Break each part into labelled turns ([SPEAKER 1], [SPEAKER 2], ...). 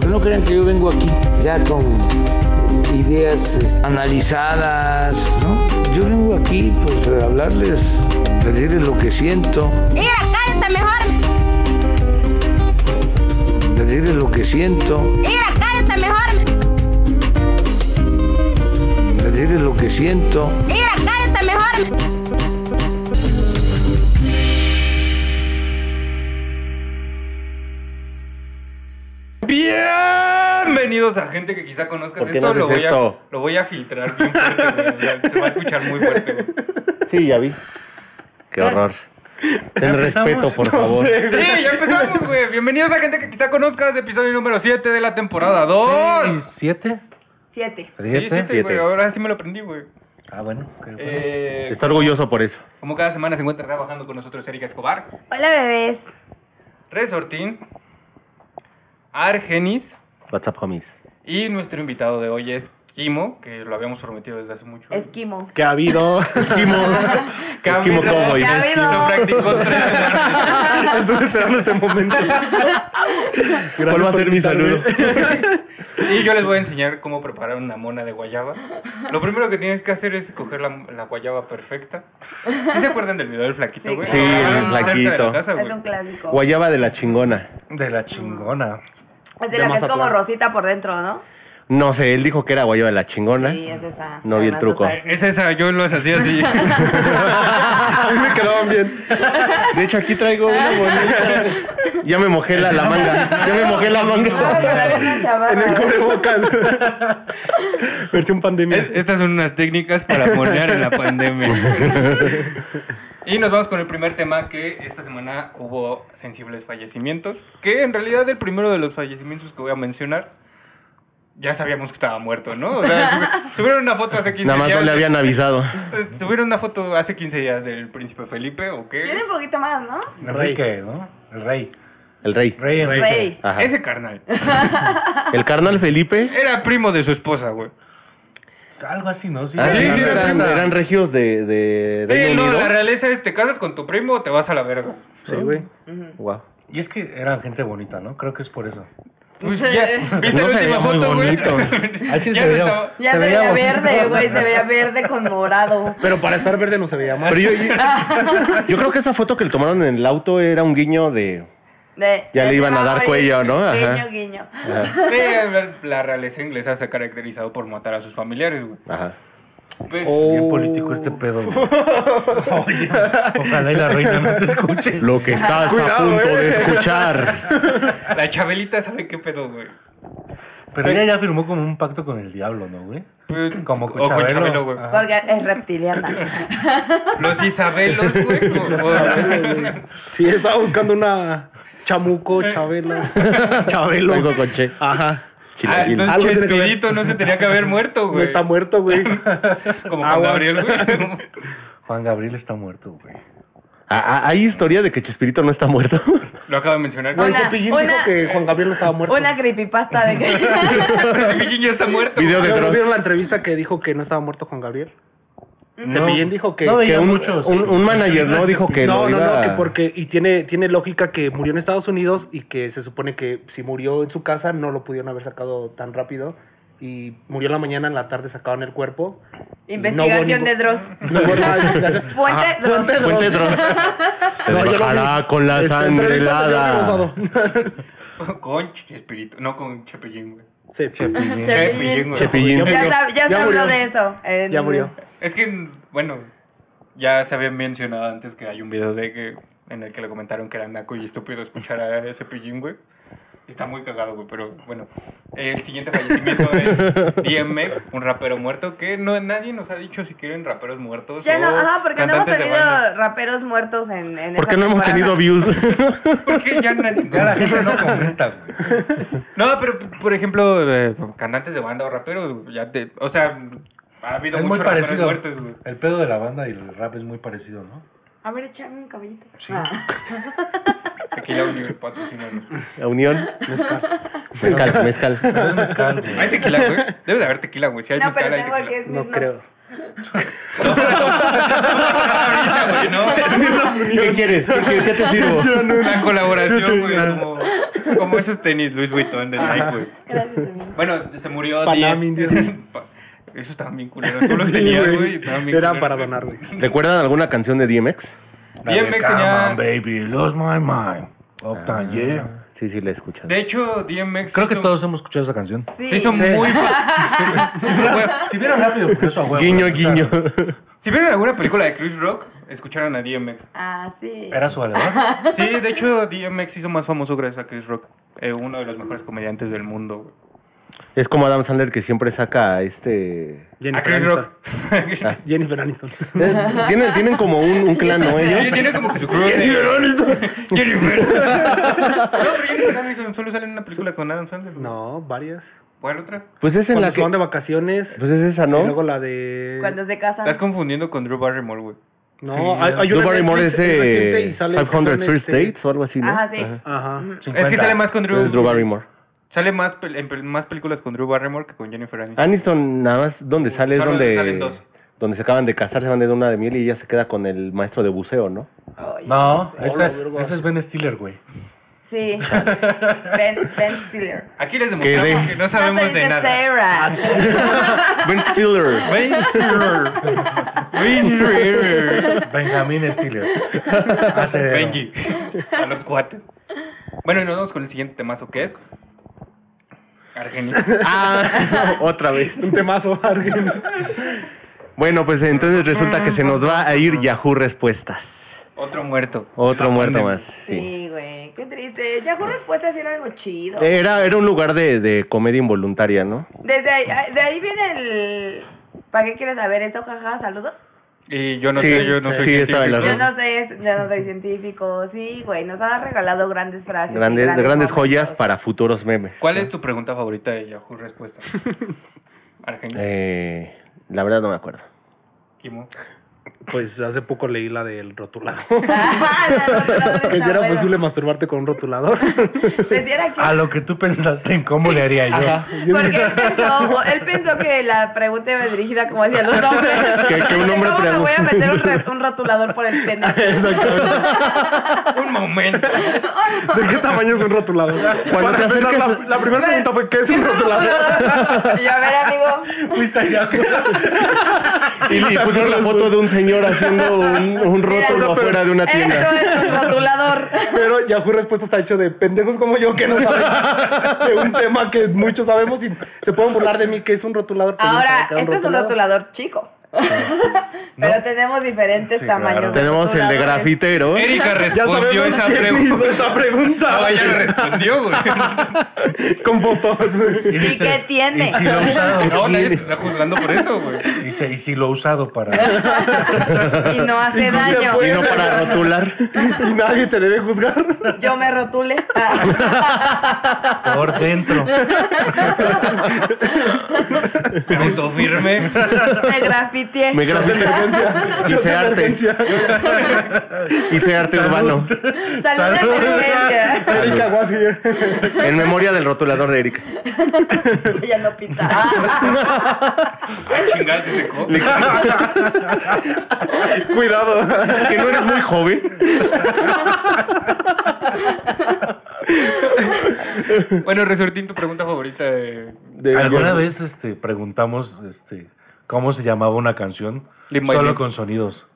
[SPEAKER 1] Pero no crean que yo vengo aquí ya con ideas este, analizadas, ¿no? Yo vengo aquí pues a hablarles, a decirles lo que siento,
[SPEAKER 2] Mira, cállate mejor.
[SPEAKER 1] a decirles lo que siento,
[SPEAKER 2] Mira, cállate mejor.
[SPEAKER 1] a decirles lo que siento.
[SPEAKER 2] Mira, cállate mejor.
[SPEAKER 3] Bienvenidos a gente que quizá conozcas
[SPEAKER 4] ¿Por qué
[SPEAKER 3] esto.
[SPEAKER 4] no
[SPEAKER 3] lo, voy
[SPEAKER 4] haces esto?
[SPEAKER 3] A, lo voy a filtrar bien fuerte, güey. O sea, se va a escuchar muy fuerte, güey.
[SPEAKER 4] Sí, ya vi. Qué horror. Ten respeto, por favor.
[SPEAKER 3] Sí, ya empezamos, güey. Bienvenidos a gente que quizá conozcas, episodio número 7 de la temporada 2.
[SPEAKER 5] ¿Siete?
[SPEAKER 2] Siete.
[SPEAKER 3] Sí, sí, sí,
[SPEAKER 4] siete.
[SPEAKER 3] güey. Ahora sí me lo aprendí, güey.
[SPEAKER 5] Ah, bueno. qué bueno.
[SPEAKER 3] Eh,
[SPEAKER 4] Está orgulloso por eso.
[SPEAKER 3] como cada semana se encuentra trabajando con nosotros Erika Escobar,
[SPEAKER 2] Hola, bebés.
[SPEAKER 3] Resortín, Argenis
[SPEAKER 4] WhatsApp homies.
[SPEAKER 3] y nuestro invitado de hoy es Kimo, que lo habíamos prometido desde hace mucho.
[SPEAKER 2] Esquimo.
[SPEAKER 5] ¿Qué ha habido?
[SPEAKER 4] Esquimo. Esquimo
[SPEAKER 3] Cambio.
[SPEAKER 4] cowboy.
[SPEAKER 2] Ya ves.
[SPEAKER 3] Lo practicó tres semanas.
[SPEAKER 4] Estuve esperando este momento. ¿Cuál va a
[SPEAKER 5] por
[SPEAKER 4] ser mi saludo?
[SPEAKER 3] Y yo les voy a enseñar cómo preparar una mona de guayaba. Lo primero que tienes que hacer es coger la, la guayaba perfecta. ¿Sí se acuerdan del video del flaquito,
[SPEAKER 2] Sí,
[SPEAKER 3] güey? Ah,
[SPEAKER 2] claro. Sí, el
[SPEAKER 3] Cerca de la
[SPEAKER 4] flaquito.
[SPEAKER 3] casa,
[SPEAKER 2] Es
[SPEAKER 3] güey.
[SPEAKER 2] un clásico.
[SPEAKER 4] Guayaba de la chingona.
[SPEAKER 5] De la chingona.
[SPEAKER 2] Es de,
[SPEAKER 5] De
[SPEAKER 2] la que es como
[SPEAKER 5] Mazatlán.
[SPEAKER 2] rosita por dentro, ¿no?
[SPEAKER 4] No sé, él dijo que era guayaba de la chingona.
[SPEAKER 2] Sí, es esa.
[SPEAKER 4] ¿Eh? No vi el
[SPEAKER 2] Además,
[SPEAKER 4] truco.
[SPEAKER 2] tú sabes.
[SPEAKER 3] Es esa, yo lo hacía así.
[SPEAKER 4] me quedaban bien. De hecho, aquí traigo una bonita. Ya me mojé la, la manga. Ya me mojé la
[SPEAKER 2] Ah, pero
[SPEAKER 4] manga.
[SPEAKER 2] la ves una chavala.
[SPEAKER 4] cubrebocas.
[SPEAKER 5] Versión
[SPEAKER 3] Es-
[SPEAKER 5] pandemia.
[SPEAKER 3] estas son unas técnicas para monear en la pandemia. Y nos vamos con el primer tema que esta semana hubo sensibles fallecimientos. Que en realidad el primero de los fallecimientos que voy a mencionar, ya sabíamos que estaba muerto, ¿no? O sea, subi- subieron una foto hace 15
[SPEAKER 4] Nada más no
[SPEAKER 3] días
[SPEAKER 4] le
[SPEAKER 3] de-
[SPEAKER 4] habían avisado.
[SPEAKER 3] Eh, Subieron una foto hace 15 días del príncipe Felipe, ¿o qué?
[SPEAKER 2] Tiene un poquito más, ¿no?
[SPEAKER 5] Enrique, ¿no? El rey.
[SPEAKER 4] El rey.
[SPEAKER 5] Rey Enrique.
[SPEAKER 2] Rey.
[SPEAKER 4] Ajá.
[SPEAKER 3] Ese carnal.
[SPEAKER 4] El carnal Felipe.
[SPEAKER 3] Era primo de su esposa, güey.
[SPEAKER 5] Algo así, ¿no? Sí,
[SPEAKER 4] Ah, sí,
[SPEAKER 3] sí,
[SPEAKER 4] eran,
[SPEAKER 3] era
[SPEAKER 4] eran-
[SPEAKER 3] primo.
[SPEAKER 4] eran regios de, de
[SPEAKER 3] Sí,
[SPEAKER 4] Reino
[SPEAKER 3] no,
[SPEAKER 4] Unido.
[SPEAKER 3] la realeza es, te casas con tu primo o te vas a la verga.
[SPEAKER 5] Sí, güey.
[SPEAKER 4] Guau.
[SPEAKER 5] Y es que eran gente bonita, ¿no? Creo que es por eso.
[SPEAKER 3] Pues,
[SPEAKER 2] Sí.
[SPEAKER 3] ya, ¿Viste
[SPEAKER 4] No se
[SPEAKER 3] la última
[SPEAKER 4] veía muy
[SPEAKER 3] foto, güey?
[SPEAKER 5] bonito. Al chile
[SPEAKER 3] Ya no
[SPEAKER 5] se veía-
[SPEAKER 3] estaba-
[SPEAKER 2] Ya se
[SPEAKER 5] Se
[SPEAKER 2] veía
[SPEAKER 5] veía bonito.
[SPEAKER 2] verde, güey. Se veía verde con morado.
[SPEAKER 5] Pero para estar verde no se veía mal.
[SPEAKER 4] Pero yo, yo- yo creo que esa foto que le tomaron en el auto era un guiño de.
[SPEAKER 2] De-
[SPEAKER 4] Ya le
[SPEAKER 2] se
[SPEAKER 4] iban
[SPEAKER 2] va
[SPEAKER 4] a dar
[SPEAKER 2] morir.
[SPEAKER 4] cuello, ¿no? Ajá.
[SPEAKER 2] Guiño, guiño.
[SPEAKER 3] Sí, la, la realeza inglesa se ha caracterizado por matar a sus familiares, güey.
[SPEAKER 4] Ajá.
[SPEAKER 3] Pues,
[SPEAKER 5] Bien político este pedo. güey. Oye, ojalá y la reina no te escuche.
[SPEAKER 4] Lo que estás a punto
[SPEAKER 3] eh.
[SPEAKER 4] de escuchar.
[SPEAKER 3] La Chabelita sabe qué pedo, güey.
[SPEAKER 5] Pero ella ya firmó como un pacto con el diablo, ¿no, güey?
[SPEAKER 3] Pues,
[SPEAKER 5] Como
[SPEAKER 3] o
[SPEAKER 5] con Chabelo.
[SPEAKER 3] Chabelo, güey.
[SPEAKER 5] Ajá.
[SPEAKER 2] Porque es reptiliana.
[SPEAKER 3] Los Isabelos, güey. o- o- Ah,
[SPEAKER 6] Sí, estaba buscando una chamuco,
[SPEAKER 4] Eh,
[SPEAKER 6] chabelo. Chabelo.
[SPEAKER 4] Luego con Che.
[SPEAKER 6] Ajá.
[SPEAKER 3] Ah,
[SPEAKER 4] Chilaquil.
[SPEAKER 3] entonces
[SPEAKER 6] Algo tiene que ver.
[SPEAKER 3] Chespirito no se tenía que haber muerto,
[SPEAKER 6] No
[SPEAKER 3] güey.
[SPEAKER 6] está muerto, güey.
[SPEAKER 3] Como Juan
[SPEAKER 6] Aguas.
[SPEAKER 3] Gabriel, güey.
[SPEAKER 5] Juan Gabriel está muerto, güey.
[SPEAKER 4] Ah, ah, Hay historia de que Chespirito no está muerto.
[SPEAKER 3] Lo acabo de mencionar.
[SPEAKER 6] Güey,
[SPEAKER 2] Una-
[SPEAKER 6] Cepillín
[SPEAKER 2] una-
[SPEAKER 6] dijo que Juan Gabriel no estaba muerto.
[SPEAKER 2] Una creepypasta de que.
[SPEAKER 3] Pero Cepillín ya está muerto.
[SPEAKER 4] Video de
[SPEAKER 6] ¿No vieron la
[SPEAKER 4] Dross.
[SPEAKER 6] entrevista que dijo que no estaba muerto Juan Gabriel? Cepillín dijo que...
[SPEAKER 5] No
[SPEAKER 6] que
[SPEAKER 5] veía
[SPEAKER 4] un,
[SPEAKER 5] muchos.
[SPEAKER 4] un- un manager no dijo que
[SPEAKER 6] no,
[SPEAKER 4] lo
[SPEAKER 6] no,
[SPEAKER 4] iba
[SPEAKER 6] no, que
[SPEAKER 4] a-
[SPEAKER 6] porque... Y tiene, tiene lógica que murió en Estados Unidos y que se supone que si murió en su casa no lo pudieron haber sacado tan rápido. Y murió en la mañana, en la tarde sacaban el cuerpo. Y
[SPEAKER 2] Investigación de
[SPEAKER 6] no hubo
[SPEAKER 2] Dross.
[SPEAKER 6] ningún- No hubo nada de investigación.
[SPEAKER 2] Fuente
[SPEAKER 6] Ajá,
[SPEAKER 2] Dross.
[SPEAKER 4] Fuente Dross. Te
[SPEAKER 6] No, yo lo vi.
[SPEAKER 4] bajará con la
[SPEAKER 6] Este,
[SPEAKER 4] sangre
[SPEAKER 6] entrevista de Jordi
[SPEAKER 4] helada.
[SPEAKER 6] Rosado.
[SPEAKER 3] Con Chespirito. No, con Chepellín, güey.
[SPEAKER 6] Sí,
[SPEAKER 3] Chepillín,
[SPEAKER 2] Chepillín.
[SPEAKER 3] güey.
[SPEAKER 4] Chepillín.
[SPEAKER 6] Ya
[SPEAKER 2] Ya,
[SPEAKER 6] murió.
[SPEAKER 2] sab- ya
[SPEAKER 6] Ya
[SPEAKER 2] se habló
[SPEAKER 6] murió.
[SPEAKER 2] de eso. en-
[SPEAKER 6] ya murió.
[SPEAKER 3] Es que, bueno, ya se habían mencionado antes que hay un video de que en el que le comentaron que era naco y estúpido escuchar a Cepillín, güey. Está muy cagado, güey, pero bueno. El siguiente fallecimiento es DMX, un rapero muerto, que no nadie nos ha dicho si quieren raperos muertos
[SPEAKER 2] Ya
[SPEAKER 3] o
[SPEAKER 2] no, ajá, porque no hemos
[SPEAKER 3] cantantes de
[SPEAKER 2] tenido
[SPEAKER 3] banda.
[SPEAKER 2] raperos muertos en, en
[SPEAKER 4] ¿Por
[SPEAKER 2] esa
[SPEAKER 4] qué no hemos
[SPEAKER 2] temporada?
[SPEAKER 4] tenido views?
[SPEAKER 3] Porque ya nadie...
[SPEAKER 5] Ya la gente no comenta, güey.
[SPEAKER 3] No, pero por ejemplo, eh, cantantes de banda o raperos, ya te, o sea, ha habido
[SPEAKER 5] Es muy
[SPEAKER 3] muchos raperos
[SPEAKER 5] parecido.
[SPEAKER 3] muertos, güey.
[SPEAKER 5] El pedo de la banda y el rap es muy parecido, ¿no?
[SPEAKER 2] A ver, échame un cabellito.
[SPEAKER 5] Sí.
[SPEAKER 2] Ah.
[SPEAKER 3] Aquí ya un patrocinador.
[SPEAKER 4] La unión. Mezcal. Mezcal, mezcal.
[SPEAKER 5] Pero es mezcal, güey.
[SPEAKER 3] Ah, ¿Hay tequila, güey? Debe de haber tequila, güey. Si hay
[SPEAKER 2] No,
[SPEAKER 3] mezcal,
[SPEAKER 2] pero
[SPEAKER 3] hay pues, tequila.
[SPEAKER 2] tengo el que es
[SPEAKER 6] No
[SPEAKER 2] Midnight.
[SPEAKER 6] creo.
[SPEAKER 3] Ahorita, güey, ¿no?
[SPEAKER 4] ¿Qué quieres? ¿Qué, qué- qué te sirvo?
[SPEAKER 3] Una colaboración, güey, como, como esos tenis Luis Vuitton de Nike, güey.
[SPEAKER 2] Gracias, también.
[SPEAKER 3] Bueno, se murió
[SPEAKER 6] Panam, indios.
[SPEAKER 3] Pa- Esos estaban bien culeros. Tú los
[SPEAKER 6] Sí,
[SPEAKER 3] tenías,
[SPEAKER 6] güey.
[SPEAKER 3] güey. estaban bien
[SPEAKER 6] Era
[SPEAKER 3] culeros,
[SPEAKER 6] para
[SPEAKER 3] güey.
[SPEAKER 6] donar, güey.
[SPEAKER 4] ¿Recuerdan alguna canción de DMX?
[SPEAKER 5] La
[SPEAKER 3] Bien,
[SPEAKER 5] de
[SPEAKER 3] Mex
[SPEAKER 5] Come
[SPEAKER 3] tenía-
[SPEAKER 5] on, baby, lost my mind.
[SPEAKER 4] Ah.
[SPEAKER 5] Uptown, yeah.
[SPEAKER 4] Sí, sí, la he escuchado.
[SPEAKER 3] De hecho, DMX.
[SPEAKER 5] Creo que
[SPEAKER 3] hizo-
[SPEAKER 5] todos hemos escuchado esa canción.
[SPEAKER 2] Sí.
[SPEAKER 3] Se hizo muy. fa-
[SPEAKER 5] Si vieron rápido, pues, eso a huevo.
[SPEAKER 4] Guiño,
[SPEAKER 5] O sea,
[SPEAKER 4] guiño.
[SPEAKER 3] Si vieron alguna película de Chris Rock, escucharon a DMX.
[SPEAKER 2] Ah, sí.
[SPEAKER 5] Era su valedor.
[SPEAKER 3] Sí, de hecho, DMX hizo más famoso gracias a Chris Rock. eh, uno de los mejores comediantes del mundo, güey.
[SPEAKER 4] Es como Adam Sandler que siempre saca a este...
[SPEAKER 3] A
[SPEAKER 6] Jennifer
[SPEAKER 3] Chris
[SPEAKER 6] Aniston.
[SPEAKER 3] Rock.
[SPEAKER 6] Jennifer Aniston.
[SPEAKER 4] Eh, Tienen, tienen como un, un clan, ¿no?
[SPEAKER 3] Sí,
[SPEAKER 4] Ellos.
[SPEAKER 3] Tiene como que su crew de... Jennifer. No, pero Jennifer Aniston solo sale en una película con Adam Sandler. güey.
[SPEAKER 6] No, varias.
[SPEAKER 3] ¿Cuál otra?
[SPEAKER 4] Pues es en
[SPEAKER 6] Cuando
[SPEAKER 4] la
[SPEAKER 6] se
[SPEAKER 4] que...
[SPEAKER 6] van de vacaciones.
[SPEAKER 4] Pues es esa,
[SPEAKER 6] Y
[SPEAKER 4] ¿no?
[SPEAKER 6] luego la de.
[SPEAKER 2] Cuando se casan.
[SPEAKER 3] Estás confundiendo con Drew Barrymore, güey.
[SPEAKER 6] No,
[SPEAKER 5] Sí.
[SPEAKER 6] hay, hay
[SPEAKER 4] Drew
[SPEAKER 6] una
[SPEAKER 4] Barrymore
[SPEAKER 6] Netflix
[SPEAKER 4] es
[SPEAKER 6] es reciente
[SPEAKER 4] eh,
[SPEAKER 6] y sale-
[SPEAKER 4] 500
[SPEAKER 6] son,
[SPEAKER 4] First
[SPEAKER 6] este,
[SPEAKER 4] Dates o algo así, ¿no?
[SPEAKER 2] Ajá, sí.
[SPEAKER 6] Ajá.
[SPEAKER 3] Es que
[SPEAKER 5] 50.
[SPEAKER 3] sale más con Drew.
[SPEAKER 4] Es Drew Barrymore.
[SPEAKER 3] Sale más, pel- en pel- más películas con Drew Barrymore que con Jennifer Aniston.
[SPEAKER 4] Aniston, nada más, donde sale es
[SPEAKER 3] Solo
[SPEAKER 4] donde...
[SPEAKER 3] salen dos.
[SPEAKER 4] Donde se acaban de casar, se van de una de miel y ella se queda con el maestro de buceo, ¿no?
[SPEAKER 2] Ay,
[SPEAKER 5] No,
[SPEAKER 2] sé.
[SPEAKER 5] esa,
[SPEAKER 6] Hola, verga.
[SPEAKER 5] esa es Ben Stiller, güey.
[SPEAKER 2] Sí. Ben, ben Stiller.
[SPEAKER 4] Ah.
[SPEAKER 3] Aquí les demostramos
[SPEAKER 4] Quedé.
[SPEAKER 3] que no sabemos
[SPEAKER 2] se
[SPEAKER 3] de
[SPEAKER 2] dice
[SPEAKER 3] nada.
[SPEAKER 2] Sarah.
[SPEAKER 4] Ben Stiller.
[SPEAKER 3] Ben Stiller. Ben Stiller.
[SPEAKER 5] Benjamin Stiller. Hace
[SPEAKER 3] Benji. A los cuatro. Bueno, y nos vamos con el siguiente temazo que es. Argenis.
[SPEAKER 4] Ah, otra vez.
[SPEAKER 6] Un temazo, Argen.
[SPEAKER 4] Bueno, pues entonces resulta que se nos va a ir Yahoo Respuestas.
[SPEAKER 3] Otro muerto.
[SPEAKER 4] Otro
[SPEAKER 3] La
[SPEAKER 4] muerto
[SPEAKER 3] pandemia.
[SPEAKER 4] más. Sí.
[SPEAKER 2] Sí, güey. Qué triste. Yahoo Respuestas era algo chido.
[SPEAKER 4] Era, era un lugar de, de comedia involuntaria, ¿no?
[SPEAKER 2] Desde ahí, de ahí viene el. ¿Para qué quieres saber eso? Jaja, saludos.
[SPEAKER 3] Y yo no
[SPEAKER 4] Sí,
[SPEAKER 3] sé, yo no soy
[SPEAKER 4] sí, estaba en las
[SPEAKER 2] Yo
[SPEAKER 3] científico.
[SPEAKER 2] no sé, es- yo no soy científico. Sí, güey. Nos ha regalado grandes frases. y
[SPEAKER 4] Grandes, grandes, joyas
[SPEAKER 2] momentos.
[SPEAKER 4] para futuros memes.
[SPEAKER 3] ¿Cuál es tu pregunta favorita de Yahoo Respuesta? Argenis.
[SPEAKER 4] Eh, la verdad no me acuerdo.
[SPEAKER 3] Kimo.
[SPEAKER 6] Pues hace poco leí la del rotulador.
[SPEAKER 2] Ah, la rotuladora
[SPEAKER 6] que
[SPEAKER 2] está
[SPEAKER 6] si era
[SPEAKER 2] buena.
[SPEAKER 6] posible masturbarte con un rotulador.
[SPEAKER 2] Pues si era que.
[SPEAKER 5] A lo que tú pensaste en cómo le haría yo.
[SPEAKER 2] Porque él pensó, él pensó que la pregunta iba dirigida como hacia los hombres.
[SPEAKER 4] Que- que un hombre
[SPEAKER 2] ¿Cómo me voy a
[SPEAKER 4] pregunte?
[SPEAKER 2] meter un, re- un rotulador por el pene?
[SPEAKER 6] Exactamente.
[SPEAKER 3] Un momento.
[SPEAKER 6] ¿De qué tamaño es un rotulador? Para
[SPEAKER 4] te
[SPEAKER 6] empezar,
[SPEAKER 4] acercas-
[SPEAKER 6] la, la primera pregunta fue: ¿qué es un rotulador?
[SPEAKER 2] Y yo, a ver, amigo.
[SPEAKER 5] Fuiste allá.
[SPEAKER 4] Y, y pusieron la foto de un señor haciendo un, un rótulo
[SPEAKER 2] eso,
[SPEAKER 6] pero-
[SPEAKER 4] afuera de una
[SPEAKER 2] Esto
[SPEAKER 4] tienda.
[SPEAKER 2] es un rotulador.
[SPEAKER 6] Pero Yahoo Respuesta está hecho de pendejos como yo que no saben de un tema que muchos sabemos y se pueden burlar de mí que es un rotulador. pero
[SPEAKER 2] Ahora,
[SPEAKER 6] saben Pues que
[SPEAKER 2] este es un rotulador chico. Pero tenemos diferentes
[SPEAKER 5] Sí, claro.
[SPEAKER 2] tamaños. de
[SPEAKER 4] Tenemos el de
[SPEAKER 2] rotuladores.
[SPEAKER 4] grafitero.
[SPEAKER 3] Erika
[SPEAKER 6] Ya
[SPEAKER 3] respondió
[SPEAKER 6] sabemos
[SPEAKER 3] esa
[SPEAKER 6] quién hizo
[SPEAKER 3] pregunta.
[SPEAKER 6] esa pregunta
[SPEAKER 3] No, ella lo respondió, güey.
[SPEAKER 6] con fotos.
[SPEAKER 5] ¿Y
[SPEAKER 2] qué tiene?
[SPEAKER 5] Y si lo he usado.
[SPEAKER 3] No, nadie te está juzgando por eso, güey.
[SPEAKER 5] Dice, y si lo he usado para.
[SPEAKER 2] Y no hace
[SPEAKER 6] Y sí se
[SPEAKER 2] daño.
[SPEAKER 4] Y no para rotular.
[SPEAKER 6] y nadie te debe juzgar.
[SPEAKER 2] Yo me rotule. Ah,
[SPEAKER 5] Por dentro.
[SPEAKER 3] Uso firme.
[SPEAKER 2] me grafiteé.
[SPEAKER 4] Me grafitero. Hice arte.
[SPEAKER 6] Emergencia.
[SPEAKER 4] Hice arte urbano.
[SPEAKER 2] Salud de
[SPEAKER 5] Salud.
[SPEAKER 2] emergencia.
[SPEAKER 6] Erika was here.
[SPEAKER 4] En memoria del rotulador de Erika.
[SPEAKER 2] Ella no pinta. Ah,
[SPEAKER 3] Ah, chingada, se secó.
[SPEAKER 6] Cuidado.
[SPEAKER 4] Que no eres muy joven.
[SPEAKER 3] Bueno, Resortín, tu pregunta favorita de...
[SPEAKER 4] De-
[SPEAKER 5] Alguna
[SPEAKER 4] yo-
[SPEAKER 5] vez este, preguntamos este, cómo se llamaba una canción
[SPEAKER 3] Lin by
[SPEAKER 5] solo
[SPEAKER 3] Lin.
[SPEAKER 5] con sonidos.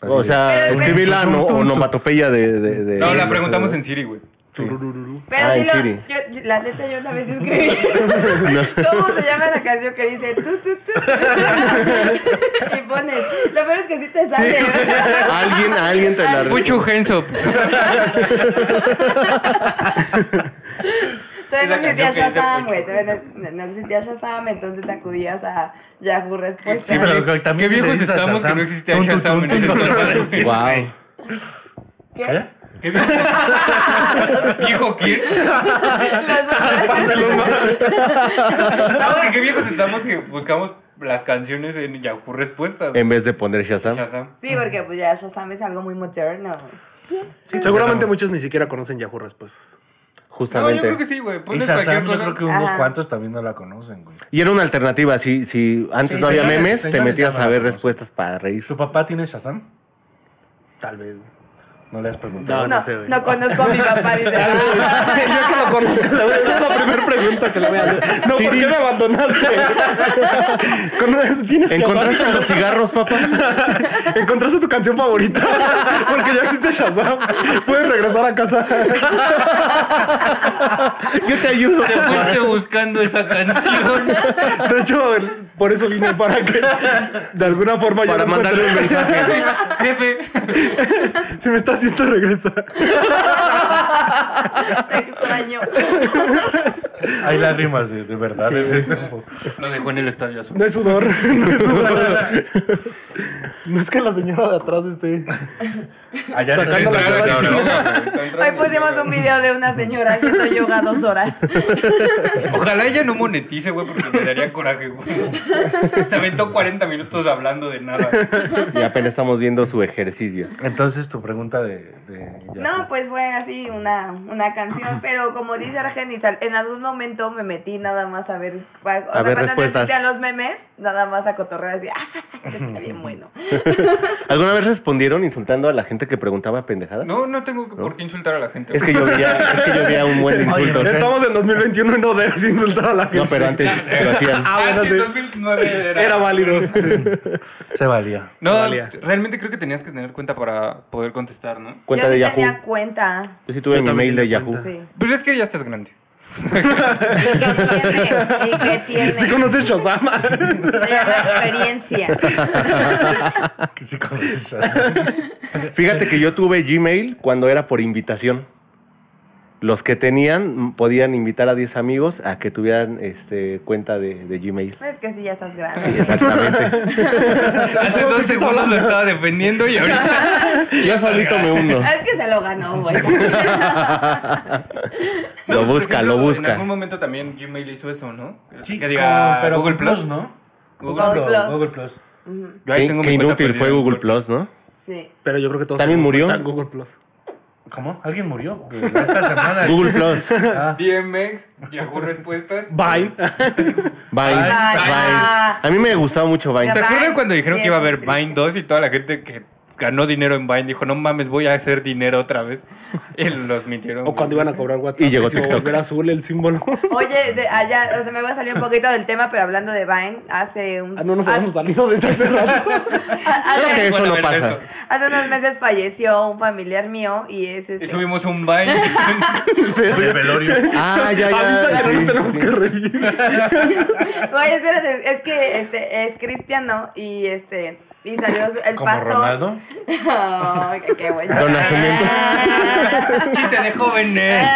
[SPEAKER 5] Así
[SPEAKER 4] O
[SPEAKER 5] de-
[SPEAKER 4] sea,
[SPEAKER 2] Pero es
[SPEAKER 4] escribí
[SPEAKER 5] que-
[SPEAKER 4] la no, onomatopeya de, de, de-
[SPEAKER 3] No,
[SPEAKER 4] de-
[SPEAKER 3] la preguntamos en Siri, güey.
[SPEAKER 2] pero
[SPEAKER 4] Ah,
[SPEAKER 2] sí
[SPEAKER 4] en
[SPEAKER 2] lo-
[SPEAKER 4] Siri.
[SPEAKER 2] yo- yo- la neta, yo una vez escribí. ¿Cómo se llama la canción que dice tú, tú, tú? y pones. Lo peor es que sí te sale.
[SPEAKER 4] Alguien, alguien te la
[SPEAKER 3] Pucho Hensop.
[SPEAKER 2] Todavía
[SPEAKER 3] Es
[SPEAKER 2] no
[SPEAKER 3] la canción que
[SPEAKER 2] existía
[SPEAKER 3] dice
[SPEAKER 2] Shazam,
[SPEAKER 3] Pucho.
[SPEAKER 2] güey. Todavía no, no existía Shazam, entonces acudías a Yahoo Respuestas.
[SPEAKER 3] Sí, pero
[SPEAKER 5] que
[SPEAKER 3] qué
[SPEAKER 5] si le
[SPEAKER 3] viejos
[SPEAKER 5] dices a
[SPEAKER 3] estamos que
[SPEAKER 5] Shazam,
[SPEAKER 3] no existía
[SPEAKER 5] tun, tun,
[SPEAKER 3] Shazam en
[SPEAKER 5] tun,
[SPEAKER 3] ese
[SPEAKER 5] tun, tun,
[SPEAKER 3] entonces.
[SPEAKER 5] tun,
[SPEAKER 4] Wow.
[SPEAKER 2] ¿Qué?
[SPEAKER 5] ¿Qué?
[SPEAKER 3] ¿Qué bien? ¿Dijo quién? No, que qué viejos estamos que buscamos las canciones en Yahoo Respuestas.
[SPEAKER 4] En vez de poner Shazam.
[SPEAKER 3] Shazam.
[SPEAKER 2] Sí, porque pues ya Shazam es algo muy moderno.
[SPEAKER 6] Seguramente muchos ni siquiera conocen Yahoo Respuestas.
[SPEAKER 3] No, yo
[SPEAKER 4] Justamente.
[SPEAKER 3] creo que sí, güey.
[SPEAKER 5] Y
[SPEAKER 3] Pones cualquier
[SPEAKER 5] Shazam, yo
[SPEAKER 3] cosa.
[SPEAKER 5] creo que unos
[SPEAKER 2] Ajá.
[SPEAKER 5] cuantos también no la conocen, güey.
[SPEAKER 4] Y era una alternativa. Si, si antes
[SPEAKER 5] Sí,
[SPEAKER 4] no había
[SPEAKER 5] señores,
[SPEAKER 4] memes, te
[SPEAKER 5] señores,
[SPEAKER 4] metías
[SPEAKER 5] ya no
[SPEAKER 4] a ver
[SPEAKER 5] la conocen.
[SPEAKER 4] respuestas para reír.
[SPEAKER 5] ¿Tu papá tiene Shazam?
[SPEAKER 6] Tal vez. güey.
[SPEAKER 5] Ah, No le has preguntado.
[SPEAKER 2] No,
[SPEAKER 6] no
[SPEAKER 2] no,
[SPEAKER 6] sé, güey.
[SPEAKER 2] conozco a mi papá, dice.
[SPEAKER 6] Yo que lo conozco, la verdad, es la primera pregunta que le voy a hacer. No, ¿por
[SPEAKER 4] Siri.
[SPEAKER 6] qué me abandonaste? Conoces- ¿Tienes
[SPEAKER 4] ¿Encontraste los cigarros, papá?
[SPEAKER 6] ¿Encontraste tu canción favorita? Porque ya existe Shazam. Puedes regresar a casa.
[SPEAKER 4] Yo te ayudo.
[SPEAKER 3] Te fuiste buscando esa canción.
[SPEAKER 6] De hecho, el- por eso vine para que de alguna forma yo
[SPEAKER 4] Para
[SPEAKER 6] no
[SPEAKER 4] mandarle un
[SPEAKER 6] encuentre-
[SPEAKER 4] mensaje.
[SPEAKER 3] Jefe.
[SPEAKER 6] Se me está haciendo regresar.
[SPEAKER 2] "Ah, Te extraño.
[SPEAKER 5] Hay lágrimas de, de verdad. de ese tiempo.
[SPEAKER 3] Lo dejó en el estadio azul.
[SPEAKER 6] No es sudor, no es sudor. No es que la señora de atrás este. esté.
[SPEAKER 5] Allá en
[SPEAKER 6] Sacando
[SPEAKER 5] el-
[SPEAKER 6] la cara de
[SPEAKER 5] Ahora,
[SPEAKER 3] pues,
[SPEAKER 2] Hoy pusimos un video de una señora haciendo yoga dos horas.
[SPEAKER 3] Ojalá ella no monetice, güey, porque me daría coraje, güey. Se aventó 40 minutos hablando de nada.
[SPEAKER 4] Y apenas estamos viendo su ejercicio.
[SPEAKER 5] Entonces tu pregunta de... de- ya
[SPEAKER 2] No,
[SPEAKER 5] fue.
[SPEAKER 2] pues fue así una, una canción, pero como dice Argenis, al- en algún momento me metí nada más a ver, cua- o
[SPEAKER 4] A ver
[SPEAKER 2] cuando
[SPEAKER 4] respuestas.
[SPEAKER 2] existían los memes, nada más a cotorrear así, "Ah, está bien bueno.
[SPEAKER 4] ¿Alguna vez respondieron insultando a la gente que preguntaba pendejada?
[SPEAKER 3] No, no tengo que- por qué insultar a la gente.
[SPEAKER 4] Es que yo veía, es que yo veía un buen insulto. ¿eh?
[SPEAKER 5] Oye,
[SPEAKER 6] Estamos en 2021 y no debes insultar a la gente.
[SPEAKER 4] No, pero antes lo hacían.
[SPEAKER 6] Ah,
[SPEAKER 3] Ah,
[SPEAKER 6] bueno,
[SPEAKER 3] sí,
[SPEAKER 6] sí.
[SPEAKER 3] 2009 era.
[SPEAKER 6] Era válido.
[SPEAKER 5] Se valía.
[SPEAKER 3] No,
[SPEAKER 6] valía.
[SPEAKER 3] realmente creo que tenías que tener cuenta para poder contestar, ¿no?
[SPEAKER 4] Cuenta
[SPEAKER 2] Yo
[SPEAKER 4] de
[SPEAKER 2] sí
[SPEAKER 4] Yahoo.
[SPEAKER 2] tenía cuenta,
[SPEAKER 4] Yo sí tuve
[SPEAKER 6] Yo
[SPEAKER 4] mi
[SPEAKER 6] también
[SPEAKER 4] mail de
[SPEAKER 6] tenía
[SPEAKER 4] Yahoo.
[SPEAKER 6] cuenta.
[SPEAKER 2] sí.
[SPEAKER 3] Pues es que ya estás grande.
[SPEAKER 2] ¿Y qué tiene? ¿Y qué tiene?
[SPEAKER 6] ¿Sí conoces Shazam?
[SPEAKER 2] Se llama experiencia.
[SPEAKER 5] Que sí conoces Shazam.
[SPEAKER 4] Fíjate que yo tuve Gmail cuando era por invitación. Los que tenían podían invitar a 10 amigos a que tuvieran este, cuenta de, de Gmail.
[SPEAKER 2] Es que sí, ya estás grande.
[SPEAKER 4] Sí, exactamente.
[SPEAKER 3] Hace dos segundos lo estaba defendiendo y ahorita.
[SPEAKER 4] Yo solito me uno.
[SPEAKER 2] Es que se lo ganó, güey.
[SPEAKER 3] No,
[SPEAKER 4] Lo
[SPEAKER 3] por
[SPEAKER 4] busca,
[SPEAKER 3] ejemplo,
[SPEAKER 4] lo
[SPEAKER 3] En
[SPEAKER 4] busca.
[SPEAKER 3] algún momento también Gmail hizo eso, ¿no?
[SPEAKER 5] Chico,
[SPEAKER 3] que diga
[SPEAKER 5] pero
[SPEAKER 3] Google Plus.
[SPEAKER 5] ¿no?
[SPEAKER 3] Google
[SPEAKER 2] Google
[SPEAKER 5] Plus.
[SPEAKER 2] Plus.
[SPEAKER 5] Google Plus.
[SPEAKER 3] Yo ahí
[SPEAKER 4] Qué,
[SPEAKER 3] tengo
[SPEAKER 4] qué
[SPEAKER 3] mi cuenta
[SPEAKER 4] inútil
[SPEAKER 3] perdida
[SPEAKER 4] fue
[SPEAKER 3] en
[SPEAKER 4] Google Plus, ¿no?
[SPEAKER 2] Sí.
[SPEAKER 6] Pero yo creo que todos
[SPEAKER 4] ¿También
[SPEAKER 6] tenemos
[SPEAKER 4] murió?
[SPEAKER 6] cuenta en Google Plus.
[SPEAKER 5] ¿Cómo? ¿Alguien murió? Esta semana.
[SPEAKER 4] Google Plus.
[SPEAKER 5] Ah,
[SPEAKER 3] DMX, Yahoo Respuestas.
[SPEAKER 6] Vine.
[SPEAKER 4] Vine.
[SPEAKER 5] Vine.
[SPEAKER 4] Vine.
[SPEAKER 2] Ah.
[SPEAKER 4] A mí me gustaba mucho Vine.
[SPEAKER 3] ¿Se
[SPEAKER 2] Vine,
[SPEAKER 3] acuerdan cuando dijeron
[SPEAKER 2] sí,
[SPEAKER 3] que iba a
[SPEAKER 2] es
[SPEAKER 3] haber
[SPEAKER 2] muy
[SPEAKER 3] Vine 2 y toda la gente que ganó dinero en Vine dijo, no mames, voy a hacer dinero otra vez? Y los mintieron.
[SPEAKER 6] O cuando iban a cobrar WhatsApp.
[SPEAKER 4] Y llegó
[SPEAKER 6] que se iba a
[SPEAKER 4] TikTok.
[SPEAKER 6] volver azul el símbolo.
[SPEAKER 2] Oye, de allá, o sea, me voy a salir un poquito del tema, pero hablando de Vine, hace un...
[SPEAKER 6] Ah, no nos
[SPEAKER 2] hace-
[SPEAKER 6] habíamos salido de ese hace rato.
[SPEAKER 2] ha-
[SPEAKER 4] Creo
[SPEAKER 2] hace-
[SPEAKER 4] que eso
[SPEAKER 3] Bueno,
[SPEAKER 4] no
[SPEAKER 3] a ver,
[SPEAKER 4] pasa.
[SPEAKER 2] Hace unos meses falleció un familiar mío y es
[SPEAKER 3] Y
[SPEAKER 2] este.
[SPEAKER 3] subimos un Vine.
[SPEAKER 5] de velorio.
[SPEAKER 4] Ah, ya,
[SPEAKER 6] Avisa
[SPEAKER 4] ya.
[SPEAKER 6] que no
[SPEAKER 4] sí,
[SPEAKER 6] nos tenemos
[SPEAKER 4] sí.
[SPEAKER 6] que reír.
[SPEAKER 2] Güey, espérate, es que este es cristiano y este y salió su- el
[SPEAKER 5] Como
[SPEAKER 2] pastor.
[SPEAKER 5] Ronaldo.
[SPEAKER 2] Ay, qué, qué bueno.
[SPEAKER 4] Don Nacimiento.
[SPEAKER 3] Chiste de jóvenes.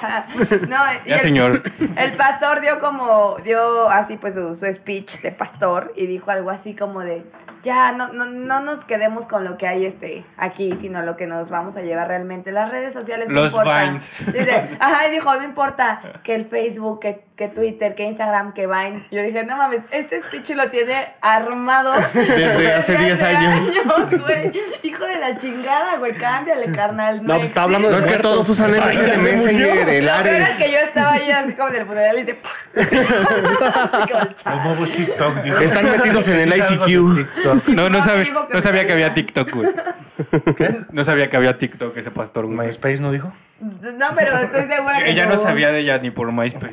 [SPEAKER 2] no, y
[SPEAKER 3] Ya,
[SPEAKER 2] el-
[SPEAKER 3] señor.
[SPEAKER 2] El pastor dio como, dio así pues su, su speech de pastor y dijo algo así como de, ya, no, no, no nos quedemos con lo que hay este, aquí, sino lo que nos vamos a llevar realmente. Las redes sociales no
[SPEAKER 3] Los
[SPEAKER 2] importan.
[SPEAKER 3] Vines.
[SPEAKER 2] Dice, ajá, y dijo, no importa que el Facebook, que, que Twitter, que Instagram, que Vine. Yo dije, no mames, este speech lo tiene armado.
[SPEAKER 4] Desde hace 10 años.
[SPEAKER 2] años, güey. Hijo de la chingada, güey, cámbiale, carnal.
[SPEAKER 6] No, pues está hablando de
[SPEAKER 4] No es que
[SPEAKER 6] muertos.
[SPEAKER 4] todos usan
[SPEAKER 6] Ay, ya
[SPEAKER 4] MSN
[SPEAKER 6] se murió.
[SPEAKER 4] Messenger, el
[SPEAKER 2] Lo peor es
[SPEAKER 4] Ares.
[SPEAKER 2] que yo estaba ahí así como en el funeral y dice. así como el
[SPEAKER 5] Los
[SPEAKER 2] chavo.
[SPEAKER 5] nuevos TikTok, dijo.
[SPEAKER 4] Están metidos en el
[SPEAKER 5] Algo de
[SPEAKER 4] ICQ.
[SPEAKER 5] TikTok.
[SPEAKER 3] No, no, sabe-
[SPEAKER 2] digo que
[SPEAKER 3] no
[SPEAKER 2] me
[SPEAKER 3] sabía que
[SPEAKER 2] caiga.
[SPEAKER 3] había TikTok, güey. No sabía que había TikTok ese pastor, güey.
[SPEAKER 5] MySpace no dijo.
[SPEAKER 2] No, pero estoy segura que.
[SPEAKER 3] Ella
[SPEAKER 2] se
[SPEAKER 3] no
[SPEAKER 2] hubo.
[SPEAKER 3] sabía de ella ni por MySpace.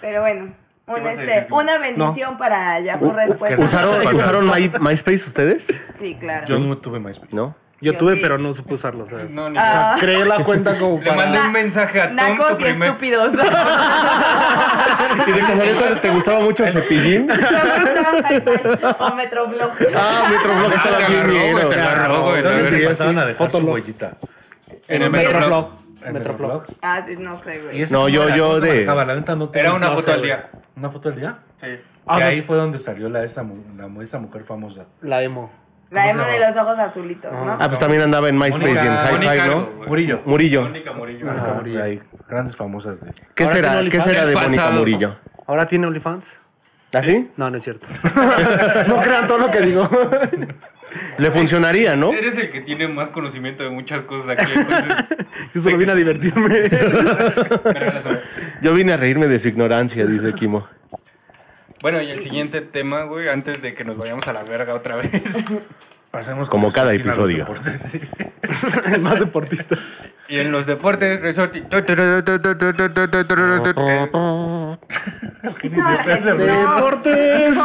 [SPEAKER 2] Pero bueno. un
[SPEAKER 3] vas a
[SPEAKER 2] este,
[SPEAKER 3] decir, Jimmy?
[SPEAKER 2] una bendición para Yahoo
[SPEAKER 5] que
[SPEAKER 2] Respuesta.
[SPEAKER 4] ¿Usaron, ¿usaron My- MySpace ustedes?
[SPEAKER 2] Sí, claro.
[SPEAKER 5] Yo no tuve MySpace.
[SPEAKER 4] ¿No?
[SPEAKER 6] Yo
[SPEAKER 2] Yo
[SPEAKER 6] tuve,
[SPEAKER 2] sí.
[SPEAKER 6] pero no supe usarlo. O sea,
[SPEAKER 3] No, ni
[SPEAKER 2] Ah.
[SPEAKER 6] creé la cuenta como
[SPEAKER 3] Le
[SPEAKER 6] para.
[SPEAKER 3] mandé un mensaje a Tom, tu
[SPEAKER 2] Nacos y
[SPEAKER 3] primer-
[SPEAKER 2] estúpidos.
[SPEAKER 4] ¿Y de casualidad te gustaba mucho Cepillín?
[SPEAKER 2] o Metroblog.
[SPEAKER 4] Ah, Metroblog
[SPEAKER 3] Ah,
[SPEAKER 4] estaba
[SPEAKER 3] te
[SPEAKER 4] bien
[SPEAKER 3] agarró,
[SPEAKER 4] ñero.
[SPEAKER 3] güey, te agarró, güey. te
[SPEAKER 5] ¿Dónde
[SPEAKER 3] agarró.
[SPEAKER 5] te pasaban a dejar su
[SPEAKER 6] Fotolog.
[SPEAKER 5] huellita?
[SPEAKER 3] En el Metroblog.
[SPEAKER 6] Metroblog.
[SPEAKER 5] ¿En
[SPEAKER 6] Metroblog.
[SPEAKER 5] Metroblog?
[SPEAKER 2] Ah, sí, no sé, güey.
[SPEAKER 5] ¿Y ese
[SPEAKER 4] No,
[SPEAKER 5] cómo
[SPEAKER 4] yo-
[SPEAKER 5] era?
[SPEAKER 4] yo
[SPEAKER 5] ¿Cómo se
[SPEAKER 4] de-
[SPEAKER 5] manejaba? La neta no tengo-
[SPEAKER 3] Era una
[SPEAKER 5] no
[SPEAKER 3] foto
[SPEAKER 5] sé,
[SPEAKER 3] al
[SPEAKER 5] güey.
[SPEAKER 3] día.
[SPEAKER 5] ¿Una foto al día?
[SPEAKER 3] Sí.
[SPEAKER 6] Ah,
[SPEAKER 5] y
[SPEAKER 6] o sea-
[SPEAKER 5] ahí fue donde salió la, esa, mu- la, mu- esa mujer famosa.
[SPEAKER 6] La emo.
[SPEAKER 2] La emo de los ojos azulitos, ¿no?
[SPEAKER 4] Ah, pues también andaba en MySpace y
[SPEAKER 5] Mónica-
[SPEAKER 4] en
[SPEAKER 3] Mónica
[SPEAKER 4] Hi-Fi,
[SPEAKER 3] algo,
[SPEAKER 4] ¿no?
[SPEAKER 3] güey.
[SPEAKER 5] Murillo.
[SPEAKER 4] Murillo.
[SPEAKER 3] Mónica Murillo.
[SPEAKER 5] Mónica Murillo. Hay grandes famosas de...
[SPEAKER 4] ¿Qué
[SPEAKER 6] Ahora
[SPEAKER 4] será,
[SPEAKER 6] tiene
[SPEAKER 4] ¿qué será
[SPEAKER 3] OnlyFans.
[SPEAKER 4] de
[SPEAKER 3] El
[SPEAKER 4] Mónica
[SPEAKER 3] pasado.
[SPEAKER 4] Murillo? ¿Ah,
[SPEAKER 6] ¿Ahora tiene OnlyFans?
[SPEAKER 4] ¿Así?
[SPEAKER 6] No, no es cierto. no crean todo lo que digo.
[SPEAKER 4] Le funcionaría, ¿no?
[SPEAKER 3] Eres el que tiene más conocimiento de muchas cosas aquí. Entonces,
[SPEAKER 6] Yo solo vine a divertirme.
[SPEAKER 3] me regalas una.
[SPEAKER 4] Yo vine a reírme de su ignorancia, dice Kimo.
[SPEAKER 3] bueno, y el siguiente tema, güey, antes de que nos vayamos a la verga otra vez.
[SPEAKER 5] Pasemos
[SPEAKER 4] Como
[SPEAKER 5] con
[SPEAKER 4] cada
[SPEAKER 5] Joaquín a los
[SPEAKER 4] episodio.
[SPEAKER 5] deportes, sí.
[SPEAKER 6] El más deportista.
[SPEAKER 3] Y en los deportes, Resorti.
[SPEAKER 5] Ni se puede hacer,
[SPEAKER 2] No.
[SPEAKER 6] ¡Deportes!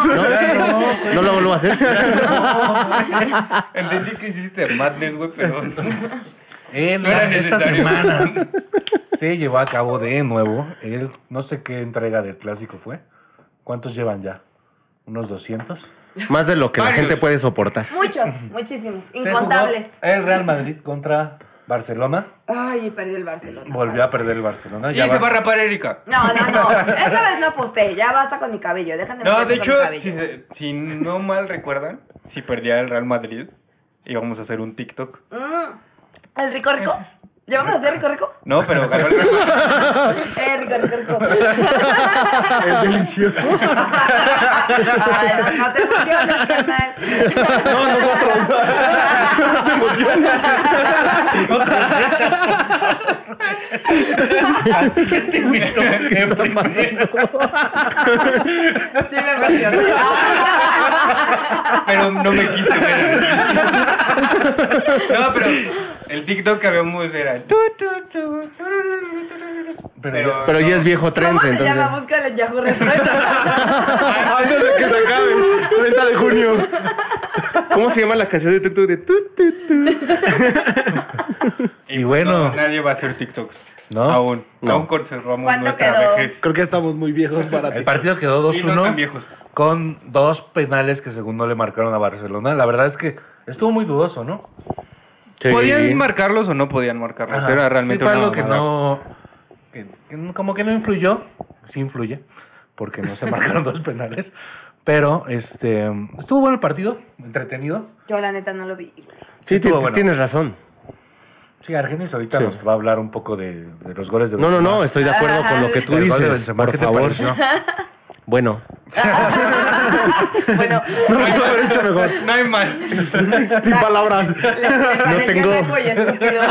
[SPEAKER 4] No lo vuelvo a hacer.
[SPEAKER 3] Entendí que hiciste madness, güey, pero no,
[SPEAKER 5] En
[SPEAKER 3] no era
[SPEAKER 5] la- esta
[SPEAKER 3] necesario.
[SPEAKER 5] semana se llevó a cabo de nuevo el no sé qué entrega del clásico fue. ¿Cuántos llevan ya? ¿Unos 200?
[SPEAKER 4] Más de lo que la
[SPEAKER 3] Varios.
[SPEAKER 4] gente puede soportar.
[SPEAKER 2] Muchos, muchísimos,
[SPEAKER 5] Se jugó
[SPEAKER 2] incontables.
[SPEAKER 5] El Real Madrid contra Barcelona.
[SPEAKER 2] Ay, y perdí el Barcelona.
[SPEAKER 5] Volvió a perder el Barcelona.
[SPEAKER 3] Y se
[SPEAKER 5] va-
[SPEAKER 3] va a rapar Erika.
[SPEAKER 2] No, no, no. Esta vez no aposté. Ya basta con mi cabello. Déjame
[SPEAKER 3] No, de
[SPEAKER 2] con
[SPEAKER 3] hecho,
[SPEAKER 2] mi cabello.
[SPEAKER 3] si, se- si no mal recuerdan, si perdía el Real Madrid, íbamos a hacer un TikTok.
[SPEAKER 2] Mm. ¿El rico rico? ¿Ya vamos a hacer rico rico?
[SPEAKER 3] No, pero ganó el Real Madrid.
[SPEAKER 2] Eh, rico rico rico. delicioso. Ay, no, no te emociones, carnal.
[SPEAKER 6] No, nosotros.
[SPEAKER 2] Sí me emocioné.
[SPEAKER 3] Pero no me quise ver. No, pero el TikTok que habíamos era.
[SPEAKER 5] Pero
[SPEAKER 3] Pero-
[SPEAKER 4] Pero ya es viejo
[SPEAKER 2] ¿Cómo
[SPEAKER 4] trend,
[SPEAKER 2] se
[SPEAKER 4] entonces.
[SPEAKER 2] llama? Búscale en Yahoo Respuesta.
[SPEAKER 6] Antes de que se acabe. 30 de junio.
[SPEAKER 4] ¿Cómo se llama la canción de TikTok de tu, tu, tu?
[SPEAKER 5] Y bueno.
[SPEAKER 3] pues, no, nadie va a hacer TikToks.
[SPEAKER 5] ¿No?
[SPEAKER 3] Aún.
[SPEAKER 4] No.
[SPEAKER 3] Aún conservamos
[SPEAKER 2] ¿Cuánto
[SPEAKER 3] nuestra
[SPEAKER 2] quedó?
[SPEAKER 3] vejez.
[SPEAKER 6] Creo que estamos muy viejos para ti.
[SPEAKER 5] El partido quedó
[SPEAKER 3] Y no tan
[SPEAKER 5] 2-1
[SPEAKER 3] viejos.
[SPEAKER 5] con dos penales que según no le marcaron a Barcelona. La verdad es que estuvo muy dudoso, ¿no?
[SPEAKER 4] Sí.
[SPEAKER 3] ¿Podían marcarlos o no podían marcarlos?
[SPEAKER 4] Pues
[SPEAKER 5] Ajá.
[SPEAKER 3] Era realmente
[SPEAKER 5] Sí, fue
[SPEAKER 3] una
[SPEAKER 5] algo que
[SPEAKER 3] mamada.
[SPEAKER 5] no, que- que no- como que no influyó. Sí influye, porque no se marcaron dos penales. Pero este estuvo bueno el partido, entretenido.
[SPEAKER 2] Yo la neta no lo vi. güey.
[SPEAKER 4] Sí, ti-
[SPEAKER 5] Estuvo bueno.
[SPEAKER 4] tienes razón.
[SPEAKER 5] Sí, Argenis ahorita
[SPEAKER 4] Sí.
[SPEAKER 5] nos va a hablar un poco de, de los goles de
[SPEAKER 4] No, no,
[SPEAKER 5] Benzema.
[SPEAKER 4] no, estoy de acuerdo con lo que tú
[SPEAKER 5] El gol de
[SPEAKER 4] dices.
[SPEAKER 5] Benzema,
[SPEAKER 4] Por
[SPEAKER 5] ¿qué te
[SPEAKER 4] favor.
[SPEAKER 5] pareció?
[SPEAKER 4] Bueno,
[SPEAKER 2] Bueno,
[SPEAKER 3] No hay más.
[SPEAKER 4] sin palabras.
[SPEAKER 2] le, le pareció
[SPEAKER 4] tengo-
[SPEAKER 2] naco y estúpido.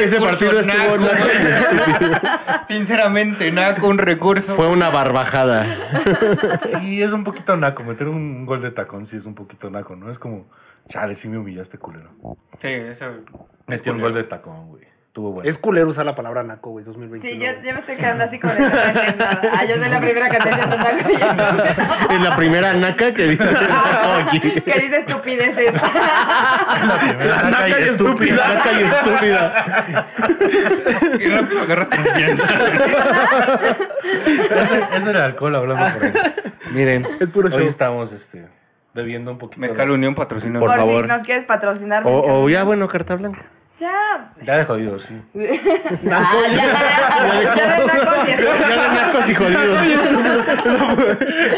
[SPEAKER 4] Ese partido
[SPEAKER 3] Recurso
[SPEAKER 4] estuvo
[SPEAKER 3] naco,
[SPEAKER 4] naco y estúpido.
[SPEAKER 3] Sinceramente, nada con recurso.
[SPEAKER 4] Fue una barbajada.
[SPEAKER 5] Sí, es un poquito naco. Meter un gol de tacón sí es un poquito naco, ¿no? Es como, chale, sí me humillaste, culero.
[SPEAKER 3] Sí, eso.
[SPEAKER 5] Metió un gol de tacón, güey. Estuvo bueno.
[SPEAKER 6] Es culero usar la palabra naco, güey, 2021.
[SPEAKER 2] Sí, yo, yo me estoy quedando así con el Ah, yo soy la primera que estoy haciendo naco y estúpido.
[SPEAKER 4] Es la primera naca que dice. Oye.
[SPEAKER 2] que dice estupideces.
[SPEAKER 5] Naca y estúpida.
[SPEAKER 4] Naca y estúpida.
[SPEAKER 3] Qué rápido agarras confianza.
[SPEAKER 5] Ese ese era el alcohol hablando por ahí.
[SPEAKER 4] Miren,
[SPEAKER 6] Es puro show.
[SPEAKER 5] Hoy estamos este, bebiendo un poquito.
[SPEAKER 3] Mezcal
[SPEAKER 5] de-
[SPEAKER 3] Unión patrocina.
[SPEAKER 4] Por
[SPEAKER 2] Por,
[SPEAKER 4] favor.
[SPEAKER 2] si nos quieres patrocinar.
[SPEAKER 4] o, o
[SPEAKER 2] Mezcal.
[SPEAKER 4] ya bueno, carta blanca.
[SPEAKER 2] Ya.
[SPEAKER 5] Ya de jodido, sí.
[SPEAKER 2] Ah, ya, ya, ya. Ya de naco y
[SPEAKER 4] Ya
[SPEAKER 2] estúpido.
[SPEAKER 4] de nacos y jodidos.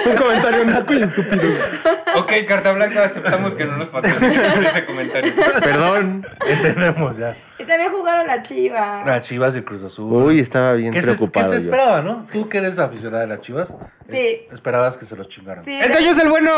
[SPEAKER 6] Un comentario naco y estúpido.
[SPEAKER 3] Ok, carta blanca, aceptamos que no nos patrocinen ese comentario.
[SPEAKER 4] Perdón.
[SPEAKER 5] Entendemos ya.
[SPEAKER 2] Y también jugaron la chiva.
[SPEAKER 4] Ah.
[SPEAKER 5] Las Chivas y el Cruz Azul.
[SPEAKER 4] Uy, estaba bien
[SPEAKER 5] ¿Qué se, qué
[SPEAKER 4] preocupado.
[SPEAKER 5] se
[SPEAKER 4] yo.
[SPEAKER 5] esperaba, no? Tú que eres aficionada de las Chivas.
[SPEAKER 2] Sí.
[SPEAKER 5] eh, Esperabas que se los chingaran.
[SPEAKER 2] Sí,
[SPEAKER 3] ¡Es
[SPEAKER 4] Este
[SPEAKER 3] que yo soy el bueno!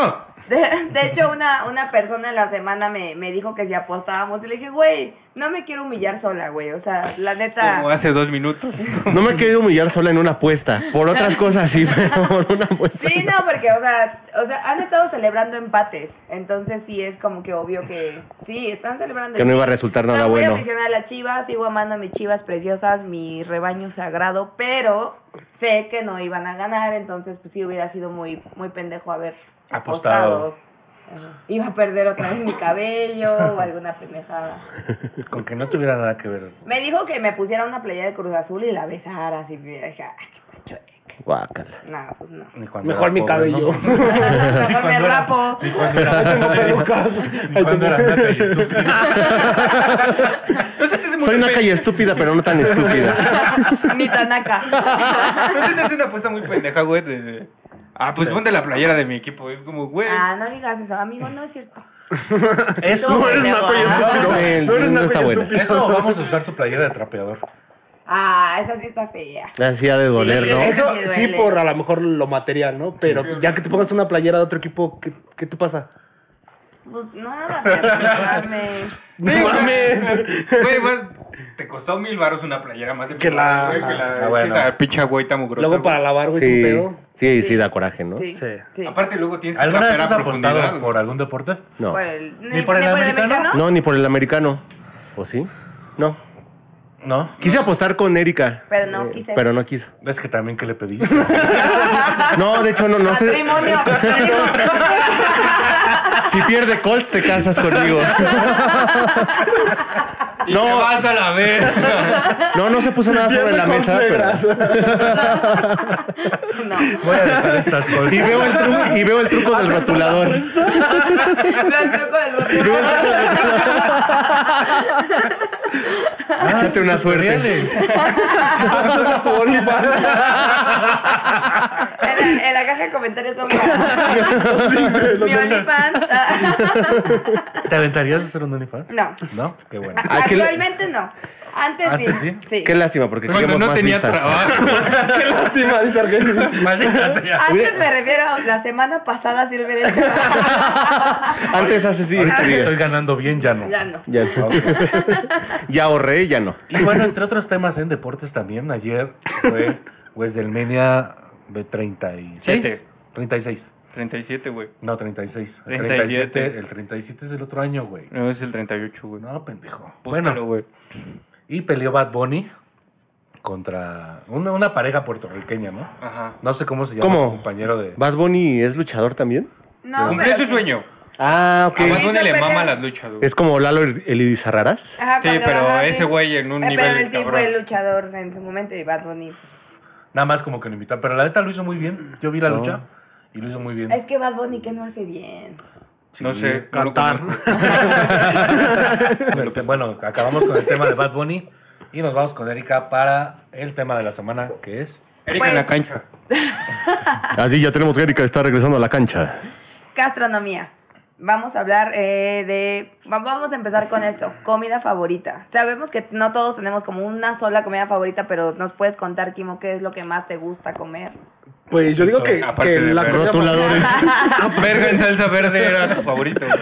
[SPEAKER 2] De, de hecho, una, una persona en la semana me, me dijo que si apostábamos. Y le dije, güey, no me quiero humillar sola, güey. O sea, la
[SPEAKER 3] Como
[SPEAKER 2] neta.
[SPEAKER 3] hace dos minutos.
[SPEAKER 4] No me he querido humillar sola en una apuesta. Por otras cosas sí, pero por una apuesta.
[SPEAKER 2] Sí, no, porque, o sea, o sea, han estado celebrando empates. Entonces, sí, es como que obvio que. Sí, están celebrando.
[SPEAKER 4] Que no iba a resultar nada
[SPEAKER 2] Soy
[SPEAKER 4] bueno.
[SPEAKER 2] muy aficionada a las chivas, sigo amando a mis chivas preciosas, mi rebaño sagrado, pero sé que no iban a ganar. Entonces, pues sí, hubiera sido muy, muy pendejo haber
[SPEAKER 5] Apostado.
[SPEAKER 2] apostado. Ajá. Iba a perder otra vez mi cabello o alguna pendejada.
[SPEAKER 5] Con que no tuviera nada que ver.
[SPEAKER 2] Me dijo que me pusiera una playa de Cruz Azul y la besara así. Y dije, ay, qué pachueca.
[SPEAKER 4] Guácala.
[SPEAKER 2] No, pues no.
[SPEAKER 5] ni cuando
[SPEAKER 6] Mejor
[SPEAKER 5] era
[SPEAKER 6] mi
[SPEAKER 5] pobre, ¿no?
[SPEAKER 6] cabello.
[SPEAKER 2] Mejor me
[SPEAKER 5] cuando era-
[SPEAKER 2] rapo.
[SPEAKER 5] Ni cuando era Ni cuando era naca y estúpida.
[SPEAKER 3] No se te hace muy
[SPEAKER 4] Soy
[SPEAKER 3] pe-
[SPEAKER 4] una calle estúpida, pero no tan estúpida.
[SPEAKER 2] Ni tan acá.
[SPEAKER 3] No se te hace una apuesta muy pendeja, güey. de- de, Ah, pues ponte la playera de mi equipo. Es como, güey.
[SPEAKER 2] Ah, no digas eso, amigo, no es cierto.
[SPEAKER 5] Eso
[SPEAKER 2] No,
[SPEAKER 5] eres
[SPEAKER 2] eres naco y
[SPEAKER 5] estúpida.
[SPEAKER 2] estúpido.
[SPEAKER 4] No,
[SPEAKER 6] No eres
[SPEAKER 4] no
[SPEAKER 6] naco
[SPEAKER 4] está
[SPEAKER 6] y
[SPEAKER 4] buena.
[SPEAKER 6] estúpido.
[SPEAKER 5] Eso o vamos a usar tu playera de trapeador.
[SPEAKER 2] Ah, esa sí está fea.
[SPEAKER 4] Así ha de doler,
[SPEAKER 2] Sí,
[SPEAKER 4] ¿no?
[SPEAKER 2] es-
[SPEAKER 6] Eso
[SPEAKER 2] Sí
[SPEAKER 6] sí,
[SPEAKER 2] duele.
[SPEAKER 6] por a lo mejor lo material, ¿no? Pero ya que te pongas una playera de otro equipo, ¿qué, qué te pasa?
[SPEAKER 2] Pues no, la mames.
[SPEAKER 6] ¡No
[SPEAKER 3] Sí, o sea,
[SPEAKER 6] mames!
[SPEAKER 3] Güey, güey, te costó mil baros una playera más de
[SPEAKER 6] Que
[SPEAKER 3] mil
[SPEAKER 6] la-
[SPEAKER 3] varos, güey, que la
[SPEAKER 4] Ah, bueno.
[SPEAKER 3] esa pinche agüita mugrosa. güey.
[SPEAKER 6] Luego para lavar, güey,
[SPEAKER 4] Pues
[SPEAKER 6] es
[SPEAKER 4] Sí,
[SPEAKER 6] un pedo.
[SPEAKER 4] sí, sí,
[SPEAKER 2] Sí.
[SPEAKER 4] da coraje, ¿no?
[SPEAKER 2] Sí.
[SPEAKER 6] Sí.
[SPEAKER 2] sí.
[SPEAKER 3] Aparte luego tienes que
[SPEAKER 5] ¿Alguna vez
[SPEAKER 3] trapear
[SPEAKER 5] has
[SPEAKER 3] a
[SPEAKER 5] apostado
[SPEAKER 3] profundidad,
[SPEAKER 5] por
[SPEAKER 3] güey.
[SPEAKER 5] algún deporte?
[SPEAKER 4] No.
[SPEAKER 2] Por el-
[SPEAKER 5] ¿Ni por el americano?
[SPEAKER 4] No, ni por el americano. ¿O sí? No.
[SPEAKER 5] No.
[SPEAKER 4] Quise apostar con Erika.
[SPEAKER 2] Pero no quise.
[SPEAKER 4] Pero no quiso.
[SPEAKER 5] Es que también que le pedí.
[SPEAKER 4] No, de hecho, no, no sé.
[SPEAKER 2] Matrimonio.
[SPEAKER 4] Si pierde Colts, te casas conmigo.
[SPEAKER 3] Y
[SPEAKER 4] No.
[SPEAKER 3] te vas a la vez.
[SPEAKER 4] No, no se puso nada sobre la mesa. pero-
[SPEAKER 2] no.
[SPEAKER 5] Voy a dejar estas cosas.
[SPEAKER 4] Y, veo el truco, y veo el truco del rotulador.
[SPEAKER 2] Veo el truco del
[SPEAKER 4] Y veo el
[SPEAKER 2] botón.
[SPEAKER 4] truco del rotulador.
[SPEAKER 5] Ah,
[SPEAKER 4] Échate
[SPEAKER 5] sí,
[SPEAKER 4] unas
[SPEAKER 5] tus
[SPEAKER 4] suertes.
[SPEAKER 5] reales.
[SPEAKER 2] En la, en la caja de comentarios vamos a... Mi OnlyFans. ah,
[SPEAKER 5] ¿Te aventarías a hacer un OnlyFans?
[SPEAKER 2] No.
[SPEAKER 5] No, qué bueno.
[SPEAKER 4] Ah, que la-
[SPEAKER 2] Actualmente no. Antes,
[SPEAKER 5] Antes
[SPEAKER 2] sí.
[SPEAKER 5] sí.
[SPEAKER 2] sí.
[SPEAKER 4] Qué lástima, porque
[SPEAKER 3] Pues
[SPEAKER 4] queríamos
[SPEAKER 3] no
[SPEAKER 4] más
[SPEAKER 3] tenía
[SPEAKER 4] vistas.
[SPEAKER 3] trabajo.
[SPEAKER 6] ¡Qué lástima! Dice Argentina.
[SPEAKER 5] Maldita sea.
[SPEAKER 2] Antes me refiero a la semana pasada sirve de hecho.
[SPEAKER 4] Antes hace sí.
[SPEAKER 5] Ahorita que
[SPEAKER 4] días.
[SPEAKER 5] estoy ganando bien, ya no.
[SPEAKER 2] Ya no.
[SPEAKER 4] Ya, ya ahorré, ya no.
[SPEAKER 5] Y bueno, entre otros temas en deportes también, ayer fue WrestleMania B36.
[SPEAKER 3] Siete.
[SPEAKER 5] 36.
[SPEAKER 3] 37, güey.
[SPEAKER 5] No, 36. El
[SPEAKER 3] 37.
[SPEAKER 5] 37. El 37 es el otro año, güey.
[SPEAKER 3] No, es el 38, güey.
[SPEAKER 5] No, pendejo.
[SPEAKER 3] Búscalo,
[SPEAKER 5] Bueno,
[SPEAKER 3] güey.
[SPEAKER 5] y peleó Bad Bunny contra una, una pareja puertorriqueña, ¿no?
[SPEAKER 3] Ajá.
[SPEAKER 5] No sé cómo se llama
[SPEAKER 4] ¿Cómo?
[SPEAKER 5] su compañero de...
[SPEAKER 4] ¿Bad Bunny es luchador también?
[SPEAKER 2] No,
[SPEAKER 3] Cumplió
[SPEAKER 2] pero-
[SPEAKER 3] su sueño.
[SPEAKER 4] Ah, ok.
[SPEAKER 3] A Bad
[SPEAKER 2] Abajo.
[SPEAKER 3] Bunny
[SPEAKER 2] Hizo
[SPEAKER 3] le mama
[SPEAKER 2] pelear.
[SPEAKER 3] las luchas, güey.
[SPEAKER 4] ¿Es como Lalo Elizarraras?
[SPEAKER 2] Ajá,
[SPEAKER 3] Sí,
[SPEAKER 2] cuando-
[SPEAKER 3] pero
[SPEAKER 2] ajá,
[SPEAKER 3] ese
[SPEAKER 2] sí.
[SPEAKER 3] güey en un
[SPEAKER 2] Eh,
[SPEAKER 3] nivel
[SPEAKER 2] Pero él sí
[SPEAKER 3] cabrón.
[SPEAKER 2] fue luchador en su momento y Bad Bunny. pues.
[SPEAKER 5] Nada más como que lo invitaron. Pero la neta lo hizo muy bien. Yo vi la lucha y lo hizo muy bien.
[SPEAKER 2] Es que Bad Bunny que no hace bien.
[SPEAKER 3] No
[SPEAKER 5] Sí,
[SPEAKER 3] sé. no lo
[SPEAKER 6] Cantar.
[SPEAKER 3] conozco.
[SPEAKER 5] Bueno, acabamos con el tema de Bad Bunny y nos vamos con Erika para el tema de la semana, que es...
[SPEAKER 3] Erika en la cancha.
[SPEAKER 2] Ah.
[SPEAKER 4] Así ya tenemos que Erika está regresando a la cancha.
[SPEAKER 2] Gastronomía. Vamos a hablar eh, de... va- Vamos a empezar con esto. Comida favorita. Sabemos que no todos tenemos como una sola comida favorita, pero nos puedes contar, Kimo, qué es lo que más te gusta comer.
[SPEAKER 6] Pues yo digo que,
[SPEAKER 3] Aparte
[SPEAKER 6] que
[SPEAKER 3] de
[SPEAKER 6] la
[SPEAKER 3] perro.
[SPEAKER 6] comida
[SPEAKER 4] Rotuladores.
[SPEAKER 2] Ah, pues
[SPEAKER 3] Verga en salsa verde era tu favorito, güey.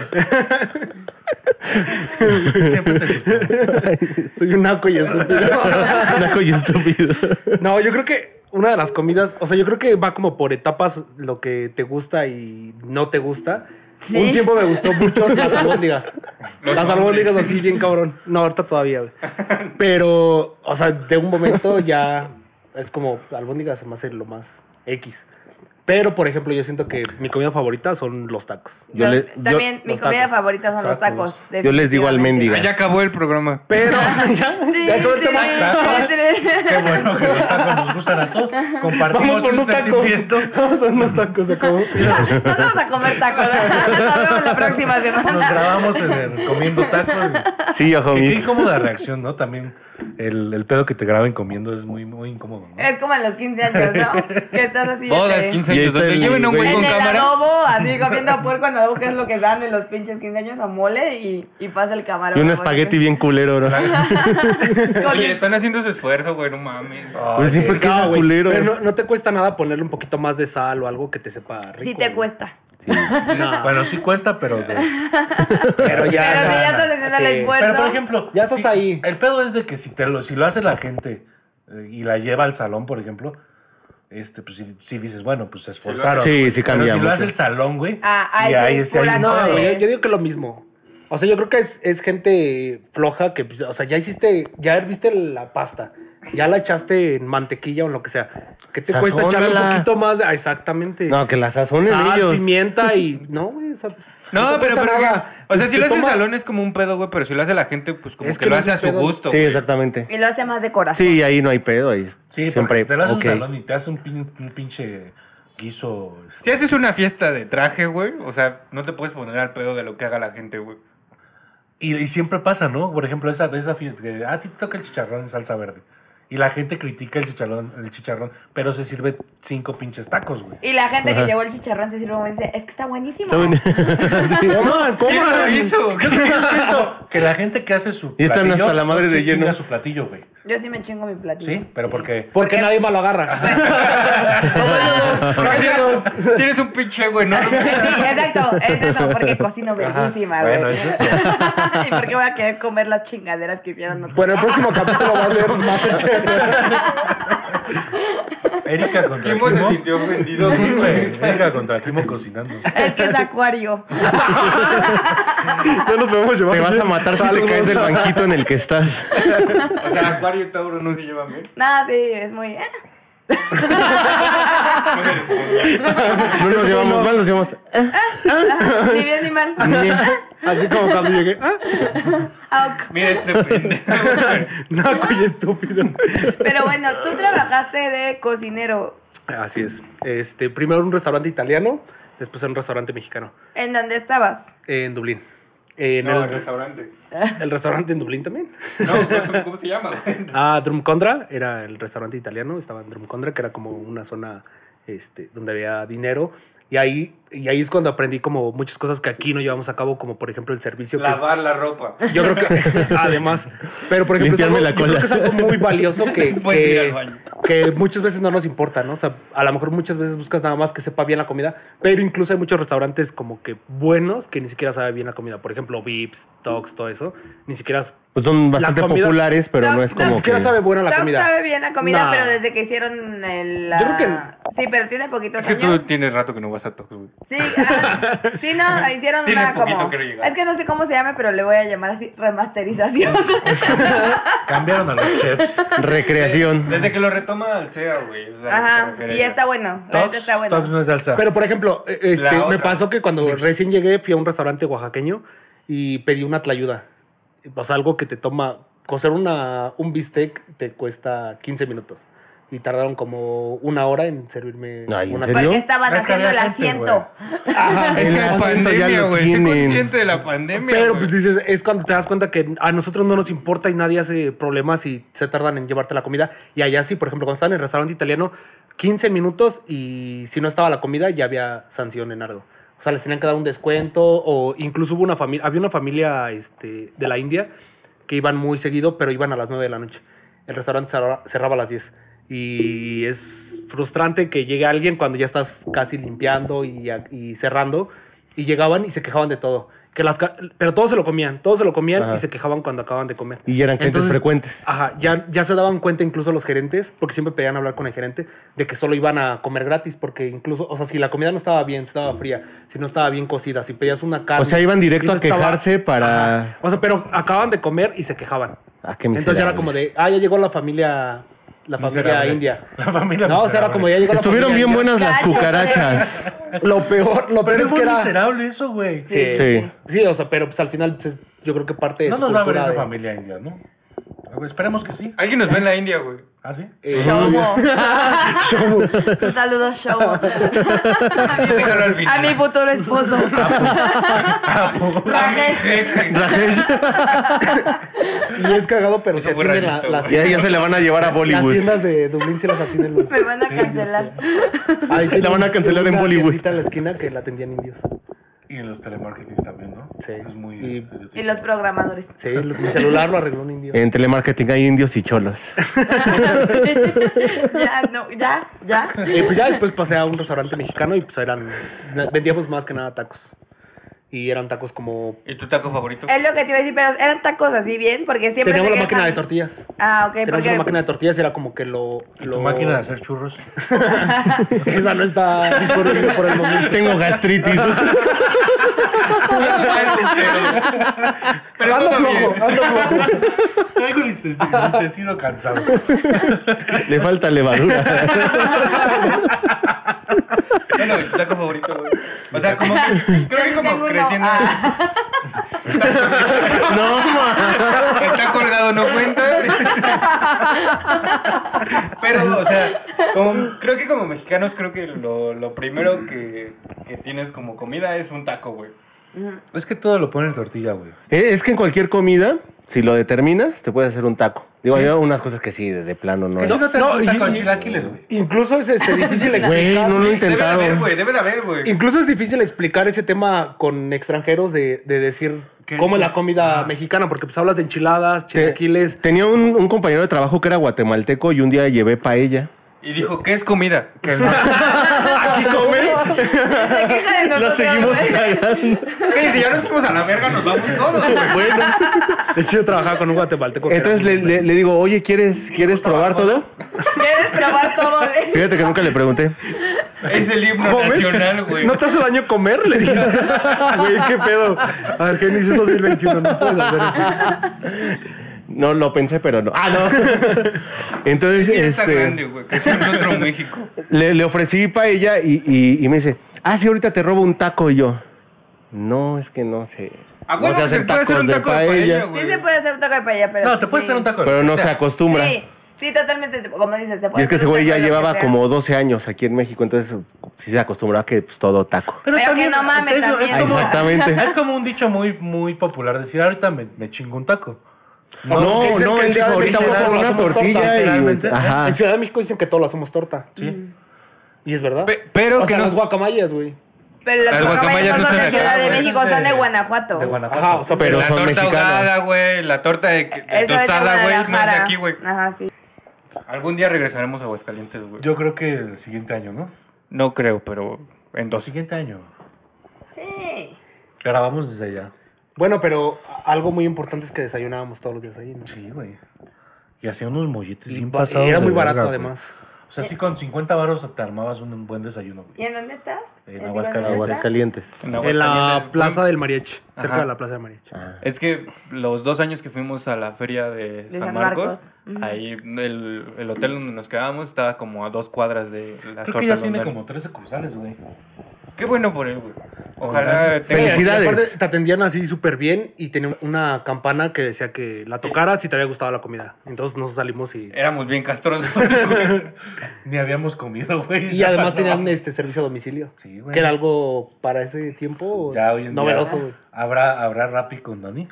[SPEAKER 5] Siempre te gustó.
[SPEAKER 6] Soy un naco y estúpido.
[SPEAKER 4] Naco y estúpido.
[SPEAKER 6] No, yo creo que una de las comidas, o sea, yo creo que va como por etapas lo que te gusta y no te gusta.
[SPEAKER 2] Sí.
[SPEAKER 6] Un tiempo me gustó mucho las albóndigas.
[SPEAKER 3] Los
[SPEAKER 6] las
[SPEAKER 3] hombres.
[SPEAKER 6] albóndigas así bien cabrón. No, ahorita todavía, güey. Pero, o sea, de un momento ya es como albóndigas se me hace lo más X. Pero, por ejemplo, yo siento que mi comida favorita son los tacos.
[SPEAKER 4] Yo
[SPEAKER 2] Yo-
[SPEAKER 4] le- yo-
[SPEAKER 2] también mi
[SPEAKER 6] los
[SPEAKER 2] comida
[SPEAKER 6] tacos.
[SPEAKER 2] favorita son los
[SPEAKER 6] Tacos.
[SPEAKER 2] tacos.
[SPEAKER 4] Yo les digo al
[SPEAKER 2] definitivamente.
[SPEAKER 4] mendiga.
[SPEAKER 3] Ah, Ya acabó el programa.
[SPEAKER 6] Pero, ya,
[SPEAKER 2] Sí,
[SPEAKER 6] ya acabó el
[SPEAKER 2] sí,
[SPEAKER 6] tema.
[SPEAKER 2] sí, sí.
[SPEAKER 5] Qué bueno que los tacos nos gustan a todos.
[SPEAKER 6] Vamos
[SPEAKER 5] Compartimos
[SPEAKER 6] por
[SPEAKER 5] ese
[SPEAKER 6] unos tacos.
[SPEAKER 5] sentimiento.
[SPEAKER 6] Vamos por unos tacos, se acabó.
[SPEAKER 2] Nos vamos a comer tacos. Nos vemos la próxima
[SPEAKER 5] Nos
[SPEAKER 2] semana.
[SPEAKER 5] grabamos en el comiendo tacos.
[SPEAKER 4] Sí, ojo,
[SPEAKER 5] Qué, qué
[SPEAKER 4] mis.
[SPEAKER 5] incómoda reacción, ¿no? También el, el pedo que te graben comiendo es muy, muy incómodo, ¿no?
[SPEAKER 2] Es como en los 15 años, ¿no? Que estás así.
[SPEAKER 3] Bodas,
[SPEAKER 2] este,
[SPEAKER 3] 15
[SPEAKER 4] Y ahí
[SPEAKER 3] años.
[SPEAKER 4] está
[SPEAKER 3] Donde
[SPEAKER 4] el
[SPEAKER 3] lleven a un güey
[SPEAKER 2] En
[SPEAKER 3] con
[SPEAKER 2] el
[SPEAKER 3] cámara.
[SPEAKER 2] adobo, así comiendo puerco en adobo, que es lo que dan en los pinches 15 años a mole y, y pasa el camarón.
[SPEAKER 4] Y un espagueti bien culero, ¿no?
[SPEAKER 2] Con
[SPEAKER 3] Oye,
[SPEAKER 2] el-
[SPEAKER 3] están haciendo su esfuerzo, güey. No mames.
[SPEAKER 5] Ah.
[SPEAKER 4] Pues siempre
[SPEAKER 5] Ay,
[SPEAKER 4] queda
[SPEAKER 6] No, güey,
[SPEAKER 4] culero.
[SPEAKER 6] pero no, no te cuesta nada ponerle un poquito más de sal o algo que te sepa rico.
[SPEAKER 2] Sí te
[SPEAKER 6] güey.
[SPEAKER 2] cuesta.
[SPEAKER 6] No,
[SPEAKER 5] Bueno, sí cuesta, pero... de-
[SPEAKER 6] pero ya.
[SPEAKER 5] Ah,
[SPEAKER 2] Pero si ya estás haciendo el
[SPEAKER 6] sí.
[SPEAKER 2] esfuerzo.
[SPEAKER 5] Pero, por ejemplo...
[SPEAKER 6] Ya estás
[SPEAKER 5] si-
[SPEAKER 6] ahí.
[SPEAKER 5] El pedo es de que si, te lo, si lo hace la gente eh, y la lleva al salón, por ejemplo, este, pues si, si dices, bueno, pues se esforzaron.
[SPEAKER 4] Sí,
[SPEAKER 5] güey.
[SPEAKER 4] sí cambia
[SPEAKER 5] Pero si
[SPEAKER 4] mucho.
[SPEAKER 5] lo hace el salón, güey,
[SPEAKER 2] Ah, ah,
[SPEAKER 5] y
[SPEAKER 2] ese
[SPEAKER 5] ahí
[SPEAKER 2] es
[SPEAKER 5] sí hay
[SPEAKER 2] pura
[SPEAKER 5] un
[SPEAKER 6] No,
[SPEAKER 2] madre.
[SPEAKER 5] pedo.
[SPEAKER 6] güey, yo, yo digo que lo mismo. O sea, yo creo que es, es gente floja que, pues, o sea, ya hiciste, ya herviste la pasta, ya la echaste en mantequilla o en lo que sea. ¿Qué te cuesta echarle un
[SPEAKER 4] Sazónala.
[SPEAKER 6] poquito más? de- ah, exactamente.
[SPEAKER 4] No, que la sazonen
[SPEAKER 6] Sal,
[SPEAKER 4] ellos.
[SPEAKER 6] pimienta y. No, güey, o sea,
[SPEAKER 3] No,
[SPEAKER 6] te
[SPEAKER 3] pero,
[SPEAKER 6] cuesta
[SPEAKER 3] pero
[SPEAKER 6] nada.
[SPEAKER 3] o sea, si
[SPEAKER 6] Te
[SPEAKER 3] lo hace el
[SPEAKER 6] toma-
[SPEAKER 3] salón es como un pedo, güey, pero si lo hace la gente, pues como
[SPEAKER 6] Es
[SPEAKER 3] que,
[SPEAKER 6] que
[SPEAKER 3] lo
[SPEAKER 6] no
[SPEAKER 3] hace a
[SPEAKER 6] es
[SPEAKER 3] su
[SPEAKER 6] un pedo.
[SPEAKER 3] gusto.
[SPEAKER 4] Sí,
[SPEAKER 3] güey.
[SPEAKER 4] exactamente.
[SPEAKER 2] Y lo hace más de corazón.
[SPEAKER 4] Sí, ahí no hay pedo. Ahí
[SPEAKER 5] Sí,
[SPEAKER 4] siempre.
[SPEAKER 5] porque si te lo haces
[SPEAKER 4] ok.
[SPEAKER 5] un salón y te hace un, pin- un pinche guiso... este,
[SPEAKER 3] Si haces una fiesta de traje, güey, o sea, no te puedes poner al pedo de lo que haga la gente, güey.
[SPEAKER 5] Y, y siempre pasa, ¿no? Por ejemplo, esa esa fiesta que "Ah, a ti te toca el chicharrón en salsa verde. Y la gente critica el chicharrón, el chicharrón, pero se sirve cinco pinches tacos, güey.
[SPEAKER 2] Y la gente que
[SPEAKER 4] Ajá.
[SPEAKER 2] llevó el chicharrón se sirve y dice, es que está buenísimo.
[SPEAKER 4] Está bien.
[SPEAKER 6] Coman,
[SPEAKER 3] ¿Quién lo
[SPEAKER 6] coman.
[SPEAKER 3] hizo?
[SPEAKER 5] Yo siento que la gente que hace su
[SPEAKER 4] Y están hasta la madre
[SPEAKER 5] no
[SPEAKER 4] de
[SPEAKER 5] se chinga
[SPEAKER 4] lleno.
[SPEAKER 5] su platillo, güey.
[SPEAKER 2] Yo sí me chingo mi platillo.
[SPEAKER 5] Sí, pero porque.
[SPEAKER 6] Porque nadie más lo agarra.
[SPEAKER 4] Ah.
[SPEAKER 3] Tienes un pinche güey, ¿no?
[SPEAKER 2] Sí, exacto, es eso, porque cocino verguísima, güey.
[SPEAKER 5] bueno, es eso.
[SPEAKER 2] ¿Y por qué voy a querer comer las chingaderas que hicieron otros?
[SPEAKER 6] bueno, el próximo capítulo va a ser Masterchef.
[SPEAKER 5] Erika contra
[SPEAKER 3] Kimo se
[SPEAKER 5] Kimo.
[SPEAKER 3] sintió ofendido.
[SPEAKER 5] Sí,
[SPEAKER 3] güey.
[SPEAKER 5] güey, Erika contra Kimo cocinando.
[SPEAKER 2] Es que es acuario.
[SPEAKER 6] No nos podemos llevar.
[SPEAKER 4] Te vas a matar si te
[SPEAKER 6] Saludos.
[SPEAKER 4] caes del banquito en el que estás.
[SPEAKER 3] O sea, Acuario y Tauro no se llevan bien.
[SPEAKER 2] Nada, sí, es muy... eh,
[SPEAKER 4] No nos llevamos mal, nos llevamos.
[SPEAKER 2] Ni bien ni mal.
[SPEAKER 6] Así como cuando llegué. Ah,
[SPEAKER 2] Auk.
[SPEAKER 3] Mira este pendejo.
[SPEAKER 6] naco y estúpido.
[SPEAKER 2] Pero bueno, tú trabajaste de cocinero.
[SPEAKER 6] Así es. Este, primero en un restaurante italiano, después en un restaurante mexicano. eh,
[SPEAKER 2] ¿En dónde estabas?
[SPEAKER 6] En Dublín. En
[SPEAKER 3] No, el
[SPEAKER 6] el,
[SPEAKER 3] restaurante.
[SPEAKER 6] el restaurante en Dublín también.
[SPEAKER 3] No, pues, ¿cómo se llama, güey?
[SPEAKER 6] Ah, Drumcondra era el restaurante italiano, estaba en Drumcondra, que era como una zona este, donde había dinero. Y ahí, y ahí es cuando aprendí como muchas cosas que aquí no llevamos a cabo, como por ejemplo el servicio. que es-
[SPEAKER 3] Lavar la ropa.
[SPEAKER 6] yo creo que, además, pero por ejemplo, es
[SPEAKER 4] Limpiarme
[SPEAKER 6] algo,
[SPEAKER 4] la
[SPEAKER 6] yo creo
[SPEAKER 4] cola.
[SPEAKER 6] que es algo muy valioso que,
[SPEAKER 3] Después de ir al
[SPEAKER 6] que-
[SPEAKER 3] baño.
[SPEAKER 6] que muchas veces no nos importa, ¿no? O sea, a lo mejor muchas veces buscas nada más que sepa bien la comida, pero incluso hay muchos restaurantes como que buenos que ni siquiera sabe bien la comida. Por ejemplo, Vips, Tox, todo eso, ni siquiera,
[SPEAKER 4] Pues son bastante
[SPEAKER 6] comida-
[SPEAKER 4] populares, pero no es
[SPEAKER 2] No,
[SPEAKER 6] ni
[SPEAKER 4] como.
[SPEAKER 6] siquiera
[SPEAKER 4] que-
[SPEAKER 6] sabe buena la
[SPEAKER 2] Doc
[SPEAKER 6] comida.
[SPEAKER 2] sabe bien la comida,
[SPEAKER 6] No.
[SPEAKER 2] pero desde que hicieron el...
[SPEAKER 6] Yo creo que-
[SPEAKER 2] ah, Sí, pero tiene poquitos
[SPEAKER 3] Es que tú
[SPEAKER 2] años.
[SPEAKER 3] tienes rato que no vas a tocar, güey.
[SPEAKER 2] Sí, ah, sí, no, hicieron
[SPEAKER 3] Tiene
[SPEAKER 2] una
[SPEAKER 3] poquito
[SPEAKER 2] como...
[SPEAKER 3] que llegar.
[SPEAKER 2] Es que no sé cómo se llama, pero le voy a llamar así remasterización.
[SPEAKER 5] Cambiaron a los chefs.
[SPEAKER 4] Recreación.
[SPEAKER 3] Desde que lo retoma al SEA, güey. o sea, se
[SPEAKER 2] Ajá,
[SPEAKER 3] refiere
[SPEAKER 2] y
[SPEAKER 3] ya.
[SPEAKER 2] ya está bueno. la neta
[SPEAKER 5] Tox,
[SPEAKER 2] está bueno.
[SPEAKER 5] Tox no es de alza.
[SPEAKER 6] Pero por ejemplo, eh,
[SPEAKER 3] La
[SPEAKER 6] este, me
[SPEAKER 3] otra.
[SPEAKER 6] pasó que cuando recién llegué fui a un restaurante oaxaqueño y pedí una tlayuda. O sea, algo que te toma cocer una, un bistec te cuesta 15 minutos. Y tardaron como una hora en servirme
[SPEAKER 4] Ay, ¿en
[SPEAKER 6] una
[SPEAKER 4] serio?
[SPEAKER 2] Porque estaban
[SPEAKER 5] Es que
[SPEAKER 2] haciendo el
[SPEAKER 5] había gente,
[SPEAKER 2] asiento.
[SPEAKER 3] Es que
[SPEAKER 4] El
[SPEAKER 3] la
[SPEAKER 4] asiento
[SPEAKER 3] pandemia,
[SPEAKER 4] ya lo
[SPEAKER 3] güey. Sé
[SPEAKER 4] tienen.
[SPEAKER 3] consciente de la pandemia.
[SPEAKER 6] Pero
[SPEAKER 3] güey.
[SPEAKER 6] pues dices, es cuando te das cuenta que a nosotros no nos importa y nadie hace problemas y se tardan en llevarte la comida. Y allá sí, por ejemplo, cuando estaban en el restaurante italiano, 15 minutos y si no estaba la comida ya había sanción en algo. O sea, les tenían que dar un descuento o incluso hubo una familia, había una familia este, de la India que iban muy seguido, pero iban a las 9 de la noche. El restaurante cerra- cerraba a las 10. Y es frustrante que llegue alguien cuando ya estás casi limpiando y, a- y cerrando. Y llegaban y se quejaban de todo. Que las, ca- pero todos se lo comían, todos se lo comían
[SPEAKER 4] Ajá.
[SPEAKER 6] y se quejaban cuando acababan de comer.
[SPEAKER 4] Y eran clientes
[SPEAKER 6] Entonces,
[SPEAKER 4] frecuentes.
[SPEAKER 6] Ajá, ya, ya se daban cuenta incluso los gerentes, porque siempre pedían hablar con el gerente, de que solo iban a comer gratis, porque incluso, o sea, si la comida no estaba bien, si estaba fría, si no estaba bien cocida, si pedías una carne.
[SPEAKER 4] O sea, iban directo
[SPEAKER 6] y no
[SPEAKER 4] a
[SPEAKER 6] estaba-
[SPEAKER 4] quejarse para-
[SPEAKER 6] Ajá. O sea, pero acababan de comer y se quejaban.
[SPEAKER 4] Ah, qué
[SPEAKER 6] Entonces era
[SPEAKER 4] miserables.
[SPEAKER 6] como de, ah, ya llegó la familia, la familia
[SPEAKER 5] Miserable.
[SPEAKER 6] india.
[SPEAKER 5] La familia
[SPEAKER 6] No, o sea, era
[SPEAKER 5] miserable.
[SPEAKER 6] como ya llegó la
[SPEAKER 4] Estuvieron
[SPEAKER 6] familia
[SPEAKER 4] bien
[SPEAKER 6] india.
[SPEAKER 4] buenas las
[SPEAKER 2] Cállate.
[SPEAKER 4] cucarachas.
[SPEAKER 6] Lo peor, lo peor
[SPEAKER 5] Pero
[SPEAKER 6] es que
[SPEAKER 5] fue
[SPEAKER 6] era...
[SPEAKER 5] miserable eso, güey.
[SPEAKER 6] Sí.
[SPEAKER 4] Sí.
[SPEAKER 6] sí. o sea, pero pues al final pues, es- yo creo que parte de
[SPEAKER 5] No
[SPEAKER 6] su
[SPEAKER 5] nos va a ver
[SPEAKER 6] cultura
[SPEAKER 5] esa
[SPEAKER 6] de-
[SPEAKER 5] familia india, ¿no? Ah, Esperemos que sí.
[SPEAKER 3] Alguien nos ve en la India, güey.
[SPEAKER 5] ¿Ah, sí?
[SPEAKER 6] eh,
[SPEAKER 2] Shomo. Un saludo, Shomo.
[SPEAKER 3] Déjalo al
[SPEAKER 2] A
[SPEAKER 3] final.
[SPEAKER 2] mi futuro esposo. Rajesh.
[SPEAKER 6] Y es cagado, pero
[SPEAKER 3] Eso
[SPEAKER 6] se
[SPEAKER 3] fue
[SPEAKER 6] atienden la-
[SPEAKER 3] racista,
[SPEAKER 6] las,
[SPEAKER 3] güey.
[SPEAKER 4] Ya, ya se la van a llevar a
[SPEAKER 6] las
[SPEAKER 4] Bollywood.
[SPEAKER 6] tiendas de Dublín se las atienden los...
[SPEAKER 2] Me van a cancelar.
[SPEAKER 6] Ahí tienen
[SPEAKER 4] van a cancelar en
[SPEAKER 6] una
[SPEAKER 4] Bollywood.
[SPEAKER 6] tiendita en la esquina que la atendían indios.
[SPEAKER 5] Y en los telemarketings también, ¿no?
[SPEAKER 6] Sí.
[SPEAKER 5] Es muy
[SPEAKER 6] Y-
[SPEAKER 5] estereotipo.
[SPEAKER 2] Y los programadores.
[SPEAKER 6] Sí,
[SPEAKER 5] Ah.
[SPEAKER 6] lo- mi celular lo arregló un indio.
[SPEAKER 2] Eh.
[SPEAKER 4] En telemarketing hay indios y cholos.
[SPEAKER 2] Ya, no, ya, ya.
[SPEAKER 6] Eh, pues ya después pasé a un restaurante mexicano y pues eran... Vendíamos más que nada tacos. Y eran tacos como...
[SPEAKER 3] ¿Y tu taco favorito?
[SPEAKER 2] Es lo que te iba a decir, pero eran tacos así bien, porque siempre.
[SPEAKER 6] Teníamos
[SPEAKER 2] se
[SPEAKER 6] la máquina de
[SPEAKER 2] quejan.
[SPEAKER 6] tortillas.
[SPEAKER 2] Ah, ok,
[SPEAKER 6] Teníamos una
[SPEAKER 2] porque.
[SPEAKER 6] máquina de tortillas y era como que lo...
[SPEAKER 5] ¿Y
[SPEAKER 6] lo-
[SPEAKER 5] tu máquina de hacer churros?
[SPEAKER 6] Esa no está disponible por el momento.
[SPEAKER 4] Tengo gastritis.
[SPEAKER 3] Pero
[SPEAKER 6] Ando
[SPEAKER 3] todo bien.
[SPEAKER 6] flojo, ando flojo.
[SPEAKER 5] Traigo el intestino, el intestino cansado.
[SPEAKER 4] Le falta levadura.
[SPEAKER 3] Bueno, ¿y tu taco favorito, güey. O sea, como que, creo que
[SPEAKER 2] Tengo
[SPEAKER 3] como
[SPEAKER 2] uno.
[SPEAKER 3] creciendo.
[SPEAKER 2] Ah,
[SPEAKER 4] No, ma.
[SPEAKER 3] El taco colgado no cuenta. Pero, o sea, como- creo que como mexicanos, creo que lo, lo primero que, que tienes como comida es un taco, güey.
[SPEAKER 5] Es que todo lo ponen en tortilla, güey.
[SPEAKER 4] Eh, Es que en cualquier comida, si lo determinas, te puedes hacer un taco. Digo, hay unas cosas que sí, de, de plano no.
[SPEAKER 5] Que
[SPEAKER 4] es.
[SPEAKER 5] si no te
[SPEAKER 6] no,
[SPEAKER 5] haces un
[SPEAKER 6] y-
[SPEAKER 5] taco de
[SPEAKER 6] y-
[SPEAKER 5] chilaquiles, güey.
[SPEAKER 6] Incluso es este, difícil
[SPEAKER 4] Güey,
[SPEAKER 6] explicar.
[SPEAKER 4] no lo he
[SPEAKER 3] Debe de
[SPEAKER 4] intentado.
[SPEAKER 3] haber, güey, debe de haber, güey.
[SPEAKER 6] Incluso es difícil explicar ese tema con extranjeros de, de decir
[SPEAKER 5] ¿Qué
[SPEAKER 6] como
[SPEAKER 5] es?
[SPEAKER 6] la comida mexicana, porque pues hablas de enchiladas, chilaquiles.
[SPEAKER 4] Eh, Tenía un, un compañero de trabajo que era guatemalteco y un día llevé paella.
[SPEAKER 3] Y dijo, ¿qué es comida?
[SPEAKER 5] Que es más-
[SPEAKER 6] Aquí come.
[SPEAKER 2] Se queja de
[SPEAKER 4] La
[SPEAKER 2] nosotros,
[SPEAKER 4] seguimos
[SPEAKER 2] güey.
[SPEAKER 4] cagando.
[SPEAKER 3] ¿Qué? Si ya nos fuimos a la verga, nos vamos todos.
[SPEAKER 6] Bueno. De hecho, yo trabajaba con un guatemalteco. que era
[SPEAKER 4] Entonces le,
[SPEAKER 6] muy
[SPEAKER 4] le- le digo, oye, ¿quieres, ¿quieres probar todo?
[SPEAKER 2] Quieres probar todo, güey.
[SPEAKER 4] Fíjate que nunca le pregunté.
[SPEAKER 3] Es el himno
[SPEAKER 6] ¿Comes?
[SPEAKER 3] nacional, güey.
[SPEAKER 6] ¿No te hace daño comer? Le dije. Güey, qué pedo. A ver, Génesis 2021, no puedes hacer eso.
[SPEAKER 4] No lo pensé, pero no. Ah, no. Entonces,
[SPEAKER 3] Sí, está grande,
[SPEAKER 4] este,
[SPEAKER 3] güey. Que es en otro México.
[SPEAKER 4] le, le ofrecí paella y, y, y me dice, ah, sí, ahorita te robo un taco. Y yo, no, es que no sé.
[SPEAKER 3] Ah,
[SPEAKER 4] no
[SPEAKER 3] bueno,
[SPEAKER 6] pues,
[SPEAKER 3] se, puede hacer un taco de paella, güey.
[SPEAKER 2] Sí se puede hacer un taco de paella, pero.
[SPEAKER 5] No, te puedes
[SPEAKER 2] sí.
[SPEAKER 5] hacer un taco.
[SPEAKER 4] Pero no
[SPEAKER 5] o sea,
[SPEAKER 4] se acostumbra.
[SPEAKER 2] Sí, sí, totalmente. Como dices, se
[SPEAKER 4] Y
[SPEAKER 2] puede
[SPEAKER 4] es que
[SPEAKER 2] hacer
[SPEAKER 4] ese
[SPEAKER 2] un
[SPEAKER 4] güey
[SPEAKER 2] taco
[SPEAKER 4] ya
[SPEAKER 2] de lo que
[SPEAKER 4] llevaba
[SPEAKER 2] sea.
[SPEAKER 4] como 12 años aquí en México, entonces sí se acostumbraba a que pues, todo taco.
[SPEAKER 5] Pero,
[SPEAKER 2] Pero que no mames,
[SPEAKER 5] es lo- es
[SPEAKER 2] también.
[SPEAKER 5] como-
[SPEAKER 4] Exactamente.
[SPEAKER 5] Es como un dicho muy, muy popular decir, ahorita me, me chingo un taco.
[SPEAKER 4] No, no,
[SPEAKER 6] dicen que
[SPEAKER 4] él dijo,
[SPEAKER 6] literal-
[SPEAKER 4] ahorita voy
[SPEAKER 6] literal
[SPEAKER 4] por
[SPEAKER 6] lo
[SPEAKER 4] una
[SPEAKER 6] hacemos torta,
[SPEAKER 4] tortilla y...
[SPEAKER 5] literalmente.
[SPEAKER 4] Ajá. Mm.
[SPEAKER 6] En Ciudad de México dicen que todo lo hacemos torta.
[SPEAKER 5] Sí.
[SPEAKER 6] Y es verdad.
[SPEAKER 3] Pe- pero
[SPEAKER 6] o
[SPEAKER 3] que
[SPEAKER 6] sea,
[SPEAKER 3] no-
[SPEAKER 6] las guacamayas, güey.
[SPEAKER 2] Pero
[SPEAKER 3] Las
[SPEAKER 2] las
[SPEAKER 3] guacamayas
[SPEAKER 2] guacamayas no son
[SPEAKER 3] no son
[SPEAKER 2] de
[SPEAKER 3] de
[SPEAKER 2] Ciudad
[SPEAKER 3] acá,
[SPEAKER 2] de
[SPEAKER 3] güey,
[SPEAKER 2] México,
[SPEAKER 5] son
[SPEAKER 2] son de
[SPEAKER 5] de-
[SPEAKER 2] Guanajuato.
[SPEAKER 5] este, De Guanajuato.
[SPEAKER 6] Ajá, o sea,
[SPEAKER 4] Pero
[SPEAKER 3] La
[SPEAKER 4] son
[SPEAKER 3] torta ahogada,
[SPEAKER 4] mexicanas.
[SPEAKER 3] güey. La torta de, de
[SPEAKER 2] Eso es de
[SPEAKER 3] tostada, güey. No es de
[SPEAKER 2] Guadalajara.
[SPEAKER 3] aquí, güey.
[SPEAKER 2] Ajá, sí.
[SPEAKER 3] Algún día regresaremos a Aguascalientes, güey.
[SPEAKER 5] Yo creo que el siguiente año, ¿no?
[SPEAKER 3] No creo, pero en dos.
[SPEAKER 5] Siguiente año.
[SPEAKER 2] Sí.
[SPEAKER 5] Grabamos desde allá.
[SPEAKER 6] Bueno, pero algo muy importante es que desayunábamos todos los días ahí. ¿no?
[SPEAKER 5] Sí, güey. Y hacía unos molletes
[SPEAKER 6] Y
[SPEAKER 5] bien
[SPEAKER 6] pa-
[SPEAKER 5] pasados.
[SPEAKER 6] y era
[SPEAKER 5] de
[SPEAKER 6] muy
[SPEAKER 5] verga,
[SPEAKER 6] barato,
[SPEAKER 5] güey.
[SPEAKER 6] además.
[SPEAKER 5] O sea, sí, con 50 baros te armabas un buen desayuno, güey.
[SPEAKER 2] ¿Y en dónde estás?
[SPEAKER 5] En
[SPEAKER 2] Digo, ¿dónde
[SPEAKER 5] Aguascalientes.
[SPEAKER 4] Aguascalientes.
[SPEAKER 2] estás?
[SPEAKER 3] En
[SPEAKER 6] En la
[SPEAKER 3] Aguascalientes.
[SPEAKER 6] plaza del mariachi. Cerca
[SPEAKER 3] Ajá.
[SPEAKER 6] de la plaza del mariachi.
[SPEAKER 5] Ah.
[SPEAKER 3] Es que los dos años que fuimos a la feria de, San,
[SPEAKER 2] San
[SPEAKER 3] Marcos,
[SPEAKER 2] Marcos. Ujú.
[SPEAKER 3] ahí el, el hotel donde nos quedábamos estaba como a dos cuadras de las
[SPEAKER 5] Creo
[SPEAKER 3] tortas
[SPEAKER 5] que ya
[SPEAKER 3] Don
[SPEAKER 5] tiene
[SPEAKER 3] Miguel.
[SPEAKER 5] como 13 cruzales, güey.
[SPEAKER 3] Qué bueno por él, güey. Ojalá tenga-
[SPEAKER 4] Felicidades.
[SPEAKER 6] Y aparte, te atendían así súper bien y tenía una campana que decía que la tocaras si te había gustado la comida. Entonces nos salimos y...
[SPEAKER 5] Eh,
[SPEAKER 3] Éramos bien castrosos. güey.
[SPEAKER 5] Ni habíamos comido, güey.
[SPEAKER 6] Y
[SPEAKER 5] ya
[SPEAKER 6] además
[SPEAKER 5] pasaba.
[SPEAKER 6] tenían este servicio a domicilio.
[SPEAKER 5] Sí, güey.
[SPEAKER 6] Que era algo para ese tiempo
[SPEAKER 5] Ya hoy en día-
[SPEAKER 6] novedoso, güey.
[SPEAKER 5] ¿Habrá, ¿Habrá Rappi con Dani?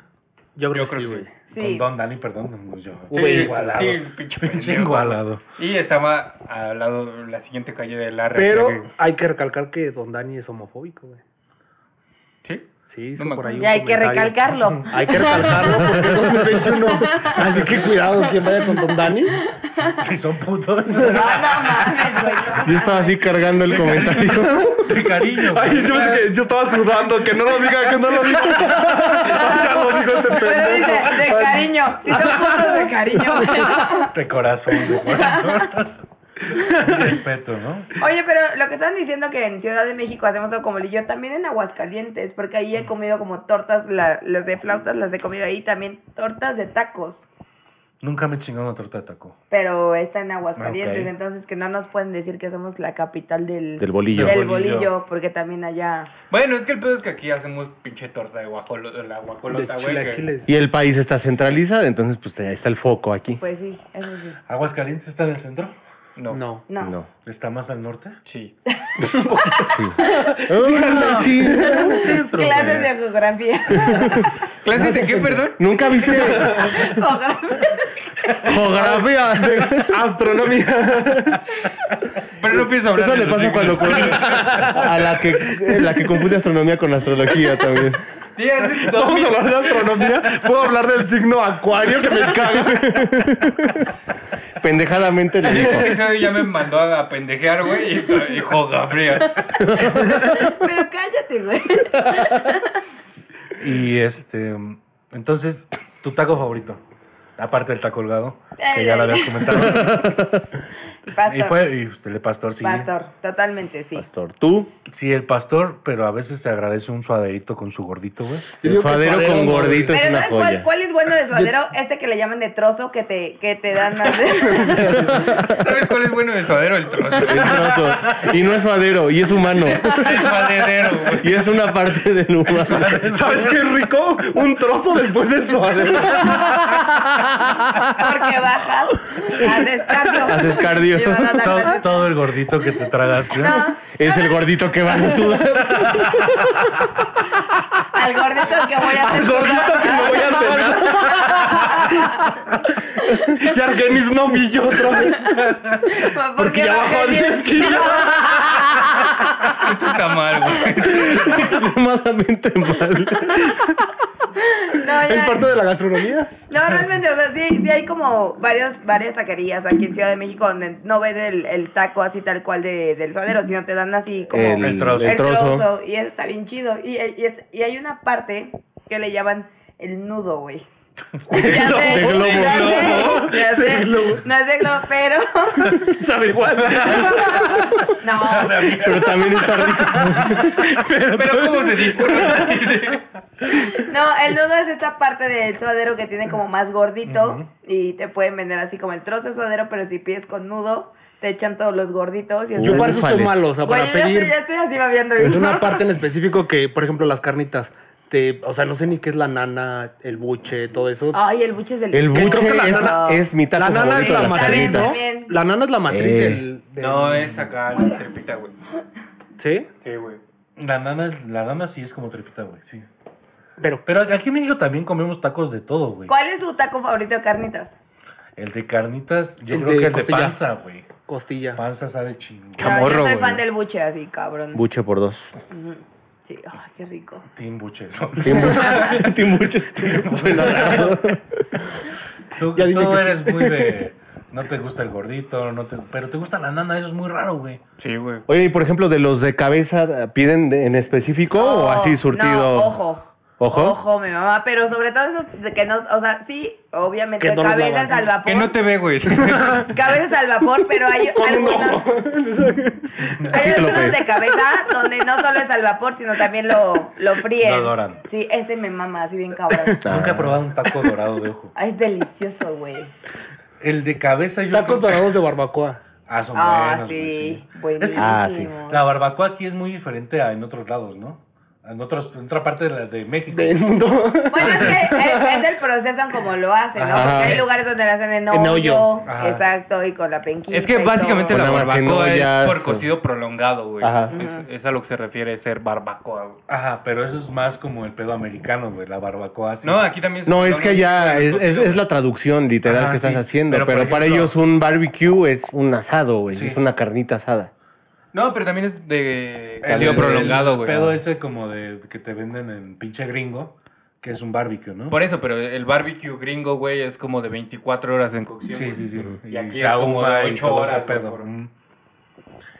[SPEAKER 6] Yo creo
[SPEAKER 3] Yo
[SPEAKER 6] que sí,
[SPEAKER 3] creo que
[SPEAKER 6] güey.
[SPEAKER 3] sí.
[SPEAKER 2] Sí.
[SPEAKER 5] Con Don Dani, perdón. no, Yo.
[SPEAKER 3] Sí,
[SPEAKER 6] Uber
[SPEAKER 3] sí,
[SPEAKER 5] igualado.
[SPEAKER 3] sí, pinche
[SPEAKER 5] Pinche
[SPEAKER 3] pendejo.
[SPEAKER 5] igualado.
[SPEAKER 3] Y estaba al lado la siguiente calle de la
[SPEAKER 6] Pero
[SPEAKER 3] Refinería.
[SPEAKER 6] hay que recalcar que Don Dani es homofóbico, güey.
[SPEAKER 3] ¿Sí?
[SPEAKER 6] Sí, hizo
[SPEAKER 3] No me
[SPEAKER 6] por ahí
[SPEAKER 2] Y
[SPEAKER 6] un
[SPEAKER 2] hay que
[SPEAKER 6] comentario.
[SPEAKER 2] recalcarlo.
[SPEAKER 6] Hay que recalcarlo porque es 2021. Así que cuidado quien vaya con Don Dani.
[SPEAKER 5] Si son putos.
[SPEAKER 2] No, Ah, no mames, güey.
[SPEAKER 4] Yo estaba así cargando el comentario.
[SPEAKER 5] De cariño. güey.
[SPEAKER 6] que yo estaba sudando, que no lo diga, que no lo diga. ya lo dijo este
[SPEAKER 2] Pero dice, de cariño. Si son puntos de cariño, güey.
[SPEAKER 5] De corazón, de corazón. Un respeto, ¿no?
[SPEAKER 2] Oye, pero lo que están diciendo que en Ciudad de México hacemos todo como yo, también en Aguascalientes, porque ahí he comido como tortas, la- las de flautas las he comido ahí, también tortas de tacos,
[SPEAKER 5] Nunca me he chingado una torta de taco.
[SPEAKER 2] pero está en Aguascalientes,
[SPEAKER 5] Ok.
[SPEAKER 2] entonces que no nos pueden decir que somos la capital del,
[SPEAKER 4] Del bolillo.
[SPEAKER 2] del bolillo.
[SPEAKER 5] bolillo.
[SPEAKER 2] porque también allá...
[SPEAKER 3] Bueno, es que el pedo es que aquí hacemos pinche torta de guajolo, de la guajolota,
[SPEAKER 6] De
[SPEAKER 3] güey. que-
[SPEAKER 6] chilaquiles.
[SPEAKER 4] Y el país está centralizado, entonces pues ahí está el foco aquí.
[SPEAKER 2] Pues sí, eso sí.
[SPEAKER 5] ¿Aguascalientes está en el centro?
[SPEAKER 3] No.
[SPEAKER 6] No.
[SPEAKER 2] Pues, No.
[SPEAKER 4] No.
[SPEAKER 5] ¿Está más al norte?
[SPEAKER 3] Sí.
[SPEAKER 4] Sí. Ah, sí.
[SPEAKER 2] Clases de geografía.
[SPEAKER 3] ¿Clases de qué, perdón?
[SPEAKER 4] Nunca viste
[SPEAKER 2] Geografía.
[SPEAKER 4] geografía de astronomía.
[SPEAKER 3] Pero no pienso hablar
[SPEAKER 4] Eso
[SPEAKER 3] de
[SPEAKER 4] le
[SPEAKER 3] los
[SPEAKER 4] pasa cuando
[SPEAKER 3] signos.
[SPEAKER 4] a la que la que confunde astronomía con astrología también.
[SPEAKER 3] Sí, hace dos
[SPEAKER 6] Vamos a hablar de astronomía. Puedo hablar del signo acuario que me caga.
[SPEAKER 4] Pendejadamente le
[SPEAKER 3] Este
[SPEAKER 4] dijo.
[SPEAKER 3] episodio ya me mandó a pendejear, güey, y, y joga fría.
[SPEAKER 2] pero cállate, güey.
[SPEAKER 5] Y este. Entonces, tu taco favorito. Aparte del taco colgado, que ya lo habías comentado.
[SPEAKER 2] Pastor.
[SPEAKER 5] Y fue y el de pastor, sí.
[SPEAKER 2] Pastor, totalmente, sí.
[SPEAKER 4] Pastor, tú,
[SPEAKER 5] Sí, el pastor, pero a veces se agradece un suaderito con su gordito, güey.
[SPEAKER 6] Yo
[SPEAKER 4] el
[SPEAKER 6] digo que
[SPEAKER 4] suadero
[SPEAKER 6] suadero
[SPEAKER 4] con
[SPEAKER 6] no,
[SPEAKER 4] gordito
[SPEAKER 2] Pero
[SPEAKER 4] es una
[SPEAKER 2] ¿sabes cuál,
[SPEAKER 4] joya.
[SPEAKER 2] cuál es bueno de suadero? Este que le llaman de trozo, que te, que te dan más de...
[SPEAKER 3] ¿Sabes cuál es bueno de suadero? El trozo.
[SPEAKER 4] El trozo. Y no es suadero, y es humano.
[SPEAKER 3] El suadero, güey.
[SPEAKER 4] Y es una parte del humano.
[SPEAKER 6] ¿Sabes qué rico? Un trozo después del suadero.
[SPEAKER 2] Porque bajas, haces cardio.
[SPEAKER 4] Haces cardio.
[SPEAKER 2] Y van a dar
[SPEAKER 5] Todo,
[SPEAKER 2] más-
[SPEAKER 5] todo el gordito que te tragaste.
[SPEAKER 4] Es el gordito que vas a sudar.
[SPEAKER 2] al gordito que voy a hacer. sudar.
[SPEAKER 6] voy a cenar. Y Argenis no vi yo otra vez.
[SPEAKER 2] Porque
[SPEAKER 6] ya
[SPEAKER 2] bajé
[SPEAKER 6] bajó
[SPEAKER 2] 10
[SPEAKER 6] 10 kilos.
[SPEAKER 3] Esto está mal, güey.
[SPEAKER 4] Extremadamente mal.
[SPEAKER 2] No,
[SPEAKER 6] Es
[SPEAKER 2] ya.
[SPEAKER 6] parte de la gastronomía.
[SPEAKER 2] No, realmente, o sea, sí, sí hay como varios, varias taquerías aquí en Ciudad de México donde no ven el, el taco así tal cual de, del solero, sino te dan así como
[SPEAKER 4] El,
[SPEAKER 5] El trozo.
[SPEAKER 2] el
[SPEAKER 4] el trozo.
[SPEAKER 2] Y eso está bien chido. Y, y es- y hay una parte que le llaman el nudo, güey. Ya sé, ya sé,
[SPEAKER 4] De globo.
[SPEAKER 2] ya sé. No es de globo, pero.
[SPEAKER 6] Sabe igual.
[SPEAKER 2] No.
[SPEAKER 4] Pero también está rico. Pero
[SPEAKER 3] Pero ¿cómo se disfruta? Dice.
[SPEAKER 2] No, el nudo es esta parte del suadero que tiene como más gordito y te pueden vender así como el trozo de suadero, pero si pides con nudo, te echan todos los gorditos y es
[SPEAKER 6] Yo
[SPEAKER 4] Ufales.
[SPEAKER 6] para eso soy malo, o sea, para
[SPEAKER 2] Güey, yo ya
[SPEAKER 6] pedir
[SPEAKER 2] estoy, ya estoy así babeando.
[SPEAKER 6] Es
[SPEAKER 2] ¿no?
[SPEAKER 6] una parte en específico que, por ejemplo, las carnitas. Te, o sea, no sé ni qué es la nana, el buche, todo eso.
[SPEAKER 2] Ay, el buche es del
[SPEAKER 4] el
[SPEAKER 6] que creo
[SPEAKER 4] buche
[SPEAKER 6] que la
[SPEAKER 4] es,
[SPEAKER 6] nana-
[SPEAKER 4] es mi taco
[SPEAKER 6] la nana es
[SPEAKER 4] favorito
[SPEAKER 6] la
[SPEAKER 4] de las
[SPEAKER 6] matriz,
[SPEAKER 2] también,
[SPEAKER 4] carnitas.
[SPEAKER 6] ¿no?
[SPEAKER 2] también.
[SPEAKER 6] La nana es la matriz
[SPEAKER 4] Eh.
[SPEAKER 6] del, del-
[SPEAKER 3] No, es acá la serpita, güey.
[SPEAKER 6] ¿Sí?
[SPEAKER 3] Sí, güey.
[SPEAKER 5] La nana, la nana sí es como tripita, güey, sí.
[SPEAKER 6] Pero
[SPEAKER 5] Pero aquí en México también comemos tacos de todo, güey.
[SPEAKER 2] ¿Cuál es su taco favorito de carnitas?
[SPEAKER 5] El de carnitas, yo
[SPEAKER 6] El
[SPEAKER 5] creo
[SPEAKER 6] de
[SPEAKER 5] que el de
[SPEAKER 6] costilla.
[SPEAKER 5] panza, güey.
[SPEAKER 6] costilla.
[SPEAKER 5] Panza sabe chingo.
[SPEAKER 2] No, yo
[SPEAKER 4] Chamorro,
[SPEAKER 2] soy
[SPEAKER 4] güey.
[SPEAKER 2] fan del buche, así, cabrón.
[SPEAKER 4] Buche por dos.
[SPEAKER 2] sí, ay, qué rico.
[SPEAKER 5] Team Buche.
[SPEAKER 4] Tim Buche- Tim Buche es- suena raro.
[SPEAKER 5] Tú,
[SPEAKER 6] Ya dije
[SPEAKER 5] tú
[SPEAKER 6] que sí.
[SPEAKER 5] eres muy de... No te gusta el gordito, no te, pero te gusta la nana, eso es muy raro, güey.
[SPEAKER 3] Sí, güey.
[SPEAKER 4] Oye, y por ejemplo, de los de cabeza, ¿piden de- en específico o
[SPEAKER 2] No,
[SPEAKER 4] Oh, así surtido?
[SPEAKER 2] No, ojo.
[SPEAKER 4] ¿Ojo?
[SPEAKER 2] Ojo, mi mamá. Pero sobre todo esos de que no, o sea, sí, obviamente,
[SPEAKER 6] Que no los
[SPEAKER 2] cabezas
[SPEAKER 6] lavan.
[SPEAKER 2] al vapor.
[SPEAKER 3] Que no te ve, güey.
[SPEAKER 2] Cabezas al vapor, pero hay algunos.
[SPEAKER 4] Así
[SPEAKER 2] Hay
[SPEAKER 4] te lo
[SPEAKER 2] algunos
[SPEAKER 4] pedí.
[SPEAKER 2] de cabeza donde no solo es al vapor, sino también lo, lo fríen.
[SPEAKER 5] Lo doran.
[SPEAKER 2] Sí, ese me mama, así bien cabrón.
[SPEAKER 4] Ah.
[SPEAKER 5] Nunca he probado un taco dorado de ojo.
[SPEAKER 2] Ay, Es delicioso, güey.
[SPEAKER 5] El de cabeza yo...
[SPEAKER 6] Tacos dorados de barbacoa.
[SPEAKER 5] Ah, son
[SPEAKER 2] Ah,
[SPEAKER 5] buenos, güey,
[SPEAKER 2] sí.
[SPEAKER 5] Es que
[SPEAKER 2] Buenísimo.
[SPEAKER 4] Ah, sí.
[SPEAKER 5] La barbacoa aquí es muy diferente a en otros lados, ¿no? En, otros, en otra parte de, la- de México.
[SPEAKER 6] Del mundo.
[SPEAKER 2] Bueno, es que es, es el proceso en como lo hacen, ¿no?
[SPEAKER 4] Ajá.
[SPEAKER 2] Porque hay lugares donde la hacen en hoyo.
[SPEAKER 6] En hoyo.
[SPEAKER 5] Ajá.
[SPEAKER 2] Exacto, y con la penquita.
[SPEAKER 3] Es que
[SPEAKER 2] y
[SPEAKER 3] básicamente
[SPEAKER 2] todo.
[SPEAKER 3] la
[SPEAKER 4] Con la
[SPEAKER 3] barbacoa
[SPEAKER 4] cenollas,
[SPEAKER 3] es por
[SPEAKER 4] o-
[SPEAKER 3] cocido prolongado, güey.
[SPEAKER 4] Ajá.
[SPEAKER 3] Es, es a lo que se refiere ser barbacoa, güey.
[SPEAKER 5] Ajá, pero eso es más como el pedo americano, güey, la barbacoa así.
[SPEAKER 3] No, aquí también
[SPEAKER 4] No, es
[SPEAKER 3] prolonga
[SPEAKER 4] que allá
[SPEAKER 3] el
[SPEAKER 4] es, es-
[SPEAKER 3] cocido.
[SPEAKER 4] es la traducción literal
[SPEAKER 6] Ah,
[SPEAKER 5] Ajá,
[SPEAKER 4] que estás
[SPEAKER 5] sí.
[SPEAKER 4] haciendo,
[SPEAKER 5] Pero,
[SPEAKER 4] pero,
[SPEAKER 5] por
[SPEAKER 4] para
[SPEAKER 5] ejemplo-
[SPEAKER 4] ellos un barbecue es un asado, güey,
[SPEAKER 5] Sí.
[SPEAKER 4] es una carnita asada.
[SPEAKER 3] No, pero también es de
[SPEAKER 5] El-
[SPEAKER 3] cocido
[SPEAKER 5] el-
[SPEAKER 3] prolongado,
[SPEAKER 5] el
[SPEAKER 3] güey.
[SPEAKER 5] pedo ese como de que te venden en pinche gringo, que es un barbecue, ¿no?
[SPEAKER 3] Por eso, pero el barbecue gringo, güey, es como de 24 horas en cocción.
[SPEAKER 5] sí,
[SPEAKER 3] güey.
[SPEAKER 5] sí, sí.
[SPEAKER 3] Y aquí
[SPEAKER 5] se
[SPEAKER 3] es como
[SPEAKER 5] ahuma
[SPEAKER 3] de
[SPEAKER 5] y
[SPEAKER 3] ocho
[SPEAKER 5] todo
[SPEAKER 3] horas,
[SPEAKER 5] ese pedo.
[SPEAKER 3] güey, por-
[SPEAKER 5] Mm.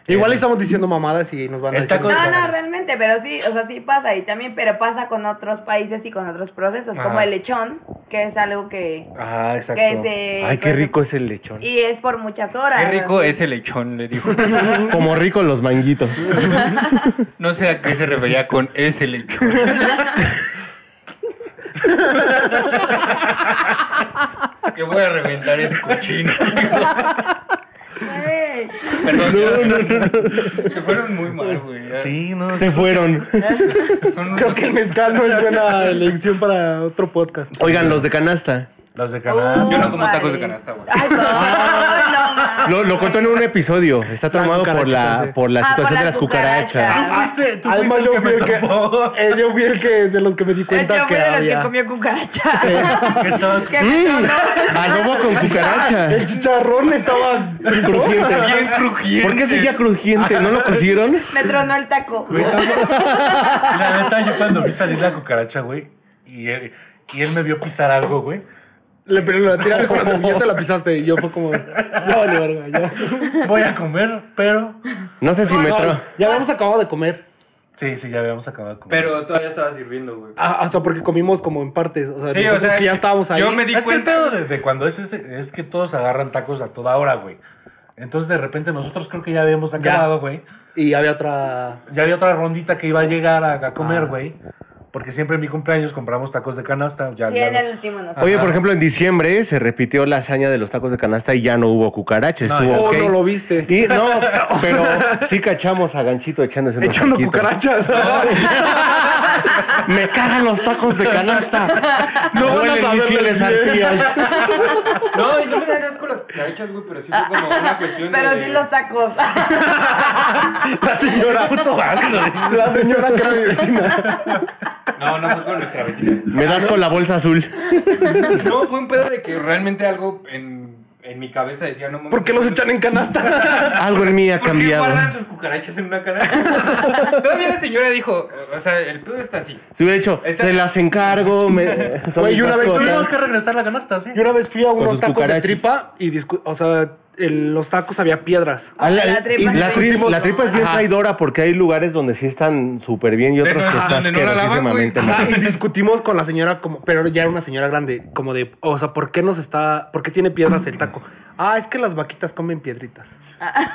[SPEAKER 4] Eh.
[SPEAKER 6] Igual estamos diciendo mamadas y nos van a
[SPEAKER 5] El
[SPEAKER 6] decir.
[SPEAKER 5] taco de-
[SPEAKER 2] No, no, realmente, pero sí, o sea, sí pasa y también, pero pasa con otros países y con otros procesos, como
[SPEAKER 5] Ajá.
[SPEAKER 2] el lechón, que es algo que,
[SPEAKER 5] Ajá, exacto.
[SPEAKER 2] que se...
[SPEAKER 4] Ay, qué
[SPEAKER 2] pues,
[SPEAKER 4] rico es el lechón.
[SPEAKER 2] Y es por muchas horas.
[SPEAKER 3] Qué rico eh.
[SPEAKER 2] así.
[SPEAKER 3] es el lechón, le dijo.
[SPEAKER 4] Como rico los manguitos.
[SPEAKER 3] No sé a qué se refería con ese lechón. que voy a reventar ese cochino.
[SPEAKER 2] Güey.
[SPEAKER 3] Perdón, que fueron muy mal, güey. ya.
[SPEAKER 5] Sí, no.
[SPEAKER 4] Se fueron.
[SPEAKER 3] Son
[SPEAKER 6] Creo que el mezcal no es buena elección para otro podcast.
[SPEAKER 4] Oigan, los de canasta.
[SPEAKER 5] Los de Canadá.
[SPEAKER 3] Yo no como tacos de
[SPEAKER 2] Padres.
[SPEAKER 3] canasta, güey.
[SPEAKER 2] Ay, no, no, no.
[SPEAKER 4] Lo, lo contó en un episodio. Está traumado por
[SPEAKER 6] cucarachita,
[SPEAKER 4] la,
[SPEAKER 6] sí.
[SPEAKER 4] por la
[SPEAKER 2] Ah, por
[SPEAKER 4] situación de
[SPEAKER 2] las
[SPEAKER 4] las cucarachas.
[SPEAKER 2] cucarachas.
[SPEAKER 5] Tú fuiste, tú
[SPEAKER 6] Además,
[SPEAKER 5] fuiste
[SPEAKER 6] yo
[SPEAKER 5] el
[SPEAKER 6] fui
[SPEAKER 5] que
[SPEAKER 6] el
[SPEAKER 5] me
[SPEAKER 6] que,
[SPEAKER 5] tapó.
[SPEAKER 6] eh, yo fui el que de los que me di cuenta
[SPEAKER 2] Yo fui
[SPEAKER 6] que
[SPEAKER 2] de los
[SPEAKER 6] había.
[SPEAKER 2] que comió cucaracha.
[SPEAKER 5] Que estaba
[SPEAKER 2] Que me tronó.
[SPEAKER 4] Adobo Ah, con cucaracha.
[SPEAKER 6] El chicharrón estaba
[SPEAKER 4] Crujiente.
[SPEAKER 3] Bien crujiente.
[SPEAKER 4] ¿Por qué seguía crujiente? ¿No lo cocieron?
[SPEAKER 2] Me tronó el taco.
[SPEAKER 5] Güey, todo- La neta, yo cuando vi salir la cucaracha, güey, y él, y él me vio pisar algo, güey.
[SPEAKER 6] Le pero la tiraste con la servilleta, la pisaste. Y yo fue como, ya vale, verga, ya.
[SPEAKER 5] Voy a comer, pero.
[SPEAKER 4] No sé si me tra-
[SPEAKER 6] Ya habíamos acabado de comer.
[SPEAKER 5] Sí, sí, ya habíamos acabado de comer.
[SPEAKER 3] Pero todavía estaba sirviendo, güey.
[SPEAKER 6] Ah, o sea, porque comimos como en partes. O sea, nosotros que ya estábamos ahí.
[SPEAKER 3] Yo me di
[SPEAKER 5] es que el
[SPEAKER 3] cuenta.
[SPEAKER 5] pedo de, de cuando es ese- es que todos agarran tacos a toda hora, güey. Entonces, de repente, nosotros creo que ya habíamos acabado, güey.
[SPEAKER 6] Y había otra.
[SPEAKER 5] Ya había otra rondita que iba a llegar a, a
[SPEAKER 3] Ah.
[SPEAKER 5] comer, güey. Porque siempre en mi cumpleaños compramos tacos de canasta. Ya,
[SPEAKER 2] Sí,
[SPEAKER 5] ya
[SPEAKER 2] en
[SPEAKER 5] lo-
[SPEAKER 2] el último nos
[SPEAKER 4] Oye, por ejemplo, en diciembre se repitió la hazaña de los tacos de canasta y ya no hubo cucarachas.
[SPEAKER 5] No,
[SPEAKER 4] estuvo
[SPEAKER 6] Oh,
[SPEAKER 4] ok.
[SPEAKER 6] no lo viste.
[SPEAKER 4] Y no, pero sí cachamos a Ganchito echándose unos
[SPEAKER 6] Echando
[SPEAKER 4] taquitos. pues
[SPEAKER 6] cucarachas.
[SPEAKER 4] Me cagan los tacos de canasta.
[SPEAKER 6] No van a
[SPEAKER 4] Duelen mis
[SPEAKER 6] saberles
[SPEAKER 4] fieles
[SPEAKER 6] bien.
[SPEAKER 4] arterias.
[SPEAKER 3] No, y no me dan asco las cucarachas, güey, pero sí fue como una cuestión
[SPEAKER 2] Pero
[SPEAKER 3] de...
[SPEAKER 2] sí los tacos.
[SPEAKER 6] La señora. La señora que era mi vecina.
[SPEAKER 3] No, no fue con nuestra vecina.
[SPEAKER 4] Me das con la bolsa azul.
[SPEAKER 3] No, fue un pedo de que realmente algo en, en mi cabeza decía, no mames.
[SPEAKER 6] ¿Por qué los echan en canasta?
[SPEAKER 4] Algo en mí ha
[SPEAKER 3] ¿Por qué
[SPEAKER 4] cambiado.
[SPEAKER 3] guardan sus cucarachas en una canasta? Todavía la señora dijo, o sea, el pedo está así.
[SPEAKER 4] Si hubiera dicho,
[SPEAKER 3] Está-
[SPEAKER 4] se las encargo. Me, son
[SPEAKER 6] Güey,
[SPEAKER 4] mis
[SPEAKER 6] una vez
[SPEAKER 4] mascotas.
[SPEAKER 5] Tuvimos que regresar la canasta, sí. Pues,
[SPEAKER 6] Yo una vez fui a unos
[SPEAKER 4] sus
[SPEAKER 6] tacos
[SPEAKER 4] cucarachas.
[SPEAKER 6] de tripa y, discu- o sea, en los tacos había piedras.
[SPEAKER 4] Ah, la,
[SPEAKER 2] Ojalá la tripa
[SPEAKER 4] y
[SPEAKER 2] se
[SPEAKER 4] la
[SPEAKER 2] vea
[SPEAKER 4] tri-
[SPEAKER 2] chingona.
[SPEAKER 4] la tripa es bien
[SPEAKER 6] Ajá.
[SPEAKER 4] traidora porque hay lugares donde sí están súper bien y otros
[SPEAKER 3] Pero
[SPEAKER 4] que
[SPEAKER 3] ajá,
[SPEAKER 4] están
[SPEAKER 3] donde no la lavan,
[SPEAKER 4] asquerosísimamente
[SPEAKER 3] güey.
[SPEAKER 4] mal.
[SPEAKER 6] Ajá, y discutimos con la señora, como, pero ya era una señora grande, como de, o sea, ¿por qué nos está, por qué tiene piedras el taco? Ah, es que las vaquitas comen piedritas.
[SPEAKER 2] Ah.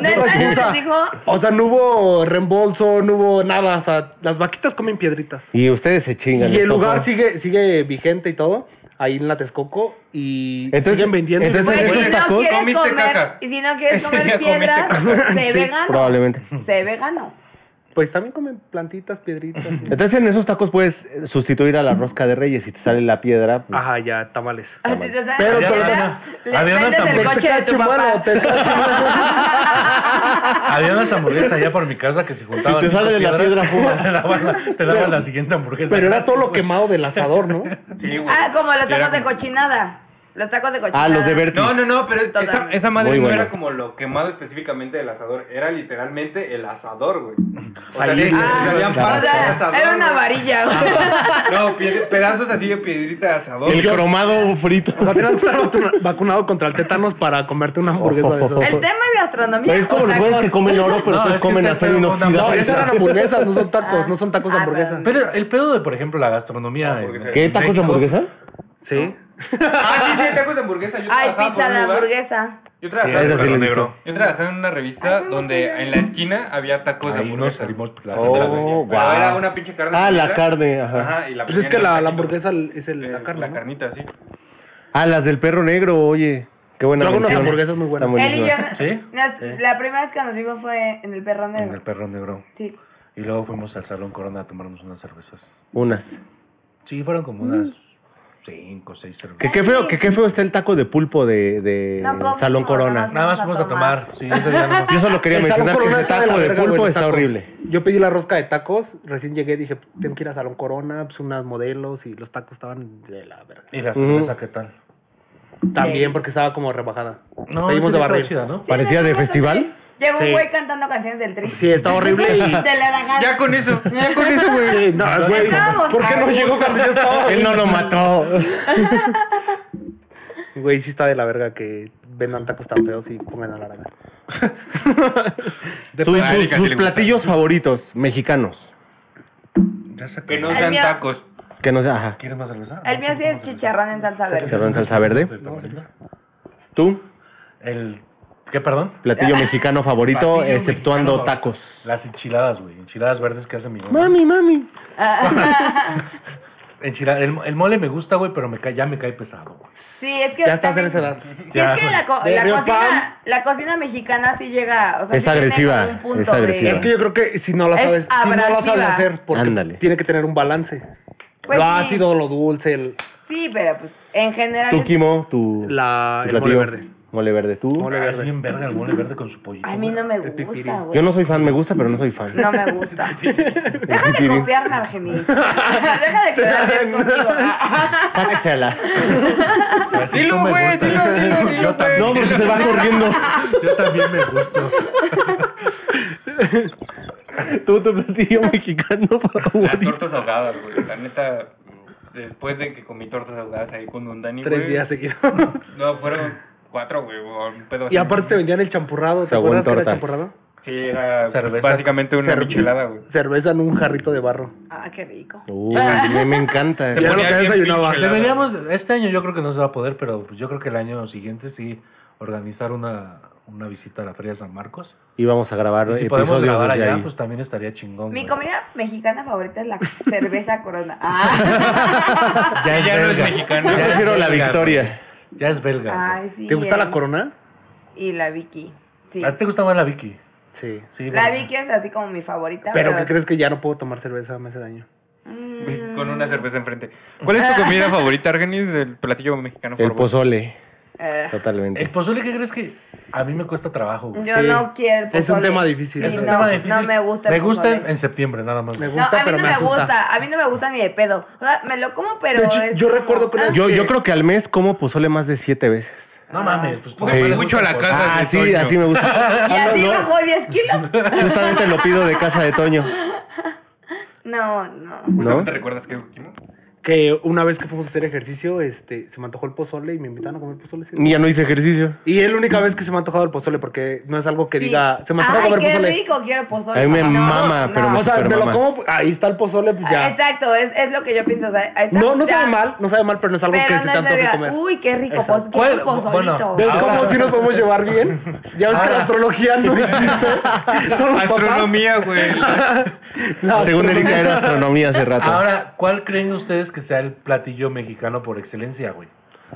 [SPEAKER 2] Neta, les dijo.
[SPEAKER 6] O sea, no hubo reembolso, no hubo nada, o sea, las vaquitas comen piedritas.
[SPEAKER 4] Y ustedes se chingan.
[SPEAKER 6] Y
[SPEAKER 4] les
[SPEAKER 6] el lugar
[SPEAKER 4] tocó.
[SPEAKER 6] sigue, sigue vigente y todo, ahí en la Tescoco, y
[SPEAKER 4] Entonces-
[SPEAKER 6] siguen vendiendo.
[SPEAKER 4] entonces-
[SPEAKER 2] Pues,
[SPEAKER 4] esos
[SPEAKER 2] si no
[SPEAKER 4] tacos-
[SPEAKER 2] quieres
[SPEAKER 3] Comiste
[SPEAKER 2] comer,
[SPEAKER 3] caca.
[SPEAKER 2] y si no quieres
[SPEAKER 3] Ese
[SPEAKER 2] comer
[SPEAKER 3] día comiste
[SPEAKER 2] piedras,
[SPEAKER 3] caca.
[SPEAKER 2] sé
[SPEAKER 4] Sí,
[SPEAKER 2] vegano.
[SPEAKER 4] probablemente.
[SPEAKER 2] Sé vegano.
[SPEAKER 6] pues también comen plantitas, piedritas. y-
[SPEAKER 4] Entonces en esos tacos puedes eh, sustituir a la rosca de reyes y te sale la piedra. pues,
[SPEAKER 6] Ajá, ya, tamales.
[SPEAKER 2] Así te sale
[SPEAKER 6] Pero
[SPEAKER 2] la
[SPEAKER 5] había
[SPEAKER 2] piedra,
[SPEAKER 5] unas-
[SPEAKER 2] le
[SPEAKER 5] había unas
[SPEAKER 2] vendes el
[SPEAKER 5] hamburguesas
[SPEAKER 2] coche de tu
[SPEAKER 6] Chumalo,
[SPEAKER 2] papá.
[SPEAKER 6] te está
[SPEAKER 5] Había unas hamburguesas allá por mi casa que se juntaban.
[SPEAKER 4] Si te
[SPEAKER 5] cinco
[SPEAKER 4] sale de la piedra,
[SPEAKER 5] piedras,
[SPEAKER 4] fumas.
[SPEAKER 5] Te daban, la, te daban la siguiente hamburguesa.
[SPEAKER 6] Pero era todo lo quemado del asador, ¿no?
[SPEAKER 3] Sí, güey.
[SPEAKER 2] Ah, como los
[SPEAKER 3] Sí, era
[SPEAKER 2] tacos de
[SPEAKER 3] como-
[SPEAKER 2] cochinada. Los tacos de cochinada.
[SPEAKER 4] Ah, los de Bertis.
[SPEAKER 3] No, no, no, pero esa,
[SPEAKER 2] Totalmente.
[SPEAKER 3] esa madre
[SPEAKER 4] Muy
[SPEAKER 3] no era
[SPEAKER 4] buenos.
[SPEAKER 3] como lo quemado específicamente del asador, era literalmente el asador, güey. O sea,
[SPEAKER 6] Salía-
[SPEAKER 3] le- le
[SPEAKER 2] Ah,
[SPEAKER 3] salían
[SPEAKER 2] o
[SPEAKER 3] partes del
[SPEAKER 2] sea,
[SPEAKER 3] asador,
[SPEAKER 2] era una
[SPEAKER 3] güey.
[SPEAKER 2] varilla, güey.
[SPEAKER 4] Ah,
[SPEAKER 3] No, pie- pedazos así de piedrita de asador.
[SPEAKER 4] El cromado frito.
[SPEAKER 6] O sea, tenías que estar vacuna- vacunado contra el tétanos para comerte una hamburguesa de esas.
[SPEAKER 2] El tema es gastronomía.
[SPEAKER 4] es como
[SPEAKER 2] o
[SPEAKER 4] los güeyes
[SPEAKER 2] tacos.
[SPEAKER 4] que comen oro, pero
[SPEAKER 5] No,
[SPEAKER 4] después
[SPEAKER 5] es que
[SPEAKER 4] comen
[SPEAKER 5] te-
[SPEAKER 4] acero
[SPEAKER 5] pero con
[SPEAKER 6] No,
[SPEAKER 4] inoxidable.
[SPEAKER 5] hamburguesa.
[SPEAKER 6] esas eran hamburguesas, no son tacos, no son tacos de
[SPEAKER 2] Ah,
[SPEAKER 6] hamburguesa.
[SPEAKER 5] Pero el pedo de, por ejemplo, la gastronomía. de-
[SPEAKER 3] Hamburguesa.
[SPEAKER 4] ¿Qué? ¿Tacos de
[SPEAKER 5] México.
[SPEAKER 4] hamburguesa?
[SPEAKER 6] Sí.
[SPEAKER 3] Ah, sí, sí, tacos de hamburguesa. Yo
[SPEAKER 2] Ay,
[SPEAKER 3] trabajaba por
[SPEAKER 2] pizza
[SPEAKER 3] un
[SPEAKER 2] de
[SPEAKER 3] lugar-
[SPEAKER 2] hamburguesa.
[SPEAKER 3] Yo
[SPEAKER 5] Sí,
[SPEAKER 3] trabajaba,
[SPEAKER 5] es
[SPEAKER 4] Esa sí la he
[SPEAKER 5] negro.
[SPEAKER 4] visto.
[SPEAKER 3] yo trabajaba en una revista donde en la esquina había tacos de
[SPEAKER 5] Ahí nos
[SPEAKER 3] hamburguesa.
[SPEAKER 5] salimos las
[SPEAKER 4] Oh,
[SPEAKER 5] las-
[SPEAKER 4] guau.
[SPEAKER 3] Pero era una pinche carne.
[SPEAKER 4] Ah, la
[SPEAKER 3] frita.
[SPEAKER 4] carne, ajá.
[SPEAKER 3] y la
[SPEAKER 6] Pues es
[SPEAKER 3] ponían en
[SPEAKER 6] que la,
[SPEAKER 3] el
[SPEAKER 6] la
[SPEAKER 3] taquito.
[SPEAKER 6] hamburguesa es el- la
[SPEAKER 3] Eh,
[SPEAKER 6] carne.
[SPEAKER 3] La
[SPEAKER 6] ¿no?
[SPEAKER 3] carnita, sí.
[SPEAKER 4] Ah, las del perro negro, oye. Qué buena
[SPEAKER 6] Luego unas
[SPEAKER 4] mención.
[SPEAKER 6] hamburguesas muy buenas.
[SPEAKER 4] Están
[SPEAKER 2] Él y yo.
[SPEAKER 4] buenísimas.
[SPEAKER 5] ¿Sí?
[SPEAKER 2] nos- La primera vez que nos vimos fue en el perro
[SPEAKER 5] En el
[SPEAKER 2] negro.
[SPEAKER 5] perro negro.
[SPEAKER 2] Sí.
[SPEAKER 5] Y luego fuimos al Salón Corona a tomarnos unas cervezas.
[SPEAKER 4] Unas.
[SPEAKER 5] Sí, fueron como
[SPEAKER 2] Mm.
[SPEAKER 5] unas cinco o seis cervezas.
[SPEAKER 4] Que qué feo, que qué feo está el taco de pulpo de, de
[SPEAKER 2] No comimos,
[SPEAKER 4] Salón
[SPEAKER 2] nada
[SPEAKER 4] Corona.
[SPEAKER 5] Nada más fuimos a tomar. Sí, ese día no.
[SPEAKER 4] Yo solo quería
[SPEAKER 6] El Salón
[SPEAKER 4] mencionar que
[SPEAKER 6] Corona
[SPEAKER 4] ese
[SPEAKER 6] está de la
[SPEAKER 4] taco de
[SPEAKER 6] verga,
[SPEAKER 4] pulpo
[SPEAKER 6] güey, los
[SPEAKER 4] está
[SPEAKER 6] tacos.
[SPEAKER 4] horrible.
[SPEAKER 6] Yo pedí la rosca de tacos, recién llegué, dije, tengo que ir a Salón Corona, pues unas modelos y los tacos estaban de la verga.
[SPEAKER 5] ¿Y la cerveza qué tal?
[SPEAKER 6] También porque estaba como rebajada.
[SPEAKER 5] No,
[SPEAKER 6] Pedimos
[SPEAKER 5] ese
[SPEAKER 6] de
[SPEAKER 5] día estaba
[SPEAKER 6] barril.
[SPEAKER 5] chida, ¿no?
[SPEAKER 2] Sí,
[SPEAKER 4] ¿Parecía de
[SPEAKER 2] no, no,
[SPEAKER 4] festival?
[SPEAKER 2] Llegó un
[SPEAKER 6] Sí.
[SPEAKER 2] güey cantando canciones del tri.
[SPEAKER 6] Sí, está horrible y...
[SPEAKER 2] De la Aragán.
[SPEAKER 3] Ya con eso, ya con eso, güey.
[SPEAKER 6] Sí, no, güey,
[SPEAKER 2] Estábamos
[SPEAKER 6] ¿Por qué
[SPEAKER 2] a
[SPEAKER 6] no llegó cuando yo estaba?
[SPEAKER 4] Él no lo mató.
[SPEAKER 6] Güey, sí está de la verga que vendan tacos tan feos y pongan a la larga.
[SPEAKER 4] Sus- sus-
[SPEAKER 3] Ah,
[SPEAKER 4] sus
[SPEAKER 3] Erika sí le gusta.
[SPEAKER 4] platillos favoritos mexicanos.
[SPEAKER 5] Ya saqué.
[SPEAKER 3] Que no
[SPEAKER 2] El
[SPEAKER 3] sean
[SPEAKER 2] mío-
[SPEAKER 3] tacos.
[SPEAKER 4] Que no sea. Ajá.
[SPEAKER 5] ¿Quieres más cerveza?
[SPEAKER 2] El mío sí es chicharrón en salsa verde.
[SPEAKER 4] Chicharrón en salsa verde. ¿Tú?
[SPEAKER 5] El. ¿Qué, perdón?
[SPEAKER 4] Platillo mexicano favorito,
[SPEAKER 5] Platillo
[SPEAKER 4] exceptuando
[SPEAKER 5] mexicano favorito.
[SPEAKER 4] tacos.
[SPEAKER 5] Las enchiladas, güey. Enchiladas verdes que hace mi mamá.
[SPEAKER 4] Mami, mami.
[SPEAKER 5] Enchila- el, el mole me gusta, güey, pero me cae- ya me cae pesado. güey.
[SPEAKER 2] Sí, es que.
[SPEAKER 6] Ya estás en
[SPEAKER 2] también-
[SPEAKER 6] esa edad.
[SPEAKER 2] Sí, es que la, co-
[SPEAKER 6] De
[SPEAKER 2] la
[SPEAKER 6] Río
[SPEAKER 2] cocina, la cocina mexicana sí llega. O sea,
[SPEAKER 4] Es
[SPEAKER 2] sí tiene
[SPEAKER 4] agresiva,
[SPEAKER 2] como un punto
[SPEAKER 4] es agresiva.
[SPEAKER 6] Es que yo creo que si no la
[SPEAKER 2] Es
[SPEAKER 6] sabes, si no la sabes
[SPEAKER 2] abrasiva.
[SPEAKER 6] hacer, porque
[SPEAKER 4] Ándale.
[SPEAKER 6] tiene que tener un balance.
[SPEAKER 2] Pues
[SPEAKER 6] lo
[SPEAKER 2] sí.
[SPEAKER 6] ácido, lo dulce, el-
[SPEAKER 2] Sí, pero pues en general.
[SPEAKER 4] Tú,
[SPEAKER 2] es-
[SPEAKER 4] Kimo, tu.
[SPEAKER 6] La-
[SPEAKER 4] tu
[SPEAKER 6] el mole
[SPEAKER 4] platillo.
[SPEAKER 6] verde.
[SPEAKER 4] Mole verde, tú.
[SPEAKER 6] Mole
[SPEAKER 5] Ah,
[SPEAKER 6] verde.
[SPEAKER 5] es bien verga el mole verde con su pollito.
[SPEAKER 2] a mí no
[SPEAKER 5] güey.
[SPEAKER 2] me
[SPEAKER 6] El pipiri.
[SPEAKER 2] gusta, güey.
[SPEAKER 4] Yo no soy fan, me gusta, pero no soy fan.
[SPEAKER 2] No me gusta. Deja de copiarme, Argenis. Deja de quedar bien contigo. Ah,
[SPEAKER 4] Sáquesela.
[SPEAKER 5] Así
[SPEAKER 3] Dilo,
[SPEAKER 5] tú me
[SPEAKER 3] güey,
[SPEAKER 5] gustas.
[SPEAKER 3] dilo, dilo, dilo,
[SPEAKER 5] Yo también,
[SPEAKER 4] No, porque se va corriendo.
[SPEAKER 5] yo también me gusto.
[SPEAKER 4] Tú, tu platillo mexicano
[SPEAKER 3] Las
[SPEAKER 4] favorito.
[SPEAKER 3] tortas ahogadas, güey. La neta, después de que comí tortas ahogadas ahí con un Dani,
[SPEAKER 6] tres
[SPEAKER 3] güey,
[SPEAKER 6] días seguidos.
[SPEAKER 3] No, fueron cuatro, güey. o un pedo
[SPEAKER 6] y
[SPEAKER 3] así.
[SPEAKER 6] aparte te vendían el champurrado. ¿Te
[SPEAKER 4] Según
[SPEAKER 6] acuerdas que era
[SPEAKER 4] tortas.
[SPEAKER 6] champurrado?
[SPEAKER 3] Sí, era
[SPEAKER 5] Cerveza.
[SPEAKER 3] básicamente una
[SPEAKER 6] Cerve-
[SPEAKER 3] michelada, güey.
[SPEAKER 6] Cerveza en un jarrito de barro.
[SPEAKER 2] Ah, qué rico.
[SPEAKER 4] Uy, me, me encanta.
[SPEAKER 3] Se
[SPEAKER 6] Ya lo
[SPEAKER 3] ponía
[SPEAKER 6] que
[SPEAKER 3] bien
[SPEAKER 6] desayunaba.
[SPEAKER 3] pinche helada,
[SPEAKER 5] Deberíamos, este año yo creo que no se va a poder, pero pues, yo creo que el año siguiente sí organizar una, una visita a la Feria de San Marcos.
[SPEAKER 4] Y vamos a grabar
[SPEAKER 5] Y si podemos
[SPEAKER 4] episodios
[SPEAKER 5] grabar
[SPEAKER 4] desde
[SPEAKER 5] allá,
[SPEAKER 4] ahí.
[SPEAKER 5] pues también estaría chingón.
[SPEAKER 2] Mi
[SPEAKER 5] güey.
[SPEAKER 2] comida mexicana favorita es la cerveza corona. Ah,
[SPEAKER 5] Ya,
[SPEAKER 3] ya no es mexicano.
[SPEAKER 5] Ya
[SPEAKER 4] Yo
[SPEAKER 5] es
[SPEAKER 4] prefiero la
[SPEAKER 5] belga,
[SPEAKER 4] victoria.
[SPEAKER 5] güey. Ya es belga.
[SPEAKER 2] ay,
[SPEAKER 5] güey.
[SPEAKER 2] sí.
[SPEAKER 6] ¿Te gusta
[SPEAKER 2] eh.
[SPEAKER 6] la corona?
[SPEAKER 2] Y la Vicky. Sí.
[SPEAKER 5] ¿A ti te gusta más la Vicky?
[SPEAKER 6] Sí.
[SPEAKER 5] Sí,
[SPEAKER 2] La
[SPEAKER 5] bueno.
[SPEAKER 2] Vicky es así como mi favorita.
[SPEAKER 6] Pero ¿qué crees que ya no puedo tomar cerveza? Me hace daño.
[SPEAKER 3] Con una cerveza enfrente. ¿Cuál es tu comida favorita, Argenis? El platillo mexicano
[SPEAKER 4] El
[SPEAKER 3] favorito?
[SPEAKER 4] pozole.
[SPEAKER 2] Eh,
[SPEAKER 5] El
[SPEAKER 4] Totalmente.
[SPEAKER 5] pozole, pues, ¿qué crees que a mí me cuesta trabajo? güey?
[SPEAKER 2] Yo
[SPEAKER 6] Sí.
[SPEAKER 2] no quiero. el
[SPEAKER 6] Es un
[SPEAKER 2] pozole.
[SPEAKER 6] tema difícil.
[SPEAKER 2] Sí,
[SPEAKER 5] Es un
[SPEAKER 2] no,
[SPEAKER 5] tema difícil.
[SPEAKER 2] No me gusta. el eh.
[SPEAKER 5] Me gusta
[SPEAKER 2] pozole.
[SPEAKER 5] en septiembre, nada más.
[SPEAKER 6] Me
[SPEAKER 5] güey.
[SPEAKER 2] No,
[SPEAKER 6] gusta,
[SPEAKER 2] a mí
[SPEAKER 6] pero
[SPEAKER 2] no
[SPEAKER 6] me
[SPEAKER 2] me
[SPEAKER 6] asusta.
[SPEAKER 2] gusta. A mí no me gusta ni de pedo. O sea, me lo como, pero.
[SPEAKER 6] De hecho,
[SPEAKER 2] es
[SPEAKER 6] yo
[SPEAKER 2] como-
[SPEAKER 6] recuerdo que una vez
[SPEAKER 4] Yo,
[SPEAKER 6] que-
[SPEAKER 4] yo creo que al mes como pozole más de siete veces.
[SPEAKER 5] No mames, pues
[SPEAKER 4] Sí.
[SPEAKER 5] mal es
[SPEAKER 3] Mucho a la
[SPEAKER 5] transporte.
[SPEAKER 3] casa.
[SPEAKER 4] Ah,
[SPEAKER 3] de
[SPEAKER 4] sí,
[SPEAKER 3] Toño.
[SPEAKER 4] así me gusta.
[SPEAKER 2] Y así bajó 10 kilos.
[SPEAKER 4] Justamente lo pido de casa de Toño.
[SPEAKER 2] No, no.
[SPEAKER 4] ¿No?
[SPEAKER 3] ¿Te recuerdas que último?
[SPEAKER 6] Que una vez que fuimos a hacer ejercicio, este, se me antojó el pozole y me invitaron a comer pozole. sí.
[SPEAKER 4] Y ya no hice ejercicio.
[SPEAKER 6] Y es la única vez que se me ha antojado el pozole, porque no es algo que
[SPEAKER 2] Sí.
[SPEAKER 6] diga, se me antojó
[SPEAKER 2] Ay,
[SPEAKER 6] comer
[SPEAKER 2] qué
[SPEAKER 6] pozole.
[SPEAKER 2] rico, quiero pozole.
[SPEAKER 4] A mí me
[SPEAKER 2] No,
[SPEAKER 4] mama, pero me
[SPEAKER 6] O sea,
[SPEAKER 4] Pero
[SPEAKER 6] me lo
[SPEAKER 4] mamá.
[SPEAKER 6] como, ahí está el pozole, pues
[SPEAKER 2] Ah,
[SPEAKER 6] ya.
[SPEAKER 2] Exacto, es, es lo que yo pienso. o sea, ahí está,
[SPEAKER 6] No, no
[SPEAKER 2] ya.
[SPEAKER 6] sabe mal, no sabe mal, pero no es algo
[SPEAKER 2] Pero
[SPEAKER 6] que
[SPEAKER 2] no
[SPEAKER 6] se
[SPEAKER 2] es
[SPEAKER 6] tanto
[SPEAKER 2] de
[SPEAKER 6] que
[SPEAKER 2] diga,
[SPEAKER 6] comer.
[SPEAKER 2] Uy, qué rico,
[SPEAKER 6] Exacto.
[SPEAKER 2] pues, quiero un
[SPEAKER 5] ¿Cuál?
[SPEAKER 2] pozolito.
[SPEAKER 5] Bueno,
[SPEAKER 6] ¿Ves
[SPEAKER 5] Ahora-
[SPEAKER 6] cómo sí nos podemos llevar bien? Ya ves que la astrología no existe. Son los
[SPEAKER 3] Astronomía, güey.
[SPEAKER 6] papás. La
[SPEAKER 4] Según Erika era astronomía hace rato.
[SPEAKER 5] Ahora, ¿cuál creen ustedes que sea el platillo mexicano por excelencia, güey?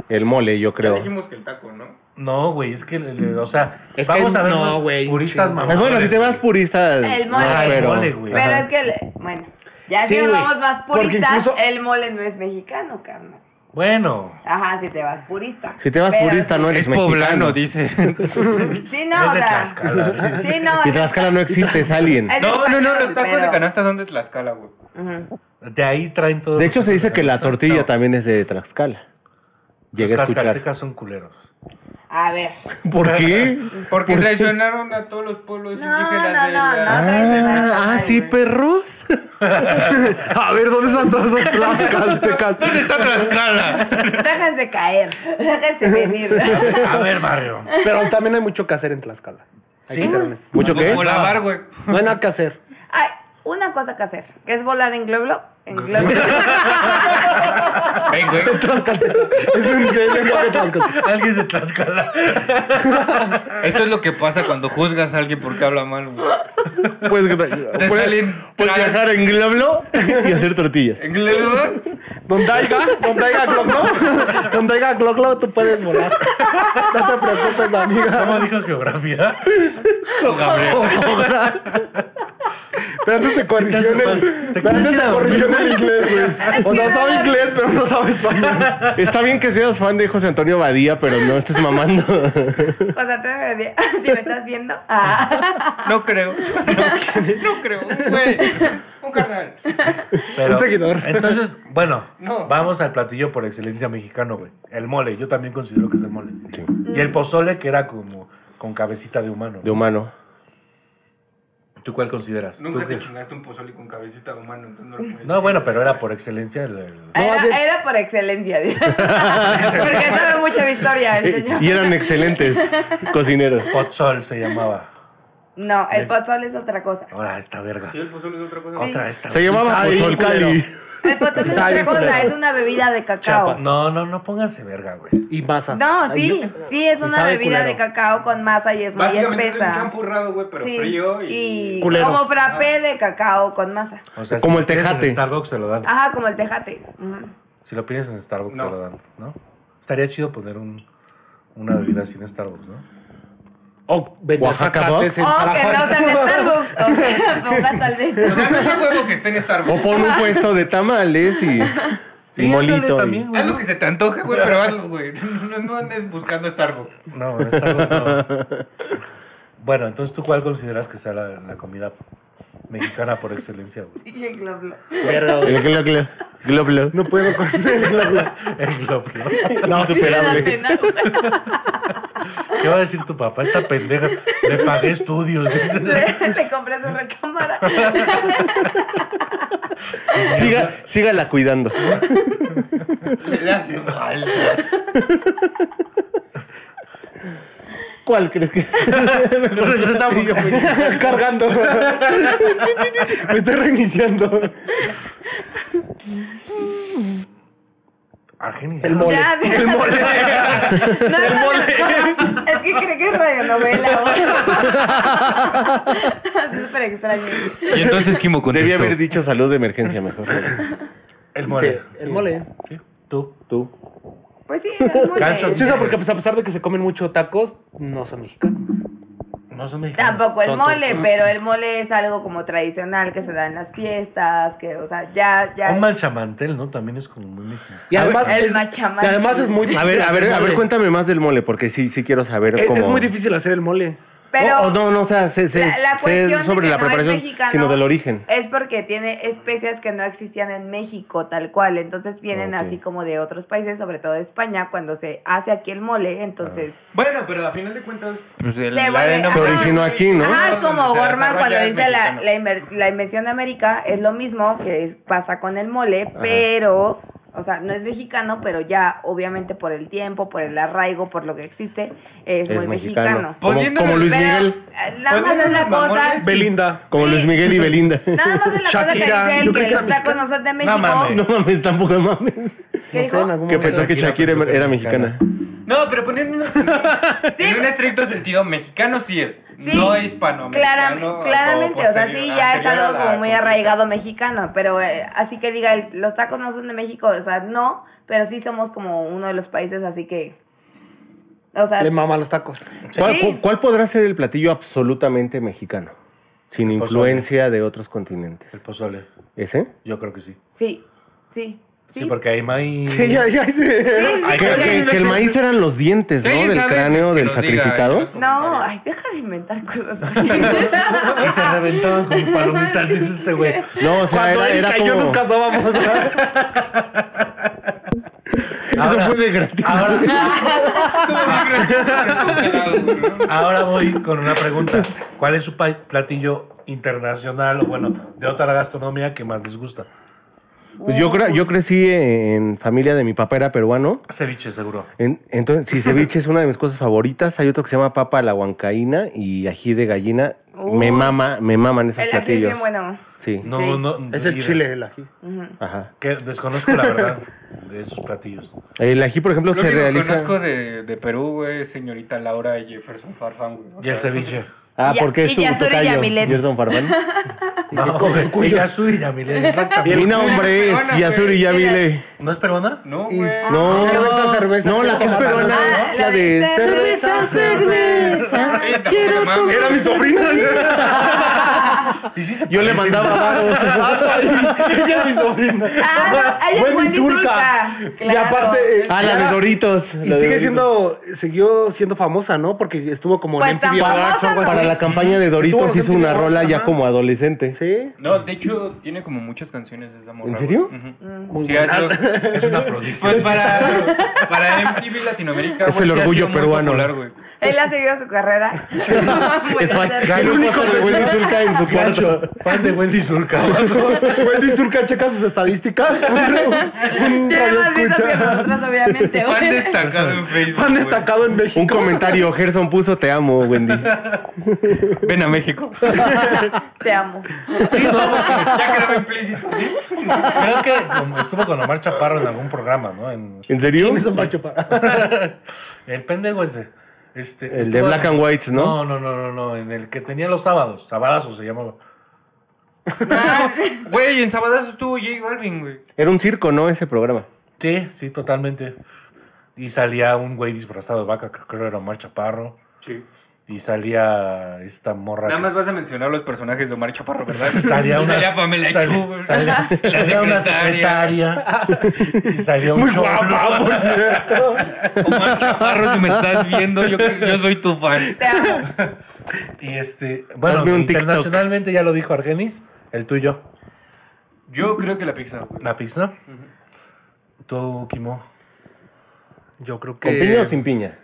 [SPEAKER 4] El mole, yo
[SPEAKER 3] Ya
[SPEAKER 4] creo.
[SPEAKER 3] dijimos que el taco, ¿no?
[SPEAKER 5] No, güey, es que, le- le- o sea,
[SPEAKER 6] Es que
[SPEAKER 5] vamos a ver.
[SPEAKER 6] no, güey,
[SPEAKER 5] Puristas
[SPEAKER 6] chingo.
[SPEAKER 5] mamadores,
[SPEAKER 4] Pues bueno, si te vas purista.
[SPEAKER 2] El mole.
[SPEAKER 4] no,
[SPEAKER 2] Ah, el
[SPEAKER 4] pero-
[SPEAKER 5] mole, güey.
[SPEAKER 2] Pero
[SPEAKER 5] Ajá.
[SPEAKER 2] es que, le- bueno, ya
[SPEAKER 6] Sí,
[SPEAKER 2] si nos
[SPEAKER 6] güey,
[SPEAKER 2] vamos más
[SPEAKER 6] porque
[SPEAKER 2] puristas,
[SPEAKER 6] incluso-
[SPEAKER 2] el mole no es mexicano, carnal.
[SPEAKER 5] Bueno,
[SPEAKER 2] Ajá, si te vas purista.
[SPEAKER 4] Si te vas
[SPEAKER 2] Pero
[SPEAKER 4] purista,
[SPEAKER 2] sí-
[SPEAKER 4] no eres
[SPEAKER 3] Es poblano,
[SPEAKER 4] mexicano.
[SPEAKER 3] dice.
[SPEAKER 2] Sí, no,
[SPEAKER 5] es
[SPEAKER 2] o
[SPEAKER 5] de
[SPEAKER 2] sea,
[SPEAKER 5] Tlaxcala.
[SPEAKER 2] Sí, no.
[SPEAKER 4] Y
[SPEAKER 2] es-
[SPEAKER 4] Tlaxcala no existe, es alguien.
[SPEAKER 2] es
[SPEAKER 3] No, no, no,
[SPEAKER 2] español,
[SPEAKER 3] los tacos
[SPEAKER 2] pero-
[SPEAKER 3] de canasta son de Tlaxcala, güey.
[SPEAKER 2] Ujú.
[SPEAKER 5] De ahí traen todo.
[SPEAKER 4] De hecho, se dice que la tortilla también es de Tlaxcala. Llegué a
[SPEAKER 5] Los
[SPEAKER 4] escuchar.
[SPEAKER 5] tlaxcaltecas son culeros.
[SPEAKER 2] A ver.
[SPEAKER 4] ¿Por qué?
[SPEAKER 3] Porque
[SPEAKER 4] ¿Por qué?
[SPEAKER 3] traicionaron a todos los pueblos
[SPEAKER 2] No,
[SPEAKER 3] indígenas
[SPEAKER 2] no,
[SPEAKER 3] de
[SPEAKER 2] no,
[SPEAKER 3] la-
[SPEAKER 2] no, traicionaron a
[SPEAKER 4] Ah, ah,
[SPEAKER 2] nadie,
[SPEAKER 4] sí,
[SPEAKER 2] güey.
[SPEAKER 4] perros.
[SPEAKER 6] A ver, ¿dónde están todas esas tlaxcaltecas?
[SPEAKER 3] ¿Dónde está Tlaxcala?
[SPEAKER 2] Déjense caer. Déjense venir.
[SPEAKER 5] A ver, Mario.
[SPEAKER 6] Pero también hay mucho que hacer en Tlaxcala. Hay
[SPEAKER 5] ¿Sí?
[SPEAKER 6] que ser honestos.
[SPEAKER 4] ¿Mucho qué?
[SPEAKER 3] Como la bar, güey.
[SPEAKER 6] No hay nada que hacer.
[SPEAKER 2] Hay una cosa que hacer, que es volar en globo. En globo.
[SPEAKER 3] Ven, güey.
[SPEAKER 6] Es un es un lenguaje tlaxcalteca.
[SPEAKER 5] Alguien de Tlaxcala.
[SPEAKER 3] Esto es lo que pasa cuando juzgas a alguien porque habla mal, güey.
[SPEAKER 4] Puedes, Pues, puedes-
[SPEAKER 3] salen
[SPEAKER 4] puedes
[SPEAKER 3] tras-
[SPEAKER 4] viajar en globlo y hacer tortillas.
[SPEAKER 6] Donde haya, donde haya gloglo, donde haya gloglo, tú puedes volar. No te preocupes, amiga.
[SPEAKER 5] ¿Cómo dijo geografía?
[SPEAKER 6] Pero antes te corrigió en el,
[SPEAKER 5] Te
[SPEAKER 6] pero antes te
[SPEAKER 5] quisiera
[SPEAKER 6] corrigió en el inglés, güey. O sea, sabe inglés, pero no sabe español.
[SPEAKER 4] Está bien que seas fan de José Antonio Badía, pero no estés mamando.
[SPEAKER 2] O sea, te debería- si me estás viendo. Ah.
[SPEAKER 3] No creo. No creo. Güey. Un carnal.
[SPEAKER 5] Pero-
[SPEAKER 6] Un seguidor.
[SPEAKER 5] Entonces, bueno,
[SPEAKER 3] No.
[SPEAKER 5] vamos al platillo por excelencia mexicano, güey. El mole, yo también considero que es el mole. Y el pozole, que era como con cabecita de humano.
[SPEAKER 4] De humano.
[SPEAKER 5] ¿Tú cuál consideras?
[SPEAKER 3] Nunca
[SPEAKER 5] ¿Tú
[SPEAKER 3] te
[SPEAKER 5] qué?
[SPEAKER 3] chingaste un pozole con cabecita de humano, entonces no lo puedes
[SPEAKER 5] No,
[SPEAKER 3] decir.
[SPEAKER 5] bueno, pero era por excelencia el- el-
[SPEAKER 6] de-
[SPEAKER 2] Era, era por excelencia. Porque sabe mucho de historia el señor.
[SPEAKER 4] Eh, Y eran excelentes cocineros.
[SPEAKER 5] Potzol se llamaba.
[SPEAKER 2] No, el pozole es otra cosa.
[SPEAKER 5] Ahora esta verga.
[SPEAKER 3] Sí, el pozole es otra cosa.
[SPEAKER 5] Otra esta.
[SPEAKER 4] Se llamaba
[SPEAKER 6] Ay,
[SPEAKER 4] Pochol Cali.
[SPEAKER 2] El pozole es
[SPEAKER 6] Sabe
[SPEAKER 2] otra
[SPEAKER 6] bien
[SPEAKER 2] cosa,
[SPEAKER 6] culero.
[SPEAKER 2] es una bebida de cacao.
[SPEAKER 6] Chiapas.
[SPEAKER 5] No, no, no pónganse verga, güey.
[SPEAKER 6] Y masa.
[SPEAKER 2] No, sí, sí, es
[SPEAKER 6] Y
[SPEAKER 2] una
[SPEAKER 6] sabe
[SPEAKER 2] bebida
[SPEAKER 6] culero.
[SPEAKER 2] de cacao con masa y es muy
[SPEAKER 3] Básicamente es un
[SPEAKER 2] espesa.
[SPEAKER 3] champurrado, güey, pero
[SPEAKER 2] Sí,
[SPEAKER 3] frío y...
[SPEAKER 6] Culero.
[SPEAKER 2] como frappé de cacao con masa.
[SPEAKER 5] O sea,
[SPEAKER 4] Como
[SPEAKER 5] lo
[SPEAKER 4] el
[SPEAKER 5] pides
[SPEAKER 4] tejate.
[SPEAKER 5] En Starbucks se lo dan.
[SPEAKER 2] Ajá, como el tejate. Ujú.
[SPEAKER 5] Si lo pides en Starbucks
[SPEAKER 3] No.
[SPEAKER 5] te lo dan, ¿no? Estaría chido poner un, una bebida sin Starbucks, ¿no?
[SPEAKER 6] O vender
[SPEAKER 4] Oaxaca Box.
[SPEAKER 6] zacates en
[SPEAKER 2] O que no
[SPEAKER 6] Zacates.
[SPEAKER 2] usan Starbucks. O que pongas tal
[SPEAKER 3] O sea,
[SPEAKER 2] vez.
[SPEAKER 3] no es el huevo que esté en
[SPEAKER 4] O
[SPEAKER 3] Starbucks.
[SPEAKER 4] pon un puesto de tamales y, y
[SPEAKER 5] ándale
[SPEAKER 4] molito. y-
[SPEAKER 5] también, güey.
[SPEAKER 3] Haz lo que se te antoje, güey, pero hazlo, güey. No, no andes buscando Starbucks.
[SPEAKER 5] No, Starbucks no. Bueno, entonces, ¿tú cuál consideras que sea la, la comida mexicana por excelencia, güey?
[SPEAKER 2] Dije globlo.
[SPEAKER 6] Pero
[SPEAKER 4] El glo- glo- globlo.
[SPEAKER 6] no puedo con el globlo.
[SPEAKER 5] El globlo.
[SPEAKER 2] Sí,
[SPEAKER 4] Insuperable.
[SPEAKER 2] la pena.
[SPEAKER 5] ¿Qué va a decir tu papá? Esta pendeja. Le pagué estudios.
[SPEAKER 2] Le, le compré su recámara.
[SPEAKER 4] Siga, sígala cuidando.
[SPEAKER 3] Le hace falta.
[SPEAKER 4] ¿Cuál crees que
[SPEAKER 5] Regresamos.
[SPEAKER 6] Cargando. Me estoy reiniciando.
[SPEAKER 5] Argenis.
[SPEAKER 6] El mole.
[SPEAKER 2] Ya,
[SPEAKER 6] El mole.
[SPEAKER 2] No,
[SPEAKER 6] El
[SPEAKER 2] no,
[SPEAKER 6] mole.
[SPEAKER 2] Es que cree que es radionovela. güey. Es súper extraño.
[SPEAKER 3] Y entonces Kimo
[SPEAKER 4] debía haber dicho salud de emergencia mejor?
[SPEAKER 5] El mole.
[SPEAKER 6] Sí, el mole.
[SPEAKER 5] Sí. Tú.
[SPEAKER 4] Tú.
[SPEAKER 2] Pues sí, es mole.
[SPEAKER 5] Gancho,
[SPEAKER 6] Sí, o sea, porque pues, a pesar de que se comen mucho tacos, no son mexicanos.
[SPEAKER 5] No son mexicanos.
[SPEAKER 2] Tampoco el
[SPEAKER 6] Tonto.
[SPEAKER 2] mole, pero el mole es algo como tradicional que se da en las fiestas, que, o sea, ya, Ah, ya.
[SPEAKER 5] Un manchamantel, ¿no? También es como muy mexicano.
[SPEAKER 6] Y además,
[SPEAKER 2] El
[SPEAKER 6] es,
[SPEAKER 2] machamal.
[SPEAKER 6] y además es muy
[SPEAKER 4] A
[SPEAKER 6] difícil.
[SPEAKER 4] ver, a
[SPEAKER 6] hacer
[SPEAKER 4] ver, a ver,
[SPEAKER 6] mole.
[SPEAKER 4] cuéntame más del mole, porque sí, sí quiero saber
[SPEAKER 6] Es,
[SPEAKER 4] cómo.
[SPEAKER 6] es muy difícil hacer el mole.
[SPEAKER 2] Pero
[SPEAKER 4] O- o no, no, o sea, sé, sé-
[SPEAKER 2] la, la
[SPEAKER 4] sé
[SPEAKER 2] cuestión de
[SPEAKER 4] sobre
[SPEAKER 2] que
[SPEAKER 4] la
[SPEAKER 2] no es
[SPEAKER 4] preparación,
[SPEAKER 2] mexicano
[SPEAKER 4] sino del origen.
[SPEAKER 2] Es porque tiene especias que no existían en México tal cual, entonces vienen
[SPEAKER 4] Ok.
[SPEAKER 2] así como de otros países, sobre todo de España, cuando se hace aquí el mole, entonces
[SPEAKER 3] Bueno, pero a final de cuentas. pues, el-
[SPEAKER 2] Se
[SPEAKER 3] la
[SPEAKER 2] vuelve-
[SPEAKER 3] arena
[SPEAKER 2] Se
[SPEAKER 3] mexicana-
[SPEAKER 4] originó aquí, ¿no?
[SPEAKER 2] Ajá, es como
[SPEAKER 3] Donde se
[SPEAKER 2] Gorman
[SPEAKER 3] desarrolla
[SPEAKER 2] cuando
[SPEAKER 3] es
[SPEAKER 2] dice la,
[SPEAKER 3] mexicano.
[SPEAKER 2] la, inver- la invención de América, es lo mismo que es- pasa con el mole, pero, o sea, no es mexicano, pero ya obviamente por el tiempo, por el arraigo, por lo que existe, es, muy mexicano.
[SPEAKER 4] Como,
[SPEAKER 3] Poniéndole-
[SPEAKER 4] como Luis
[SPEAKER 2] Pero,
[SPEAKER 4] Miguel.
[SPEAKER 2] eh, nada más es la
[SPEAKER 3] Poniéndole
[SPEAKER 2] cosa.
[SPEAKER 3] mamones.
[SPEAKER 6] Belinda.
[SPEAKER 4] Como
[SPEAKER 2] sí.
[SPEAKER 4] Luis Miguel y Belinda.
[SPEAKER 2] Nada más es la cosa que
[SPEAKER 6] Shakira,
[SPEAKER 2] dice
[SPEAKER 6] yo
[SPEAKER 2] él,
[SPEAKER 6] creí
[SPEAKER 2] que
[SPEAKER 6] que era
[SPEAKER 2] los tacos no son de México.
[SPEAKER 5] mames.
[SPEAKER 4] No mames, tampoco mames.
[SPEAKER 2] ¿Qué
[SPEAKER 6] No sé, en
[SPEAKER 2] dijo?
[SPEAKER 6] algún
[SPEAKER 4] Que
[SPEAKER 6] momento.
[SPEAKER 4] pensó que Shakira era, era mexicana.
[SPEAKER 3] No, pero poniendo
[SPEAKER 2] Sí, pues.
[SPEAKER 3] en un estricto sentido, mexicano sí es.
[SPEAKER 2] Sí.
[SPEAKER 3] no hispano.
[SPEAKER 2] Claram-
[SPEAKER 3] mexicano,
[SPEAKER 2] claramente, o sea,
[SPEAKER 3] posterior-
[SPEAKER 2] sí, ya es
[SPEAKER 3] anterior a
[SPEAKER 2] algo
[SPEAKER 3] la
[SPEAKER 2] como muy
[SPEAKER 3] conquista.
[SPEAKER 2] arraigado mexicano, pero eh, así que diga, el- los tacos no son de México, o sea, no, pero sí somos como uno de los países, así que, o sea,
[SPEAKER 6] Le mama los tacos.
[SPEAKER 4] ¿Cuál,
[SPEAKER 2] Sí.
[SPEAKER 4] cu- cuál podrá ser el platillo absolutamente mexicano? Sin
[SPEAKER 5] pozole.
[SPEAKER 4] influencia de otros
[SPEAKER 5] El
[SPEAKER 4] continentes.
[SPEAKER 5] pozole.
[SPEAKER 4] ¿Ese?
[SPEAKER 5] Yo creo que sí.
[SPEAKER 2] sí, sí, sí,
[SPEAKER 5] Sí, porque hay maíz.
[SPEAKER 2] sí,
[SPEAKER 4] Que,
[SPEAKER 2] porque-
[SPEAKER 4] que- que el maíz eran los dientes, ¿no?
[SPEAKER 3] Sí,
[SPEAKER 4] Del
[SPEAKER 3] saben, pues,
[SPEAKER 4] cráneo
[SPEAKER 3] que
[SPEAKER 4] del
[SPEAKER 3] los diga, que
[SPEAKER 4] sacrificado.
[SPEAKER 3] los
[SPEAKER 2] No,
[SPEAKER 3] comentarios.
[SPEAKER 2] ay, deja de inventar cosas.
[SPEAKER 5] Y se reventaban como palomitas, dice este güey.
[SPEAKER 4] No, o sea,
[SPEAKER 6] Cuando
[SPEAKER 4] era,
[SPEAKER 6] él
[SPEAKER 4] era
[SPEAKER 6] cayó
[SPEAKER 4] como...
[SPEAKER 6] nos casábamos.
[SPEAKER 4] Eso fue de gratis.
[SPEAKER 5] Ahora,
[SPEAKER 3] Claro,
[SPEAKER 5] ahora voy con una pregunta. ¿Cuál es su pa- platillo internacional o bueno, de otra gastronomía que más les gusta?
[SPEAKER 4] Pues yo, cre- yo crecí en familia de mi papá, era peruano.
[SPEAKER 5] Ceviche, seguro.
[SPEAKER 4] En- entonces, si ceviche es una de mis cosas favoritas, hay otro que se llama papa a la huancaína y ají de gallina. Me
[SPEAKER 2] Uh.
[SPEAKER 4] mama, me maman esos
[SPEAKER 2] El ají es
[SPEAKER 4] platillos.
[SPEAKER 2] bien bueno.
[SPEAKER 4] Sí,
[SPEAKER 5] No,
[SPEAKER 2] Sí.
[SPEAKER 5] no,
[SPEAKER 6] es el
[SPEAKER 5] y-
[SPEAKER 6] chile, el ají.
[SPEAKER 4] ajá.
[SPEAKER 5] Que desconozco la verdad de esos platillos.
[SPEAKER 4] El ají, por ejemplo,
[SPEAKER 3] Lo
[SPEAKER 4] se
[SPEAKER 3] único que
[SPEAKER 4] realiza...
[SPEAKER 3] conozco de, de Perú, güey, es señorita Laura Jefferson Farfán, güey. O
[SPEAKER 5] Y el
[SPEAKER 3] sea,
[SPEAKER 5] ceviche.
[SPEAKER 4] Ah,
[SPEAKER 2] Y ya-
[SPEAKER 4] porque es
[SPEAKER 2] y
[SPEAKER 4] tu
[SPEAKER 2] ya Suri
[SPEAKER 4] tocayo,
[SPEAKER 2] Yamilet.
[SPEAKER 4] Gerson Farfán.
[SPEAKER 5] No, güey, Yasuri Yamile,
[SPEAKER 4] Mi
[SPEAKER 5] exactamente.
[SPEAKER 4] nombre es
[SPEAKER 3] Peruana,
[SPEAKER 4] Yasuri
[SPEAKER 3] güey.
[SPEAKER 4] Yamile.
[SPEAKER 5] ¿No es peruana?
[SPEAKER 3] No,
[SPEAKER 6] Y-
[SPEAKER 3] güey.
[SPEAKER 4] No,
[SPEAKER 6] Ah, esa cerveza.
[SPEAKER 4] no, la que es peruana
[SPEAKER 2] Ah,
[SPEAKER 4] es la de...
[SPEAKER 2] cerveza, cerveza.
[SPEAKER 3] Ella tampoco le mama, güey.
[SPEAKER 4] Era mi sobrina.
[SPEAKER 5] Y sí se
[SPEAKER 4] Yo le
[SPEAKER 5] parece.
[SPEAKER 4] mandaba varo.
[SPEAKER 6] Ella es mi sobrina.
[SPEAKER 2] Ah, no, ella es
[SPEAKER 6] Wendy
[SPEAKER 2] Wendy
[SPEAKER 6] Zulka.
[SPEAKER 2] Zulka,
[SPEAKER 6] Y
[SPEAKER 2] claro.
[SPEAKER 6] aparte. eh,
[SPEAKER 4] Ah, la de Doritos. la
[SPEAKER 6] Y
[SPEAKER 4] de
[SPEAKER 6] sigue
[SPEAKER 4] Doritos.
[SPEAKER 6] siendo, siguió siendo famosa, ¿no? Porque estuvo como
[SPEAKER 2] Pues
[SPEAKER 6] en MTV
[SPEAKER 2] tan
[SPEAKER 6] Awards o algo
[SPEAKER 2] famosa
[SPEAKER 6] así.
[SPEAKER 4] Para la campaña de Doritos
[SPEAKER 6] Estuvo
[SPEAKER 4] hizo una
[SPEAKER 6] bastante
[SPEAKER 4] rola
[SPEAKER 6] famosa,
[SPEAKER 4] ya
[SPEAKER 6] ajá.
[SPEAKER 4] como adolescente.
[SPEAKER 6] Sí.
[SPEAKER 3] No, de hecho, tiene como muchas canciones esa morra.
[SPEAKER 4] ¿En serio?
[SPEAKER 3] güey. Ujú.
[SPEAKER 6] Muy
[SPEAKER 3] Sí, ha
[SPEAKER 6] buena.
[SPEAKER 3] sido-
[SPEAKER 5] Es una prodigio.
[SPEAKER 3] Pues para, para MTV Latinoamérica,
[SPEAKER 4] Es
[SPEAKER 3] güey,
[SPEAKER 4] el
[SPEAKER 3] sí ha
[SPEAKER 4] orgullo
[SPEAKER 3] sido muy
[SPEAKER 4] peruano.
[SPEAKER 3] popular, güey.
[SPEAKER 2] Él ha seguido su carrera.
[SPEAKER 4] Es fan-
[SPEAKER 2] Bueno,
[SPEAKER 4] el único de Wendy Zulka en su cuarto.
[SPEAKER 5] Fan de Wendy Zulka.
[SPEAKER 6] Wendy Zulka checa sus estadísticas. Un, un
[SPEAKER 2] Tiene
[SPEAKER 6] radio
[SPEAKER 2] más vistas que
[SPEAKER 6] escucha.
[SPEAKER 2] nosotros, obviamente.
[SPEAKER 3] Fan
[SPEAKER 2] güey.
[SPEAKER 3] destacado en Facebook.
[SPEAKER 6] Fan
[SPEAKER 3] güey.
[SPEAKER 6] destacado en México.
[SPEAKER 4] Un comentario, Gerson puso te amo, Wendy.
[SPEAKER 3] Ven a México.
[SPEAKER 2] Te amo.
[SPEAKER 3] ya quedaba implícito, ¿sí?
[SPEAKER 5] Creo que como estuvo con Omar Chaparro en algún programa, ¿no? En-
[SPEAKER 4] ¿En serio?
[SPEAKER 6] ¿Quién es Omar Chaparro?
[SPEAKER 5] el pendejo ese. Este,
[SPEAKER 4] El de
[SPEAKER 5] estuvo-
[SPEAKER 4] Black and White, ¿no?
[SPEAKER 5] No, no, no, no, no. En el que tenía los sábados. Sabadazo se llamaba.
[SPEAKER 3] Güey, en Sabadazo estuvo J Balvin, güey.
[SPEAKER 4] Era un circo, ¿no? Ese programa.
[SPEAKER 5] Sí, sí, totalmente. Y salía un güey disfrazado de vaca, que creo era Omar Chaparro.
[SPEAKER 3] Sí.
[SPEAKER 5] Y salía esta morra.
[SPEAKER 3] Nada
[SPEAKER 5] que-
[SPEAKER 3] más vas a mencionar los personajes de Omar Chaparro, ¿verdad?
[SPEAKER 5] Salía
[SPEAKER 3] Y
[SPEAKER 5] una.
[SPEAKER 3] salía Pamela
[SPEAKER 5] sal-
[SPEAKER 3] Chu, güey.
[SPEAKER 5] salía- salía una secretaria. Y salía un cholo.
[SPEAKER 3] pues. Omar Chaparro, si me estás viendo, yo, yo soy tu fan.
[SPEAKER 2] Te amo.
[SPEAKER 5] Y este. Bueno,
[SPEAKER 4] Hazme un TikTok.
[SPEAKER 5] internacionalmente ya lo dijo Argenis. El tuyo.
[SPEAKER 3] Yo creo que la pizza, güey.
[SPEAKER 5] La pizza. Tú, Kimo.
[SPEAKER 6] Yo creo que.
[SPEAKER 5] Eh,
[SPEAKER 4] ¿Con piña o sin piña?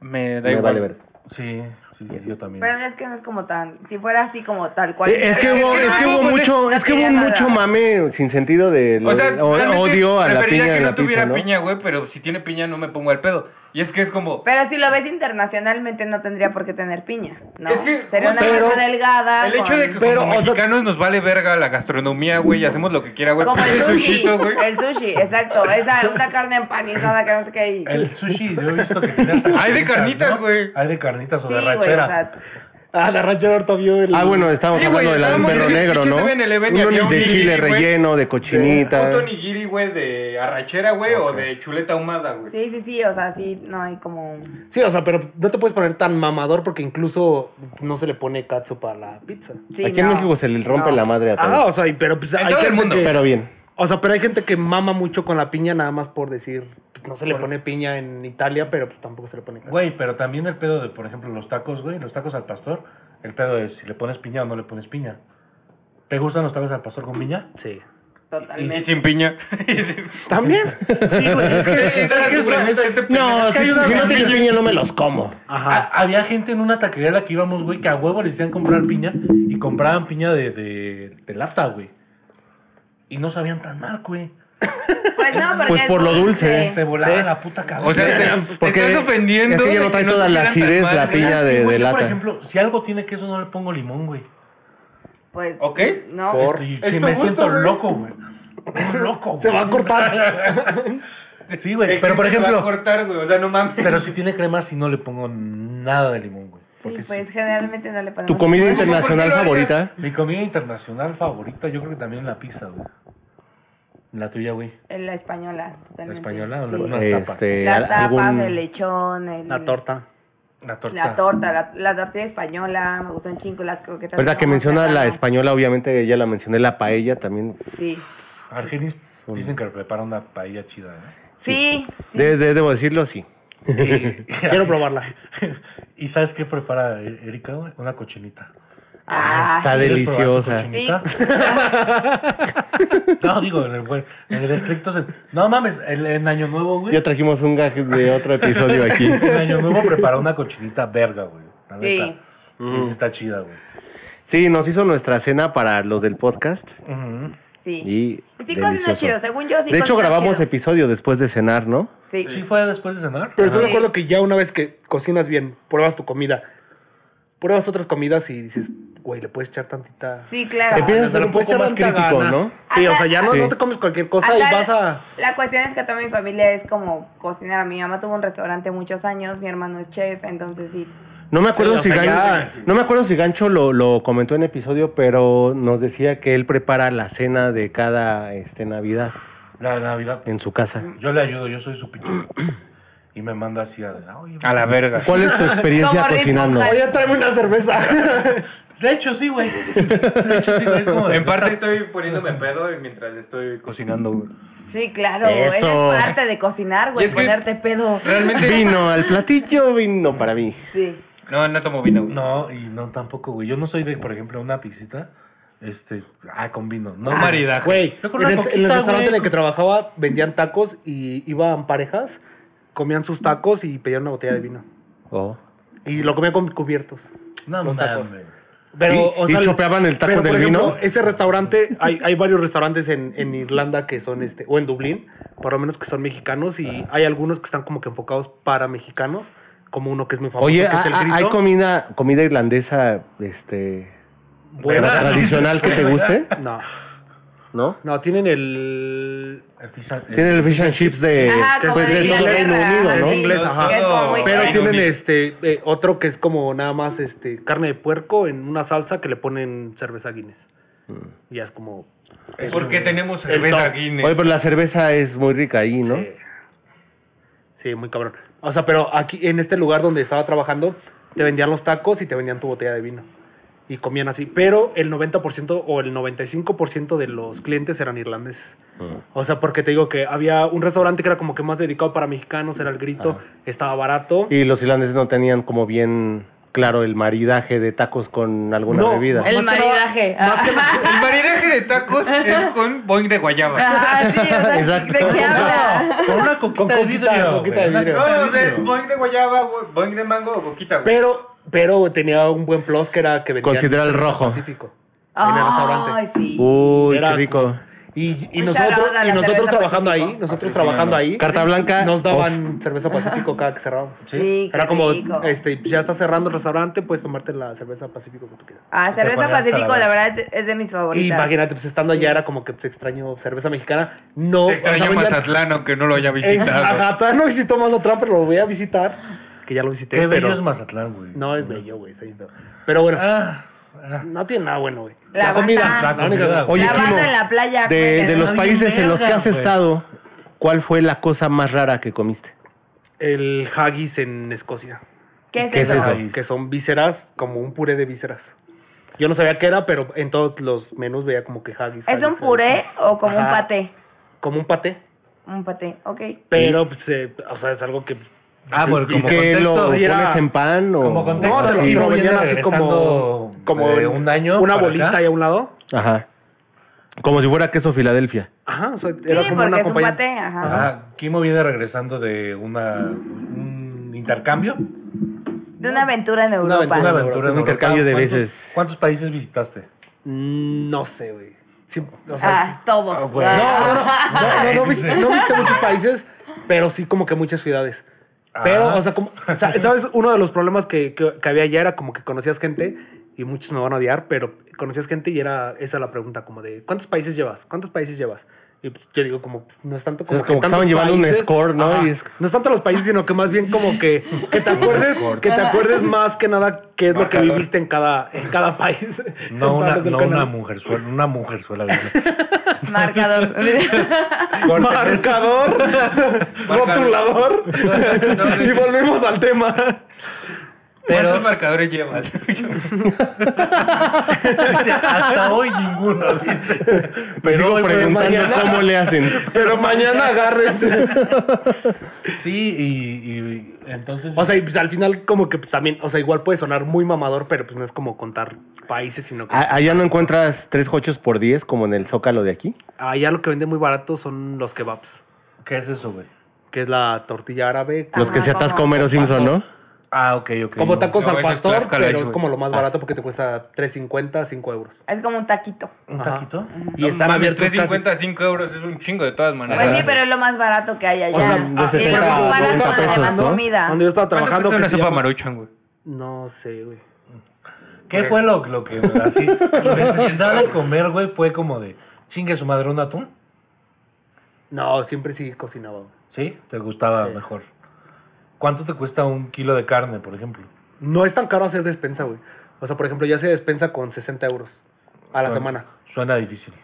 [SPEAKER 3] Me da
[SPEAKER 4] Me
[SPEAKER 3] igual.
[SPEAKER 4] vale ver.
[SPEAKER 5] Sí, sí, sí, yo también.
[SPEAKER 2] Pero es que no es como tan. Si fuera así como tal cual.
[SPEAKER 4] Eh, Es que hubo, es que hubo
[SPEAKER 2] pues,
[SPEAKER 4] mucho, es que hubo mucho mame sin sentido de
[SPEAKER 3] O sea, realmente
[SPEAKER 4] odio a la
[SPEAKER 3] preferiría
[SPEAKER 4] piña
[SPEAKER 3] que
[SPEAKER 4] en
[SPEAKER 3] no
[SPEAKER 4] la
[SPEAKER 3] tuviera
[SPEAKER 4] pizza, ¿no?
[SPEAKER 3] piña, güey, pero si tiene piña no me pongo al pedo. Y es que es como...
[SPEAKER 2] Pero si lo ves internacionalmente, no tendría por qué tener piña. ¿no?
[SPEAKER 3] Es que
[SPEAKER 2] Sería una
[SPEAKER 3] justo-
[SPEAKER 2] cosa delgada.
[SPEAKER 3] El hecho de que
[SPEAKER 2] con-
[SPEAKER 6] Pero,
[SPEAKER 3] como
[SPEAKER 6] o sea-
[SPEAKER 3] mexicanos nos vale verga la gastronomía, güey, y hacemos lo que quiera, güey.
[SPEAKER 2] Como
[SPEAKER 3] Pues
[SPEAKER 2] el
[SPEAKER 3] ese
[SPEAKER 2] sushi.
[SPEAKER 3] sushito, güey.
[SPEAKER 2] El sushi, exacto. Esa, una carne empanizada que no sé qué. y-
[SPEAKER 5] El sushi, yo he visto que tiene hasta
[SPEAKER 3] Hay de carnitas, güey.
[SPEAKER 5] Hay de carnitas o
[SPEAKER 2] Sí,
[SPEAKER 5] de
[SPEAKER 2] güey, o
[SPEAKER 5] rachera.
[SPEAKER 2] sea,
[SPEAKER 6] Ah, la rancha de Horta vio el.
[SPEAKER 4] Ah, bueno, estábamos
[SPEAKER 3] Sí, güey,
[SPEAKER 4] hablando de la del
[SPEAKER 3] estábamos
[SPEAKER 4] perro
[SPEAKER 3] en el
[SPEAKER 4] negro,
[SPEAKER 3] pinche
[SPEAKER 4] ¿no?
[SPEAKER 3] 7-Eleven y
[SPEAKER 4] Uno
[SPEAKER 3] había un
[SPEAKER 4] de chile
[SPEAKER 3] nigiri, güey.
[SPEAKER 4] relleno, de cochinita.
[SPEAKER 3] Punto nigiri, güey, de arrachera, güey, o de chuleta ahumada, güey.
[SPEAKER 2] sí, sí, sí. O sea, sí, no hay como.
[SPEAKER 6] Sí, o sea, pero no te puedes poner tan mamador porque incluso no se le pone katsu para la pizza.
[SPEAKER 2] sí,
[SPEAKER 4] Aquí en
[SPEAKER 2] no,
[SPEAKER 4] México se le rompe
[SPEAKER 2] no.
[SPEAKER 4] la madre a
[SPEAKER 6] Ah,
[SPEAKER 4] todo.
[SPEAKER 6] o sea, y- pero pues
[SPEAKER 3] En todo el
[SPEAKER 6] gente
[SPEAKER 3] mundo.
[SPEAKER 6] que-
[SPEAKER 4] Pero bien.
[SPEAKER 6] O sea, pero hay gente que mama mucho con la piña nada más por decir, pues, no se le
[SPEAKER 5] Por-
[SPEAKER 6] pone piña en Italia, pero pues tampoco se le pone.
[SPEAKER 5] Güey, pero también el pedo de, por ejemplo, los tacos, güey, los tacos al pastor. El pedo es si le pones piña o no le pones piña. ¿Te gustan los tacos al pastor con piña?
[SPEAKER 6] Sí.
[SPEAKER 3] Y
[SPEAKER 2] Totalmente.
[SPEAKER 3] sin piña. este Y sin-
[SPEAKER 6] También.
[SPEAKER 5] Sí, güey, es que, es que es-
[SPEAKER 4] No,
[SPEAKER 5] es que
[SPEAKER 4] si,
[SPEAKER 5] hay una
[SPEAKER 4] si no tiene
[SPEAKER 5] piña.
[SPEAKER 4] piña no me los como.
[SPEAKER 5] Ha- había gente en una taquería a la que íbamos, güey, que a huevo le decían comprar piña y compraban piña de, de, de lata, güey. Y no sabían tan mal, güey.
[SPEAKER 2] Pues no, porque
[SPEAKER 4] Pues
[SPEAKER 2] es
[SPEAKER 4] por lo dulce. ¿eh?
[SPEAKER 5] Te volaba la puta cabeza.
[SPEAKER 3] O sea, te, te estás ofendiendo.
[SPEAKER 4] es que ya
[SPEAKER 3] de
[SPEAKER 4] no trae
[SPEAKER 3] que
[SPEAKER 4] toda la
[SPEAKER 3] supieran
[SPEAKER 4] acidez,
[SPEAKER 3] tan mal.
[SPEAKER 4] la piña
[SPEAKER 5] ¿Sabes qué,
[SPEAKER 4] de,
[SPEAKER 5] güey?
[SPEAKER 4] de
[SPEAKER 5] Yo, Por
[SPEAKER 4] lata.
[SPEAKER 5] ejemplo, si algo tiene queso, no le pongo limón, güey.
[SPEAKER 2] Pues.
[SPEAKER 3] ¿Ok?
[SPEAKER 2] No.
[SPEAKER 6] Por-
[SPEAKER 5] Este, y
[SPEAKER 3] Es
[SPEAKER 5] si
[SPEAKER 3] tu
[SPEAKER 5] me
[SPEAKER 3] gusto,
[SPEAKER 5] siento
[SPEAKER 3] güey.
[SPEAKER 5] loco, güey. Un Loco, güey.
[SPEAKER 6] Se va a cortar.
[SPEAKER 5] Sí, güey,
[SPEAKER 3] El
[SPEAKER 5] pero por
[SPEAKER 3] queso te va a
[SPEAKER 5] ejemplo-
[SPEAKER 3] cortar, güey, O sea, no mames.
[SPEAKER 5] Pero si tiene crema, si no le pongo nada de limón, güey.
[SPEAKER 2] Sí,
[SPEAKER 5] Porque sí.
[SPEAKER 2] pues generalmente no le ponemos.
[SPEAKER 4] ¿Tu comida
[SPEAKER 2] Bueno,
[SPEAKER 4] internacional
[SPEAKER 3] ¿por qué lo
[SPEAKER 4] favorita?
[SPEAKER 5] Mi comida internacional favorita, yo creo que también la pizza, güey. La tuya, güey.
[SPEAKER 2] en La española, totalmente.
[SPEAKER 5] La española o la-
[SPEAKER 2] Sí.
[SPEAKER 5] unas tapas.
[SPEAKER 4] Este,
[SPEAKER 2] Las tapas,
[SPEAKER 4] algún-
[SPEAKER 2] el lechón, el-
[SPEAKER 6] La torta.
[SPEAKER 5] La torta.
[SPEAKER 2] La torta, la, la tortilla española, me gustan chingo las croquetas.
[SPEAKER 4] Ahorita
[SPEAKER 2] de
[SPEAKER 4] que
[SPEAKER 2] jamón
[SPEAKER 4] menciona la
[SPEAKER 2] serrano.
[SPEAKER 4] española, obviamente ya la mencioné, la paella también.
[SPEAKER 2] Sí.
[SPEAKER 5] Argenis dicen que prepara una paella chida, ¿eh? ¿no?
[SPEAKER 2] Sí. sí.
[SPEAKER 4] De- de- debo decirlo, sí.
[SPEAKER 6] Quiero probarla.
[SPEAKER 5] ¿Y sabes qué prepara E- Erika, güey? Una cochinita.
[SPEAKER 2] Ah,
[SPEAKER 4] Está
[SPEAKER 2] sí.
[SPEAKER 5] ¿Quieres
[SPEAKER 4] deliciosa.
[SPEAKER 5] probar su
[SPEAKER 2] Sí.
[SPEAKER 5] No, digo, en el, buen- en el estricto sen- No mames, el- en Año Nuevo, güey.
[SPEAKER 4] Ya trajimos un gag de otro episodio aquí.
[SPEAKER 5] En Año Nuevo prepara una cochinita verga, güey. La
[SPEAKER 2] Sí.
[SPEAKER 5] neta. Sí, sí está chida, güey.
[SPEAKER 4] Sí, nos hizo nuestra cena para los del podcast.
[SPEAKER 2] Sí.
[SPEAKER 4] Y
[SPEAKER 2] Y sí,
[SPEAKER 4] delicioso.
[SPEAKER 2] cocina chido. Según yo, sí.
[SPEAKER 4] de hecho,
[SPEAKER 2] cocina
[SPEAKER 4] grabamos
[SPEAKER 2] chido.
[SPEAKER 4] episodio después de cenar, ¿no?
[SPEAKER 2] Sí.
[SPEAKER 5] ¿Sí fue después de cenar?
[SPEAKER 6] Pero estás de
[SPEAKER 2] Sí.
[SPEAKER 6] acuerdo que ya una vez que cocinas bien, pruebas tu comida, pruebas otras comidas y dices, güey, le puedes echar tantita.
[SPEAKER 2] Sí, claro.
[SPEAKER 4] Empiezas a ser
[SPEAKER 6] Le
[SPEAKER 4] un
[SPEAKER 6] puedes
[SPEAKER 4] poco
[SPEAKER 6] echar
[SPEAKER 4] más
[SPEAKER 6] tanta
[SPEAKER 4] crítico,
[SPEAKER 6] gana.
[SPEAKER 4] ¿no?
[SPEAKER 6] Sí, o sea, ya no,
[SPEAKER 4] Sí.
[SPEAKER 6] no te comes cualquier cosa y
[SPEAKER 2] Acá
[SPEAKER 6] vas a.
[SPEAKER 2] La cuestión es que toda mi familia es como cocinar. Mi mamá tuvo un restaurante muchos años, mi hermano es chef, entonces sí.
[SPEAKER 4] No me acuerdo,
[SPEAKER 6] Sí, o
[SPEAKER 4] si,
[SPEAKER 6] sea,
[SPEAKER 4] Gan-
[SPEAKER 6] ya.
[SPEAKER 4] no me acuerdo si Gancho lo, lo comentó en episodio, pero nos decía que él prepara la cena de cada este, Navidad
[SPEAKER 5] La Navidad.
[SPEAKER 4] en su casa.
[SPEAKER 5] Yo le ayudo, yo soy su pinche. Y me manda así a, ah, oye,
[SPEAKER 3] A la verga.
[SPEAKER 4] ¿Cuál es tu experiencia
[SPEAKER 2] Como Riz
[SPEAKER 4] cocinando?
[SPEAKER 2] Mohan.
[SPEAKER 6] Oye, tráeme una cerveza.
[SPEAKER 5] De hecho, sí, güey. De hecho, sí, güey. Es como de-
[SPEAKER 3] En parte estoy poniéndome pedo y mientras estoy cocinando, güey.
[SPEAKER 2] Sí, claro.
[SPEAKER 4] Eso.
[SPEAKER 2] Eso es parte de cocinar, güey.
[SPEAKER 3] Y es que-
[SPEAKER 2] ponerte pedo.
[SPEAKER 3] Realmente.
[SPEAKER 4] Vino al platillo, vino para mí.
[SPEAKER 2] Sí.
[SPEAKER 3] No, no tomo vino. güey.
[SPEAKER 5] No, y no tampoco, güey. Yo no soy de, por ejemplo, una pisita. Este, ah, con vino. No,
[SPEAKER 3] Un
[SPEAKER 5] güey.
[SPEAKER 3] maridaje.
[SPEAKER 6] Güey,
[SPEAKER 5] Yo con
[SPEAKER 6] en
[SPEAKER 5] una
[SPEAKER 6] el,
[SPEAKER 5] coquita,
[SPEAKER 6] en el restaurante en
[SPEAKER 5] güey.
[SPEAKER 6] el que trabajaba vendían tacos y iban parejas, comían sus tacos y pedían una botella de vino.
[SPEAKER 4] Oh.
[SPEAKER 6] Y lo comían con cubiertos.
[SPEAKER 5] No,
[SPEAKER 6] Los tacos.
[SPEAKER 5] mames.
[SPEAKER 6] Pero,
[SPEAKER 4] ¿Y-
[SPEAKER 6] o
[SPEAKER 4] y
[SPEAKER 6] sea,
[SPEAKER 4] chopeaban el taco
[SPEAKER 6] pero,
[SPEAKER 4] del
[SPEAKER 6] por ejemplo,
[SPEAKER 4] vino?
[SPEAKER 6] Ese restaurante, hay, hay varios restaurantes en, en Irlanda que son, este, o en Dublín, por lo menos que son mexicanos y hay algunos que están como que enfocados para mexicanos, como uno que es muy famoso,
[SPEAKER 4] Oye,
[SPEAKER 6] que es el
[SPEAKER 4] ¿ha-
[SPEAKER 6] grito.
[SPEAKER 4] ¿hay comida, comida irlandesa este,
[SPEAKER 6] Buena.
[SPEAKER 4] tra- tradicional que te guste?
[SPEAKER 6] No,
[SPEAKER 4] ¿No?
[SPEAKER 6] no, tienen el...
[SPEAKER 5] El eh, fish and- el-
[SPEAKER 4] Tiene el fish and chips de,
[SPEAKER 2] Ajá, como
[SPEAKER 4] pues,
[SPEAKER 2] de
[SPEAKER 4] de todo
[SPEAKER 2] Inglaterra,
[SPEAKER 4] Reino Unido, ¿no?
[SPEAKER 2] sí.
[SPEAKER 6] inglés, ajá.
[SPEAKER 2] Que es como muy
[SPEAKER 6] Pero
[SPEAKER 3] Ay,
[SPEAKER 2] caro.
[SPEAKER 6] tienen
[SPEAKER 3] no, ni-
[SPEAKER 6] este eh, otro que es como nada más este carne de puerco en una salsa que le ponen cerveza Guinness. Y es como
[SPEAKER 3] Porque tenemos
[SPEAKER 6] el
[SPEAKER 3] cerveza
[SPEAKER 6] top.
[SPEAKER 3] Guinness.
[SPEAKER 4] Oye, pero la cerveza es muy rica ahí, ¿no?
[SPEAKER 6] Sí. Sí, muy cabrón. O sea, pero aquí en este lugar donde estaba trabajando te vendían los tacos y te vendían tu botella de vino. Y comían así, pero el 90% o el 95% de los clientes eran irlandeses. O sea, porque te digo que había un restaurante que era como que más dedicado para mexicanos, era el grito, estaba barato.
[SPEAKER 4] Y los irlandeses no tenían como bien claro el maridaje de tacos con alguna
[SPEAKER 6] No,
[SPEAKER 4] bebida.
[SPEAKER 2] El
[SPEAKER 6] Más que nada-
[SPEAKER 2] maridaje.
[SPEAKER 6] más que nada-
[SPEAKER 3] El maridaje de tacos es con boing de guayaba.
[SPEAKER 2] Ah, sí, o sea,
[SPEAKER 4] Exacto.
[SPEAKER 2] ¿de qué habla?
[SPEAKER 5] No, con una coquita,
[SPEAKER 6] Con
[SPEAKER 5] de
[SPEAKER 6] coquita,
[SPEAKER 5] vidrio.
[SPEAKER 6] coquita
[SPEAKER 5] güey.
[SPEAKER 6] de
[SPEAKER 5] Una
[SPEAKER 6] vidrio.
[SPEAKER 3] No,
[SPEAKER 5] coquita
[SPEAKER 3] o sea,
[SPEAKER 5] de
[SPEAKER 3] es
[SPEAKER 5] vidrio.
[SPEAKER 3] boing de guayaba, güey, boing de mango o coquita, güey.
[SPEAKER 6] Pero, pero tenía un buen plus que era que vendía.
[SPEAKER 4] Considera el rojo.
[SPEAKER 6] Pacífico. En el
[SPEAKER 2] Ay,
[SPEAKER 6] restaurante.
[SPEAKER 2] sí.
[SPEAKER 4] Uh, Uy,
[SPEAKER 6] Era-
[SPEAKER 4] qué rico.
[SPEAKER 6] Y, y
[SPEAKER 2] Un
[SPEAKER 6] nosotros,
[SPEAKER 2] shout out a
[SPEAKER 6] y
[SPEAKER 2] la
[SPEAKER 6] nosotros
[SPEAKER 2] cerveza
[SPEAKER 6] trabajando
[SPEAKER 2] Pacífico.
[SPEAKER 6] ahí, nosotros trabajando ahí, eh,
[SPEAKER 4] Carta blanca.
[SPEAKER 6] nos daban cerveza Pacífico cada que cerrábamos.
[SPEAKER 2] Sí, qué
[SPEAKER 6] Era como,
[SPEAKER 2] rico.
[SPEAKER 6] este, ya está cerrando el restaurante, puedes tomarte la cerveza Pacífico que tú quieras.
[SPEAKER 2] Ah,
[SPEAKER 5] Te
[SPEAKER 2] cerveza
[SPEAKER 5] ponías hasta
[SPEAKER 2] Pacífico,
[SPEAKER 5] la-
[SPEAKER 2] la verdad, es de, es de mis
[SPEAKER 6] Y
[SPEAKER 2] favoritas.
[SPEAKER 6] imagínate, pues estando allá era como que se extrañó cerveza mexicana. No,
[SPEAKER 3] Se
[SPEAKER 6] o
[SPEAKER 3] extraña
[SPEAKER 6] sea, vendían-
[SPEAKER 3] Mazatlán aunque no lo haya
[SPEAKER 6] Eh,
[SPEAKER 3] visitado.
[SPEAKER 6] Ajá, todavía no visitó Mazatlán, pero lo voy a visitar. Que ya lo visité,
[SPEAKER 5] Qué bello
[SPEAKER 6] pero
[SPEAKER 5] es Mazatlán, güey.
[SPEAKER 6] no es bello, güey, está bien feo. Pero bueno,
[SPEAKER 5] Ah,
[SPEAKER 6] no tiene nada bueno, güey.
[SPEAKER 2] La banda.
[SPEAKER 5] La
[SPEAKER 6] la única-
[SPEAKER 5] comida. Ah,
[SPEAKER 4] Oye,
[SPEAKER 2] la
[SPEAKER 4] Kimo,
[SPEAKER 2] banda en la playa.
[SPEAKER 4] De,
[SPEAKER 2] cuéntenos.
[SPEAKER 4] de los
[SPEAKER 5] Está
[SPEAKER 4] países
[SPEAKER 5] bien
[SPEAKER 4] en los que
[SPEAKER 5] verga,
[SPEAKER 4] has
[SPEAKER 5] güey.
[SPEAKER 4] estado, ¿cuál fue la cosa más rara que comiste?
[SPEAKER 6] El haggis en Escocia.
[SPEAKER 2] ¿Qué es
[SPEAKER 4] ¿Qué es
[SPEAKER 2] eso?
[SPEAKER 4] eso?
[SPEAKER 5] Haggis.
[SPEAKER 6] Que son vísceras, como un puré de vísceras. Yo no sabía qué era, pero en todos los menús veía como que haggis.
[SPEAKER 2] ¿Es un
[SPEAKER 6] haggis,
[SPEAKER 2] puré
[SPEAKER 6] haggis.
[SPEAKER 2] o como un
[SPEAKER 6] Ajá.
[SPEAKER 2] paté?
[SPEAKER 6] Como un paté.
[SPEAKER 2] Un paté, ok.
[SPEAKER 6] Pero, pues, eh, o sea, es algo que.
[SPEAKER 5] Ah, bueno,
[SPEAKER 4] ¿Y
[SPEAKER 5] como
[SPEAKER 4] que
[SPEAKER 5] contexto,
[SPEAKER 4] lo
[SPEAKER 5] sí
[SPEAKER 4] pones
[SPEAKER 5] era-
[SPEAKER 4] en pan o...?
[SPEAKER 5] Como contexto,
[SPEAKER 6] No, te lo-
[SPEAKER 5] sí,
[SPEAKER 6] te lo
[SPEAKER 5] no
[SPEAKER 6] vendían
[SPEAKER 5] viene
[SPEAKER 6] así
[SPEAKER 5] regresando
[SPEAKER 6] como. Como
[SPEAKER 5] de
[SPEAKER 6] en
[SPEAKER 5] un año
[SPEAKER 6] Una
[SPEAKER 5] para
[SPEAKER 6] bolita
[SPEAKER 5] acá.
[SPEAKER 6] ahí a un lado.
[SPEAKER 4] Ajá. Como si fuera queso Filadelfia.
[SPEAKER 6] Ajá, o sea,
[SPEAKER 2] Sí,
[SPEAKER 6] era como
[SPEAKER 2] porque
[SPEAKER 6] una
[SPEAKER 2] es un
[SPEAKER 6] compañía.
[SPEAKER 2] paté, ajá.
[SPEAKER 5] Ajá, Kimo viene regresando de una, un intercambio.
[SPEAKER 2] De una aventura en Europa.
[SPEAKER 5] Una
[SPEAKER 6] aventura.
[SPEAKER 5] aventura. en
[SPEAKER 4] Un intercambio
[SPEAKER 5] Europa.
[SPEAKER 4] de
[SPEAKER 5] ¿Cuántos-
[SPEAKER 4] veces.
[SPEAKER 5] ¿Cuántos países visitaste?
[SPEAKER 6] Mm, No sé, güey. Sí, o sea,
[SPEAKER 2] Ah, todos.
[SPEAKER 5] güey.
[SPEAKER 2] Ah.
[SPEAKER 6] No, no, no, viste, no viste muchos países, pero sí como que muchas ciudades. Pero,
[SPEAKER 5] Ah.
[SPEAKER 6] o sea, como, sa- ¿sabes? Uno de los problemas que, que- que había allá era como que conocías gente, y muchos me van a odiar, pero conocías gente y era esa la pregunta, como de, ¿cuántos países llevas? ¿Cuántos países llevas? Y pues, yo digo, como, pues, no es tanto
[SPEAKER 4] O sea,
[SPEAKER 6] como,
[SPEAKER 4] es como que
[SPEAKER 6] tantos
[SPEAKER 4] estaban llevando un
[SPEAKER 6] países.
[SPEAKER 4] score, ¿no?
[SPEAKER 6] Ajá.
[SPEAKER 4] Y es-
[SPEAKER 6] No es tanto los países, sino que más bien como que, que te acuerdes, que te acuerdes más que nada qué es lo que
[SPEAKER 3] Marcador.
[SPEAKER 6] viviste en cada, en cada país.
[SPEAKER 5] No, una,
[SPEAKER 6] Para los del
[SPEAKER 5] no
[SPEAKER 6] canal.
[SPEAKER 5] una mujerzuela, una mujerzuela. güey.
[SPEAKER 2] Marcador.
[SPEAKER 5] Corten eso.
[SPEAKER 6] Marcador, rotulador.
[SPEAKER 3] No, no,
[SPEAKER 6] Y volvemos al tema.
[SPEAKER 3] ¿Cuántos marcadores llevas?
[SPEAKER 5] Dice, hasta hoy ninguno, dice.
[SPEAKER 4] Me sigo
[SPEAKER 5] hoy, güey,
[SPEAKER 4] preguntando
[SPEAKER 5] mañana-
[SPEAKER 4] cómo le hacen.
[SPEAKER 6] Pero mañana agárrense.
[SPEAKER 5] Sí, y, y entonces...
[SPEAKER 6] O sea, y pues al final, como que pues, también, o sea, igual puede sonar muy mamador, pero pues no es como contar países, sino que.
[SPEAKER 4] A- Allá no encuentras tres jochos por 10 como en el Zócalo de aquí.
[SPEAKER 6] Allá lo que vende muy barato son los kebabs,
[SPEAKER 5] ¿qué es eso, güey?
[SPEAKER 6] que es la tortilla árabe.
[SPEAKER 2] Ah.
[SPEAKER 4] Los que
[SPEAKER 2] Ajá,
[SPEAKER 4] se atasca
[SPEAKER 2] como-
[SPEAKER 4] Homero Simpson, ¿no?
[SPEAKER 5] Ah, ok, ok.
[SPEAKER 6] Como
[SPEAKER 5] no.
[SPEAKER 6] tacos
[SPEAKER 3] no,
[SPEAKER 6] al
[SPEAKER 3] ese es
[SPEAKER 6] pastor,
[SPEAKER 3] Tlaxcala,
[SPEAKER 6] pero
[SPEAKER 3] güey.
[SPEAKER 6] es como lo más barato porque te cuesta 3.50, 5 euros.
[SPEAKER 2] Es como un taquito.
[SPEAKER 5] ¿Un
[SPEAKER 6] Ajá.
[SPEAKER 5] taquito?
[SPEAKER 6] Y
[SPEAKER 3] No
[SPEAKER 6] están
[SPEAKER 3] mames,
[SPEAKER 6] abiertos casi-
[SPEAKER 3] 355 euros es un chingo de todas maneras.
[SPEAKER 2] Pues sí, pero es lo más barato que hay allá.
[SPEAKER 4] O sea, de
[SPEAKER 2] Ah, y
[SPEAKER 4] 70,
[SPEAKER 2] lo comparas con la
[SPEAKER 4] 90
[SPEAKER 2] demás
[SPEAKER 4] pesos, ¿no?
[SPEAKER 2] comida.
[SPEAKER 6] Donde yo estaba
[SPEAKER 3] ¿Cuánto
[SPEAKER 6] trabajando.
[SPEAKER 3] cuesta
[SPEAKER 6] que
[SPEAKER 3] una
[SPEAKER 6] se
[SPEAKER 3] sopa
[SPEAKER 6] llama-
[SPEAKER 3] maruchan, güey?
[SPEAKER 6] No sé, güey.
[SPEAKER 5] ¿Qué fue lo, lo que así necesidad de comer, güey? Fue como de, chingue su madre, un atún.
[SPEAKER 6] No, siempre sí cocinaba. güey.
[SPEAKER 5] ¿Sí? Te gustaba
[SPEAKER 6] Sí.
[SPEAKER 5] mejor. ¿Cuánto te cuesta un kilo de carne, por ejemplo?
[SPEAKER 6] No es tan caro hacer despensa, güey. O sea, por ejemplo, ya se despensa con 60 euros a la
[SPEAKER 5] Suena-
[SPEAKER 6] semana.
[SPEAKER 5] Suena difícil.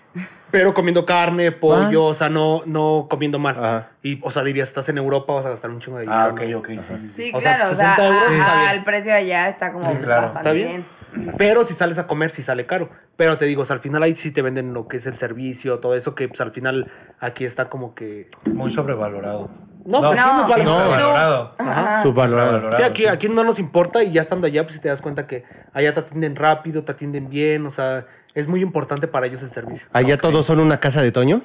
[SPEAKER 6] Pero comiendo carne, pollo, o sea, no, no comiendo mal.
[SPEAKER 4] Ajá.
[SPEAKER 6] Y, o sea, dirías, estás en Europa, vas a gastar un chingo de
[SPEAKER 5] Ah, ok,
[SPEAKER 6] dinero,
[SPEAKER 5] ok, sí, sí, sí.
[SPEAKER 2] Sí,
[SPEAKER 6] O sea,
[SPEAKER 2] claro, o sea,
[SPEAKER 6] 60 euros
[SPEAKER 2] a-
[SPEAKER 6] está bien.
[SPEAKER 2] al precio de allá está como
[SPEAKER 5] Sí, claro.
[SPEAKER 2] bastante
[SPEAKER 6] Está bien.
[SPEAKER 2] bien.
[SPEAKER 6] ¿no? Pero si sales a comer, sí sale caro. Pero te digo, o sea, al final ahí sí te venden lo que es el servicio, todo eso, que pues al final aquí está como que...
[SPEAKER 5] Muy sobrevalorado.
[SPEAKER 6] No, pues,
[SPEAKER 2] No,
[SPEAKER 6] aquí nos vale
[SPEAKER 4] No,
[SPEAKER 6] madre.
[SPEAKER 5] Sobrevalorado.
[SPEAKER 2] Ajá.
[SPEAKER 4] Subvalorado.
[SPEAKER 5] Sobrevalorado,
[SPEAKER 6] Sí, aquí, aquí no nos importa y ya estando allá, pues sí te das cuenta que allá te atienden rápido, te atienden bien, o sea, es muy importante para ellos el servicio.
[SPEAKER 4] Allá todos son una casa de Toño.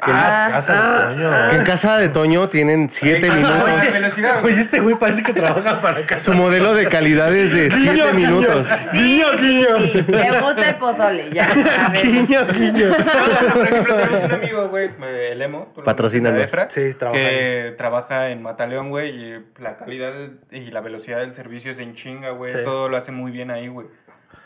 [SPEAKER 2] Ah,
[SPEAKER 5] Casa de
[SPEAKER 4] Que en
[SPEAKER 5] coño.
[SPEAKER 4] casa de Toño tienen 7 minutos.
[SPEAKER 3] Oye, velocidad, güey.
[SPEAKER 5] Oye, este güey parece que trabaja para casa.
[SPEAKER 4] Su modelo de calidad es de 7 minutos.
[SPEAKER 2] Sí, sí, sí, te gusta el pozole, ya. a ver.
[SPEAKER 3] Pero, Por ejemplo, tenemos un amigo, güey, eh, el Emo. tú lo
[SPEAKER 4] Patrocínanos.
[SPEAKER 3] conoces, Efra,
[SPEAKER 6] Sí, trabaja
[SPEAKER 3] Que trabaja en Mataleón, güey, y la calidad y la velocidad del servicio es en chinga, güey.
[SPEAKER 6] Sí.
[SPEAKER 3] Todo lo hace muy bien ahí, güey.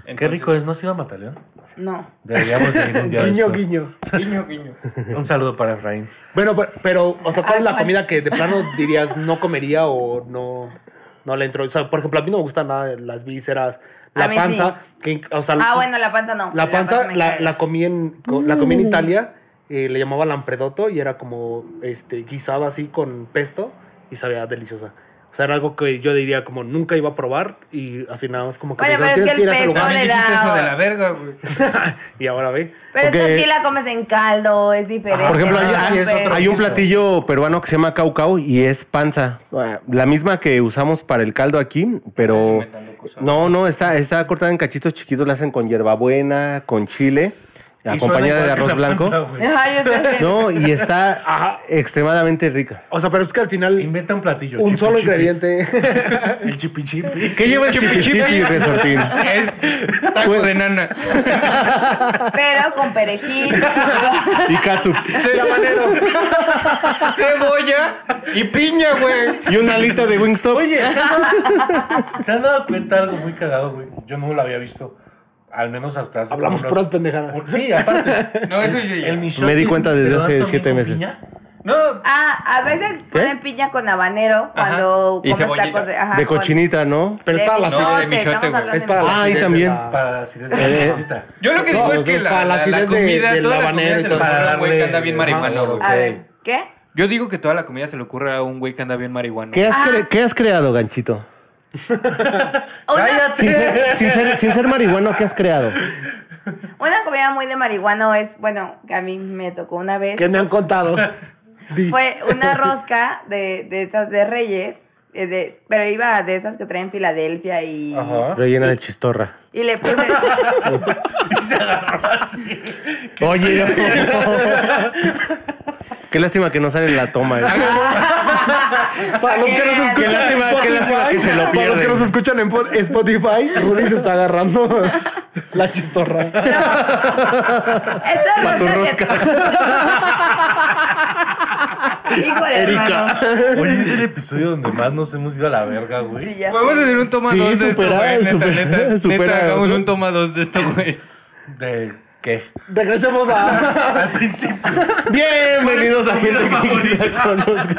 [SPEAKER 5] Qué
[SPEAKER 3] Entonces-
[SPEAKER 5] rico es, ¿no has ido a Mataleón?
[SPEAKER 2] pues, No.
[SPEAKER 5] Deberíamos de ir un día de
[SPEAKER 6] Guiño,
[SPEAKER 5] estos.
[SPEAKER 6] guiño.
[SPEAKER 3] Guiño, guiño.
[SPEAKER 5] Un saludo para Efraín.
[SPEAKER 6] Bueno, pero, pero, o sea, ¿cuál es
[SPEAKER 2] Ah,
[SPEAKER 6] la
[SPEAKER 2] ¿cuál?
[SPEAKER 6] comida que de plano dirías no comería o no, no le entro? O sea, por ejemplo, a mí no me gustan nada las vísceras,
[SPEAKER 2] A
[SPEAKER 6] la
[SPEAKER 2] mí
[SPEAKER 6] panza. Que, o sea,
[SPEAKER 2] Ah, bueno, la panza no.
[SPEAKER 6] la panza
[SPEAKER 2] me
[SPEAKER 6] la,
[SPEAKER 2] cae.
[SPEAKER 6] la comí en, co- la comí en Italia, eh, le llamaba lampredotto y era como este, guisado así con pesto y sabía deliciosa. O sea, era algo que yo diría como nunca iba a probar y así nada más como que
[SPEAKER 2] Oye,
[SPEAKER 6] me
[SPEAKER 2] pero
[SPEAKER 6] dijeron,
[SPEAKER 2] es que el
[SPEAKER 6] "Tienes
[SPEAKER 2] pesto
[SPEAKER 6] lugar".
[SPEAKER 2] le
[SPEAKER 3] Dijiste
[SPEAKER 2] da-
[SPEAKER 3] eso de la verga, güey.
[SPEAKER 6] Y ahora ve.
[SPEAKER 2] Pero es que
[SPEAKER 4] Ok.
[SPEAKER 2] aquí la comes en caldo, es diferente.
[SPEAKER 4] Por ejemplo,
[SPEAKER 2] ¿no?
[SPEAKER 4] hay,
[SPEAKER 5] Ah,
[SPEAKER 4] hay-
[SPEAKER 5] es otro
[SPEAKER 4] hay un
[SPEAKER 5] guiso.
[SPEAKER 4] platillo peruano que se llama cau cau y es panza. Ah, La misma que usamos para el caldo aquí,
[SPEAKER 3] Estás
[SPEAKER 4] pero...
[SPEAKER 3] inventando cosas.
[SPEAKER 4] No, no, está, está cortada en cachitos chiquitos, la hacen con hierbabuena, con chile,
[SPEAKER 5] Y
[SPEAKER 4] acompañada
[SPEAKER 5] suena igual
[SPEAKER 4] de
[SPEAKER 5] que
[SPEAKER 4] arroz
[SPEAKER 5] la
[SPEAKER 4] blanco.
[SPEAKER 5] panza, güey.
[SPEAKER 2] Ay, ustedes-
[SPEAKER 4] No, y está extremadamente rica.
[SPEAKER 6] O sea, pero es que al final
[SPEAKER 5] Inventa un platillo.
[SPEAKER 6] un
[SPEAKER 5] chipi
[SPEAKER 6] solo
[SPEAKER 5] chipi.
[SPEAKER 6] ingrediente.
[SPEAKER 5] El chipi chipi.
[SPEAKER 4] ¿Qué lleva el chipichipi, Resortín?
[SPEAKER 3] Es taco de nana.
[SPEAKER 2] Pero con perejil.
[SPEAKER 4] Y katsu.
[SPEAKER 3] Cebolla y piña, güey.
[SPEAKER 4] Y una alita de Wingstop.
[SPEAKER 5] Oye, ¿se han, dado, Ah, se han dado cuenta de algo muy cagado, güey? Yo no lo había visto. Al menos hasta hace.
[SPEAKER 6] Hablamos
[SPEAKER 5] como
[SPEAKER 6] puras
[SPEAKER 5] unos-
[SPEAKER 6] pendejadas.
[SPEAKER 5] un- Sí, aparte.
[SPEAKER 3] No, eso sí.
[SPEAKER 5] El Michoacán
[SPEAKER 4] Me di cuenta desde
[SPEAKER 5] peruano
[SPEAKER 4] hace
[SPEAKER 5] también
[SPEAKER 4] siete
[SPEAKER 5] con
[SPEAKER 4] meses.
[SPEAKER 5] piña.
[SPEAKER 3] No,
[SPEAKER 2] Ah, a veces ponen piña con habanero cuando
[SPEAKER 3] Y
[SPEAKER 2] comes
[SPEAKER 3] cebollita.
[SPEAKER 2] tacos de, ajá,
[SPEAKER 4] De
[SPEAKER 2] con-
[SPEAKER 4] cochinita, ¿no?
[SPEAKER 6] Pero es
[SPEAKER 2] de
[SPEAKER 6] para la
[SPEAKER 2] michote,
[SPEAKER 3] No, de michote,
[SPEAKER 2] estamos
[SPEAKER 3] güey.
[SPEAKER 2] hablando
[SPEAKER 6] Es
[SPEAKER 2] de
[SPEAKER 6] para
[SPEAKER 2] michote.
[SPEAKER 4] Ah, y
[SPEAKER 6] acidez
[SPEAKER 4] también.
[SPEAKER 6] de la-
[SPEAKER 5] Para si
[SPEAKER 4] Eh.
[SPEAKER 5] desde ahorita.
[SPEAKER 3] yo lo que
[SPEAKER 6] No,
[SPEAKER 3] digo es
[SPEAKER 6] los
[SPEAKER 3] que
[SPEAKER 6] dos
[SPEAKER 3] la,
[SPEAKER 6] para la
[SPEAKER 3] la, la
[SPEAKER 6] acidez de-
[SPEAKER 3] comida,
[SPEAKER 6] del
[SPEAKER 3] toda la
[SPEAKER 6] habanero
[SPEAKER 3] comida
[SPEAKER 6] y
[SPEAKER 3] se le
[SPEAKER 5] todo.
[SPEAKER 3] ocurre a un güey que anda bien
[SPEAKER 5] Para darle-
[SPEAKER 3] marihuano, güey.
[SPEAKER 2] A ver, ¿qué?
[SPEAKER 3] Yo digo que toda la comida se le ocurre a un güey que anda bien marihuano.
[SPEAKER 2] Ah.
[SPEAKER 4] ¿Qué has, cre- qué has creado, ganchito?
[SPEAKER 2] Una,
[SPEAKER 4] Sin ser, sin ser- sin ser marihuano, ¿qué has creado?
[SPEAKER 2] una comida muy de marihuano es, bueno, que a mí me tocó una vez.
[SPEAKER 6] ¿Qué me han contado? Di.
[SPEAKER 2] Fue una rosca de, de esas de Reyes, eh, de- pero iba de esas que traen Filadelfia y,
[SPEAKER 5] Ajá.
[SPEAKER 4] Rellena de chistorra.
[SPEAKER 2] y le puse...
[SPEAKER 5] Y se agarró así.
[SPEAKER 4] Oye, no. Qué lástima que no sale en la toma. eh.
[SPEAKER 6] Para los que
[SPEAKER 2] que
[SPEAKER 6] nos
[SPEAKER 2] vean.
[SPEAKER 6] escuchan
[SPEAKER 4] Qué lástima,
[SPEAKER 6] en
[SPEAKER 4] qué
[SPEAKER 6] Spotify,
[SPEAKER 4] lástima que se lo
[SPEAKER 6] Para los que
[SPEAKER 4] pierden.
[SPEAKER 6] nos escuchan en po- Spotify, Rudy se está agarrando la chistorra.
[SPEAKER 2] Esta rosca... que- Híjole, hermano.
[SPEAKER 5] Oye, es el episodio donde más nos hemos ido a la verga,
[SPEAKER 2] Sí,
[SPEAKER 5] güey.
[SPEAKER 2] ya
[SPEAKER 3] Podemos
[SPEAKER 2] sé.
[SPEAKER 3] hacer un toma
[SPEAKER 4] Sí,
[SPEAKER 3] 2 de
[SPEAKER 4] supera,
[SPEAKER 3] esto, güey.
[SPEAKER 4] supera,
[SPEAKER 3] Neta, neta,
[SPEAKER 4] supera.
[SPEAKER 3] neta, hagamos un toma 2 de esto, güey.
[SPEAKER 5] ¿De qué?
[SPEAKER 6] Regresemos a.
[SPEAKER 5] Al principio.
[SPEAKER 4] Bienvenidos a gente que quizá conozca.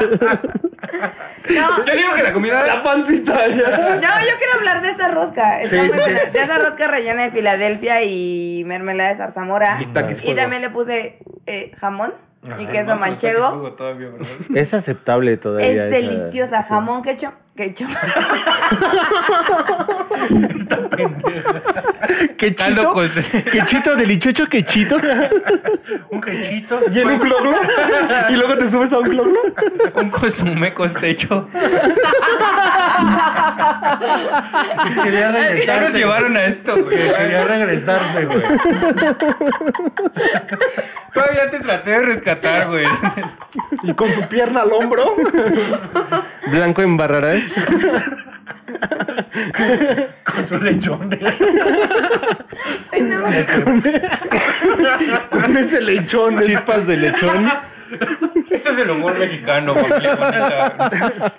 [SPEAKER 2] No,
[SPEAKER 3] Yo digo que la comida...
[SPEAKER 6] La pancita ya.
[SPEAKER 2] No, yo quiero hablar de esta rosca. Está muy buena. De esa rosca rellena de Filadelfia y mermelada de zarzamora.
[SPEAKER 6] Y taquis
[SPEAKER 2] Y
[SPEAKER 6] fuego.
[SPEAKER 2] también le puse eh, jamón y
[SPEAKER 6] pues,
[SPEAKER 5] Ajá.
[SPEAKER 2] queso manchego.
[SPEAKER 3] Jugo todavía, ¿verdad?
[SPEAKER 4] Es aceptable todavía.
[SPEAKER 2] Es
[SPEAKER 4] esa-
[SPEAKER 2] deliciosa. Jamón quecho. Quecho.
[SPEAKER 3] Caldo
[SPEAKER 4] Quechito.
[SPEAKER 3] con...
[SPEAKER 4] Quechito del lichocho quechito.
[SPEAKER 5] Un cachito.
[SPEAKER 6] Y en un cloglo. Y luego te subes a un cloglo.
[SPEAKER 3] Un consumé costecho.
[SPEAKER 5] Quería
[SPEAKER 3] Ya nos
[SPEAKER 5] regresarse.
[SPEAKER 3] llevaron a esto, güey.
[SPEAKER 5] Quería regresarse, güey.
[SPEAKER 3] Todavía te traté de rescatar, güey.
[SPEAKER 6] Y con su pierna al hombro.
[SPEAKER 4] Blanco en Barrarás.
[SPEAKER 5] Con su lechón. de-
[SPEAKER 2] Ay, no.
[SPEAKER 6] Con ese lechón.
[SPEAKER 4] Chispas de lechón.
[SPEAKER 3] Este es el humor mexicano, güey. neta.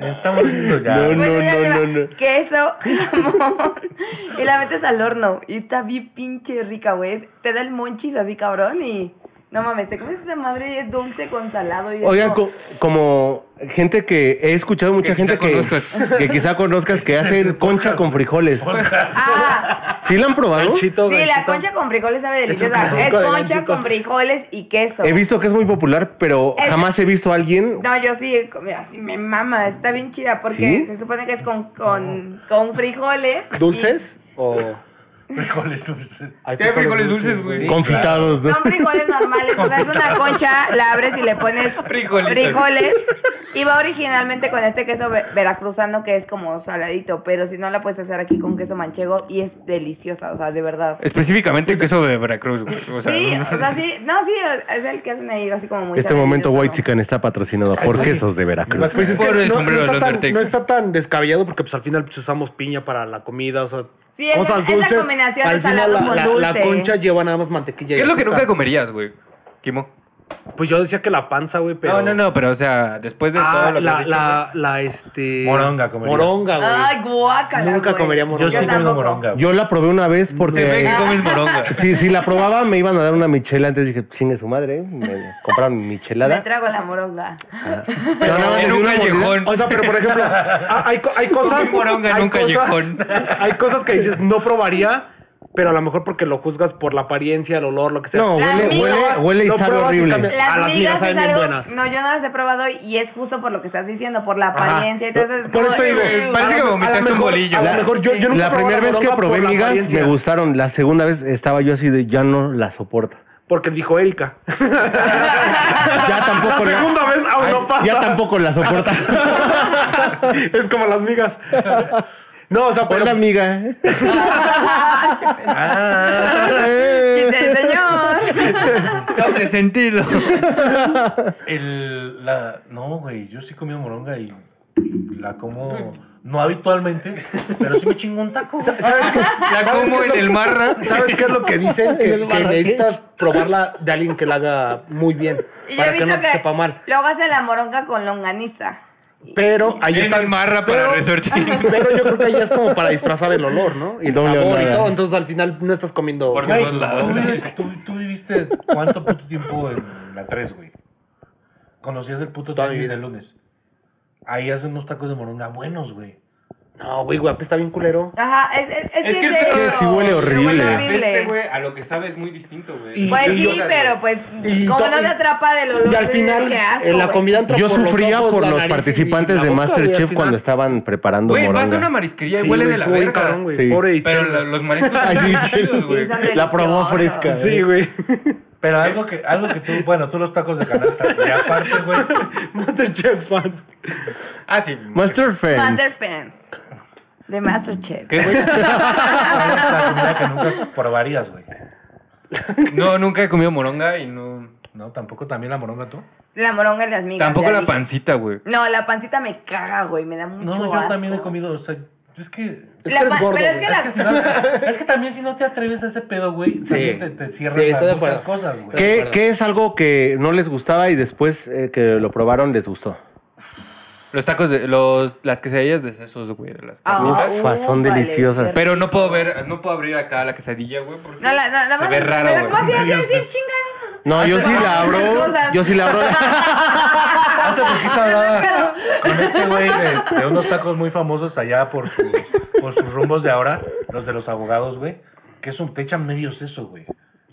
[SPEAKER 5] Estamos yendo ya.
[SPEAKER 4] No, no.
[SPEAKER 2] Bueno, ya lleva
[SPEAKER 4] no.
[SPEAKER 2] Queso, jamón. Y la metes al horno. Y está bien pinche rica, güey. Es- Te da el monchis así, cabrón. Y no mames, te comes esa madre y es dulce con salado. Y es
[SPEAKER 4] Oigan,
[SPEAKER 2] como-
[SPEAKER 4] co- como gente que he escuchado mucha
[SPEAKER 3] Que
[SPEAKER 4] gente
[SPEAKER 3] quizá
[SPEAKER 4] que,
[SPEAKER 3] conozcas.
[SPEAKER 4] que quizá conozcas que hacen concha con frijoles.
[SPEAKER 2] Ah,
[SPEAKER 4] ¿Sí la han probado?
[SPEAKER 6] Ganchito,
[SPEAKER 2] Sí, la
[SPEAKER 6] ganchito.
[SPEAKER 2] concha con frijoles sabe
[SPEAKER 6] Es un
[SPEAKER 2] deliciosa. Es
[SPEAKER 6] cabrón de
[SPEAKER 2] concha
[SPEAKER 6] ganchito.
[SPEAKER 2] con frijoles y queso.
[SPEAKER 4] He visto que es muy popular, pero
[SPEAKER 2] Es-
[SPEAKER 4] jamás he visto a alguien.
[SPEAKER 2] No, yo sí, com- así me mama, está bien chida porque
[SPEAKER 4] ¿Sí?
[SPEAKER 2] se supone que es con, con, con frijoles.
[SPEAKER 6] ¿Dulces? ¿O.?
[SPEAKER 5] Frijoles dulces.
[SPEAKER 6] hay
[SPEAKER 3] Sí, hay frijoles dulces, güey.
[SPEAKER 5] Sí.
[SPEAKER 4] Confitados,
[SPEAKER 2] y
[SPEAKER 4] ¿no?
[SPEAKER 2] Son frijoles normales, o sea, es una concha, la abres y le pones
[SPEAKER 3] Frijolitos.
[SPEAKER 2] frijoles. Y va originalmente con este queso ve- veracruzano que es como saladito, pero si no la puedes hacer aquí con queso manchego y es deliciosa, o sea, de verdad.
[SPEAKER 3] Específicamente el queso de Veracruz, güey. O sea,
[SPEAKER 2] Sí, o sea, sí, no, sí, es el que hacen ahí así como muy
[SPEAKER 4] Este momento
[SPEAKER 2] saladito,
[SPEAKER 4] White
[SPEAKER 2] ¿no?
[SPEAKER 4] Chicken está patrocinado por quesos de Veracruz.
[SPEAKER 6] Pues es que
[SPEAKER 3] Por el
[SPEAKER 6] no,
[SPEAKER 3] sombrero
[SPEAKER 6] no
[SPEAKER 3] del
[SPEAKER 6] está tan,
[SPEAKER 3] Undertaker.
[SPEAKER 6] no está tan descabellado porque pues al final pues, usamos piña para la comida, o sea,
[SPEAKER 2] Sí, esa-
[SPEAKER 6] cosas
[SPEAKER 2] esa
[SPEAKER 6] dulces.
[SPEAKER 2] combinación de
[SPEAKER 6] al final
[SPEAKER 2] salado
[SPEAKER 6] la,
[SPEAKER 2] con
[SPEAKER 6] la- la
[SPEAKER 2] dulce.
[SPEAKER 6] concha lleva nada más mantequilla. y
[SPEAKER 3] ¿Qué es lo que
[SPEAKER 6] azúcar.
[SPEAKER 3] nunca comerías, güey? Kimo.
[SPEAKER 6] Pues yo decía que la panza, güey, pero
[SPEAKER 3] No, no, no, pero o sea, después de
[SPEAKER 6] Ah,
[SPEAKER 3] todo lo que
[SPEAKER 6] la,
[SPEAKER 3] has hecho,
[SPEAKER 6] la, la, este
[SPEAKER 5] Moronga comerías.
[SPEAKER 6] Moronga, güey.
[SPEAKER 2] Ay, guácala.
[SPEAKER 6] Nunca
[SPEAKER 2] güey.
[SPEAKER 6] comería moronga.
[SPEAKER 5] Yo sí como
[SPEAKER 2] tampoco.
[SPEAKER 5] moronga. güey.
[SPEAKER 4] Yo la probé una vez
[SPEAKER 3] güey. Se ve que
[SPEAKER 4] porque.
[SPEAKER 3] comes moronga.
[SPEAKER 4] Sí, sí, la probaba, me iban a dar una michela. Antes dije, chingue su madre. ¿eh? Me compraron mi
[SPEAKER 2] Me
[SPEAKER 4] michelada.
[SPEAKER 2] trago la moronga.
[SPEAKER 4] No, nada más le
[SPEAKER 3] en
[SPEAKER 4] di
[SPEAKER 3] un
[SPEAKER 4] una mordida.
[SPEAKER 3] callejón.
[SPEAKER 6] O sea, pero por ejemplo, ah, hay, co- hay cosas.
[SPEAKER 3] Un moronga en
[SPEAKER 6] hay
[SPEAKER 3] un
[SPEAKER 6] cosas,
[SPEAKER 3] callejón.
[SPEAKER 6] hay cosas que dices no probaría, pero a lo mejor porque lo juzgas por la apariencia, el olor, lo que sea.
[SPEAKER 4] No,
[SPEAKER 2] Las
[SPEAKER 4] huele,
[SPEAKER 2] migas.
[SPEAKER 4] huele, huele y
[SPEAKER 6] Lo
[SPEAKER 4] sabe
[SPEAKER 6] pruebas y
[SPEAKER 4] horrible.
[SPEAKER 6] cambia. Ah, las migas saben
[SPEAKER 2] es
[SPEAKER 6] bien
[SPEAKER 2] algo-
[SPEAKER 6] buenas.
[SPEAKER 2] No, yo no las he probado y es justo por lo que estás diciendo, por la
[SPEAKER 6] Ajá.
[SPEAKER 2] apariencia. Entonces, es
[SPEAKER 6] Por
[SPEAKER 2] como-
[SPEAKER 6] eso digo,
[SPEAKER 2] Uy,
[SPEAKER 3] parece
[SPEAKER 6] a
[SPEAKER 3] que
[SPEAKER 6] lo- a lo
[SPEAKER 3] vomitaste un
[SPEAKER 6] mejor-
[SPEAKER 3] bolillo.
[SPEAKER 6] A lo
[SPEAKER 4] La-
[SPEAKER 6] mejor yo, yo nunca
[SPEAKER 4] la
[SPEAKER 6] probaba
[SPEAKER 4] primera vez que
[SPEAKER 6] moronga por
[SPEAKER 4] probé
[SPEAKER 6] la
[SPEAKER 4] migas
[SPEAKER 6] apariencia.
[SPEAKER 4] me gustaron. La segunda vez estaba yo así de ya no la soporto.
[SPEAKER 6] Porque dijo Erika.
[SPEAKER 4] Ya
[SPEAKER 6] La
[SPEAKER 4] tampoco la,
[SPEAKER 6] segunda vez aún no pasa.
[SPEAKER 4] ya tampoco la soporta.
[SPEAKER 6] es como las migas. No, o sea, pero
[SPEAKER 4] Hola amiga.
[SPEAKER 2] Chiste del señor.
[SPEAKER 3] Doble sentido.
[SPEAKER 5] El, la, no, güey, yo sí he comido moronga y la como no habitualmente, pero sí me chingo un taco. güey.
[SPEAKER 6] ¿sabes qué?
[SPEAKER 3] La
[SPEAKER 6] ¿Sabes
[SPEAKER 3] como
[SPEAKER 6] qué es
[SPEAKER 3] en
[SPEAKER 6] lo-
[SPEAKER 3] el marra.
[SPEAKER 6] ¿Sabes qué es lo que dicen? Que, que
[SPEAKER 4] barraqués.
[SPEAKER 6] necesitas probarla de alguien que la haga muy bien.
[SPEAKER 2] Y yo he
[SPEAKER 6] Para que
[SPEAKER 2] visto
[SPEAKER 6] no te
[SPEAKER 2] que
[SPEAKER 6] sepa mal.
[SPEAKER 2] luego hace la moronga con longaniza.
[SPEAKER 6] Pero ahí
[SPEAKER 3] En
[SPEAKER 6] está
[SPEAKER 3] el marra para resortir.
[SPEAKER 6] Pero yo creo que ahí es como para disfrazar el olor, ¿no? Y el
[SPEAKER 4] Doble
[SPEAKER 6] sabor y
[SPEAKER 4] olor.
[SPEAKER 6] todo. Entonces al final no estás comiendo.
[SPEAKER 3] Por
[SPEAKER 5] Güey,
[SPEAKER 3] todos lados.
[SPEAKER 5] ¿tú, vives- tú- tú viviste cuánto puto tiempo en la 3, güey? Conocías el puto
[SPEAKER 6] Toda mi
[SPEAKER 5] tenis
[SPEAKER 6] vida.
[SPEAKER 5] de lunes. Ahí hacen unos tacos de moronga buenos, güey.
[SPEAKER 6] No, güey, guapo, está bien culero.
[SPEAKER 2] Ajá, es, es, es,
[SPEAKER 3] Es
[SPEAKER 2] que,
[SPEAKER 3] que
[SPEAKER 2] es
[SPEAKER 3] el-
[SPEAKER 2] eso.
[SPEAKER 3] que
[SPEAKER 4] sí huele horrible.
[SPEAKER 2] horrible.
[SPEAKER 3] Este, güey, a lo que sabe es muy distinto, güey.
[SPEAKER 6] Y-
[SPEAKER 2] Pues
[SPEAKER 6] y-
[SPEAKER 2] sí,
[SPEAKER 3] o sea,
[SPEAKER 2] pero pues
[SPEAKER 6] y
[SPEAKER 2] como
[SPEAKER 6] to-
[SPEAKER 2] no te atrapa del olor,
[SPEAKER 6] Y al
[SPEAKER 2] pues,
[SPEAKER 6] final,
[SPEAKER 2] qué asco,
[SPEAKER 6] en la
[SPEAKER 2] güey.
[SPEAKER 6] comida entra
[SPEAKER 4] Yo
[SPEAKER 6] por los
[SPEAKER 4] sufría
[SPEAKER 6] ojos,
[SPEAKER 4] por
[SPEAKER 6] la
[SPEAKER 4] los
[SPEAKER 6] nariz y
[SPEAKER 4] participantes
[SPEAKER 6] la
[SPEAKER 4] de
[SPEAKER 6] boca, güey, al
[SPEAKER 4] Masterchef
[SPEAKER 6] final.
[SPEAKER 4] cuando estaban preparando
[SPEAKER 3] Güey, vas a una
[SPEAKER 4] moronga.
[SPEAKER 3] marisquería y
[SPEAKER 6] Sí,
[SPEAKER 3] huele
[SPEAKER 6] güey,
[SPEAKER 3] de la
[SPEAKER 6] estuvo bien
[SPEAKER 3] verga.
[SPEAKER 6] cabrón, güey.
[SPEAKER 4] Sí.
[SPEAKER 6] Pobre
[SPEAKER 3] Pero
[SPEAKER 6] Ichiro.
[SPEAKER 3] la- los mariscos
[SPEAKER 4] Ay, sí.
[SPEAKER 3] están chidos, güey.
[SPEAKER 2] Sí, son
[SPEAKER 4] La probó
[SPEAKER 2] deliciosos.
[SPEAKER 4] fresca.
[SPEAKER 6] Sí, güey.
[SPEAKER 5] Pero algo que, algo que tú, bueno, tú los tacos de canasta. Y aparte, güey,
[SPEAKER 6] Masterchef fans.
[SPEAKER 3] Ah, sí.
[SPEAKER 4] Master
[SPEAKER 2] Master
[SPEAKER 4] Fans.
[SPEAKER 2] Fans. De Masterchef.
[SPEAKER 3] ¿Qué, güey?
[SPEAKER 5] es la comida que nunca probarías, güey.
[SPEAKER 3] No, nunca he comido moronga y no.
[SPEAKER 5] No, tampoco también la moronga tú.
[SPEAKER 2] La moronga y las migas.
[SPEAKER 3] Tampoco
[SPEAKER 2] ya
[SPEAKER 3] la
[SPEAKER 2] dije.
[SPEAKER 3] pancita, güey.
[SPEAKER 2] No, la pancita me caga, güey. Me da mucho
[SPEAKER 5] No, yo
[SPEAKER 2] asco.
[SPEAKER 5] también he comido, o sea, es que...
[SPEAKER 2] La
[SPEAKER 6] eres
[SPEAKER 2] pa-
[SPEAKER 6] gordo,
[SPEAKER 2] pero es
[SPEAKER 6] güey.
[SPEAKER 2] que la.
[SPEAKER 5] Es que, si no- es que también si no te atreves a ese pedo, güey, también te, te cierras
[SPEAKER 6] Sí,
[SPEAKER 5] a
[SPEAKER 6] estoy de
[SPEAKER 5] muchas
[SPEAKER 6] acuerdo.
[SPEAKER 5] cosas, güey.
[SPEAKER 4] ¿Qué, qué es algo que no les gustaba y después eh, que lo probaron les gustó?
[SPEAKER 3] Los tacos de. Los, las quesadillas de sesos, güey. De las
[SPEAKER 2] Ah,
[SPEAKER 4] Ufa, son
[SPEAKER 2] ufale,
[SPEAKER 4] deliciosas.
[SPEAKER 2] qué
[SPEAKER 3] Pero no puedo ver, no puedo abrir acá la quesadilla, güey, porque
[SPEAKER 2] No, la, la, la
[SPEAKER 3] se ve raro,
[SPEAKER 2] la, ¿Cómo
[SPEAKER 3] güey.
[SPEAKER 2] se hace
[SPEAKER 5] Dios,
[SPEAKER 2] así,
[SPEAKER 5] es-
[SPEAKER 2] chingada?
[SPEAKER 3] Ah,
[SPEAKER 4] No, yo sí la abro. Yo sí la abro.
[SPEAKER 5] Hace poquito hablaba con este güey de, de unos tacos muy famosos allá por, su- por sus rumbos de ahora, los de los abogados, güey, que es un, te echan medio seso, güey.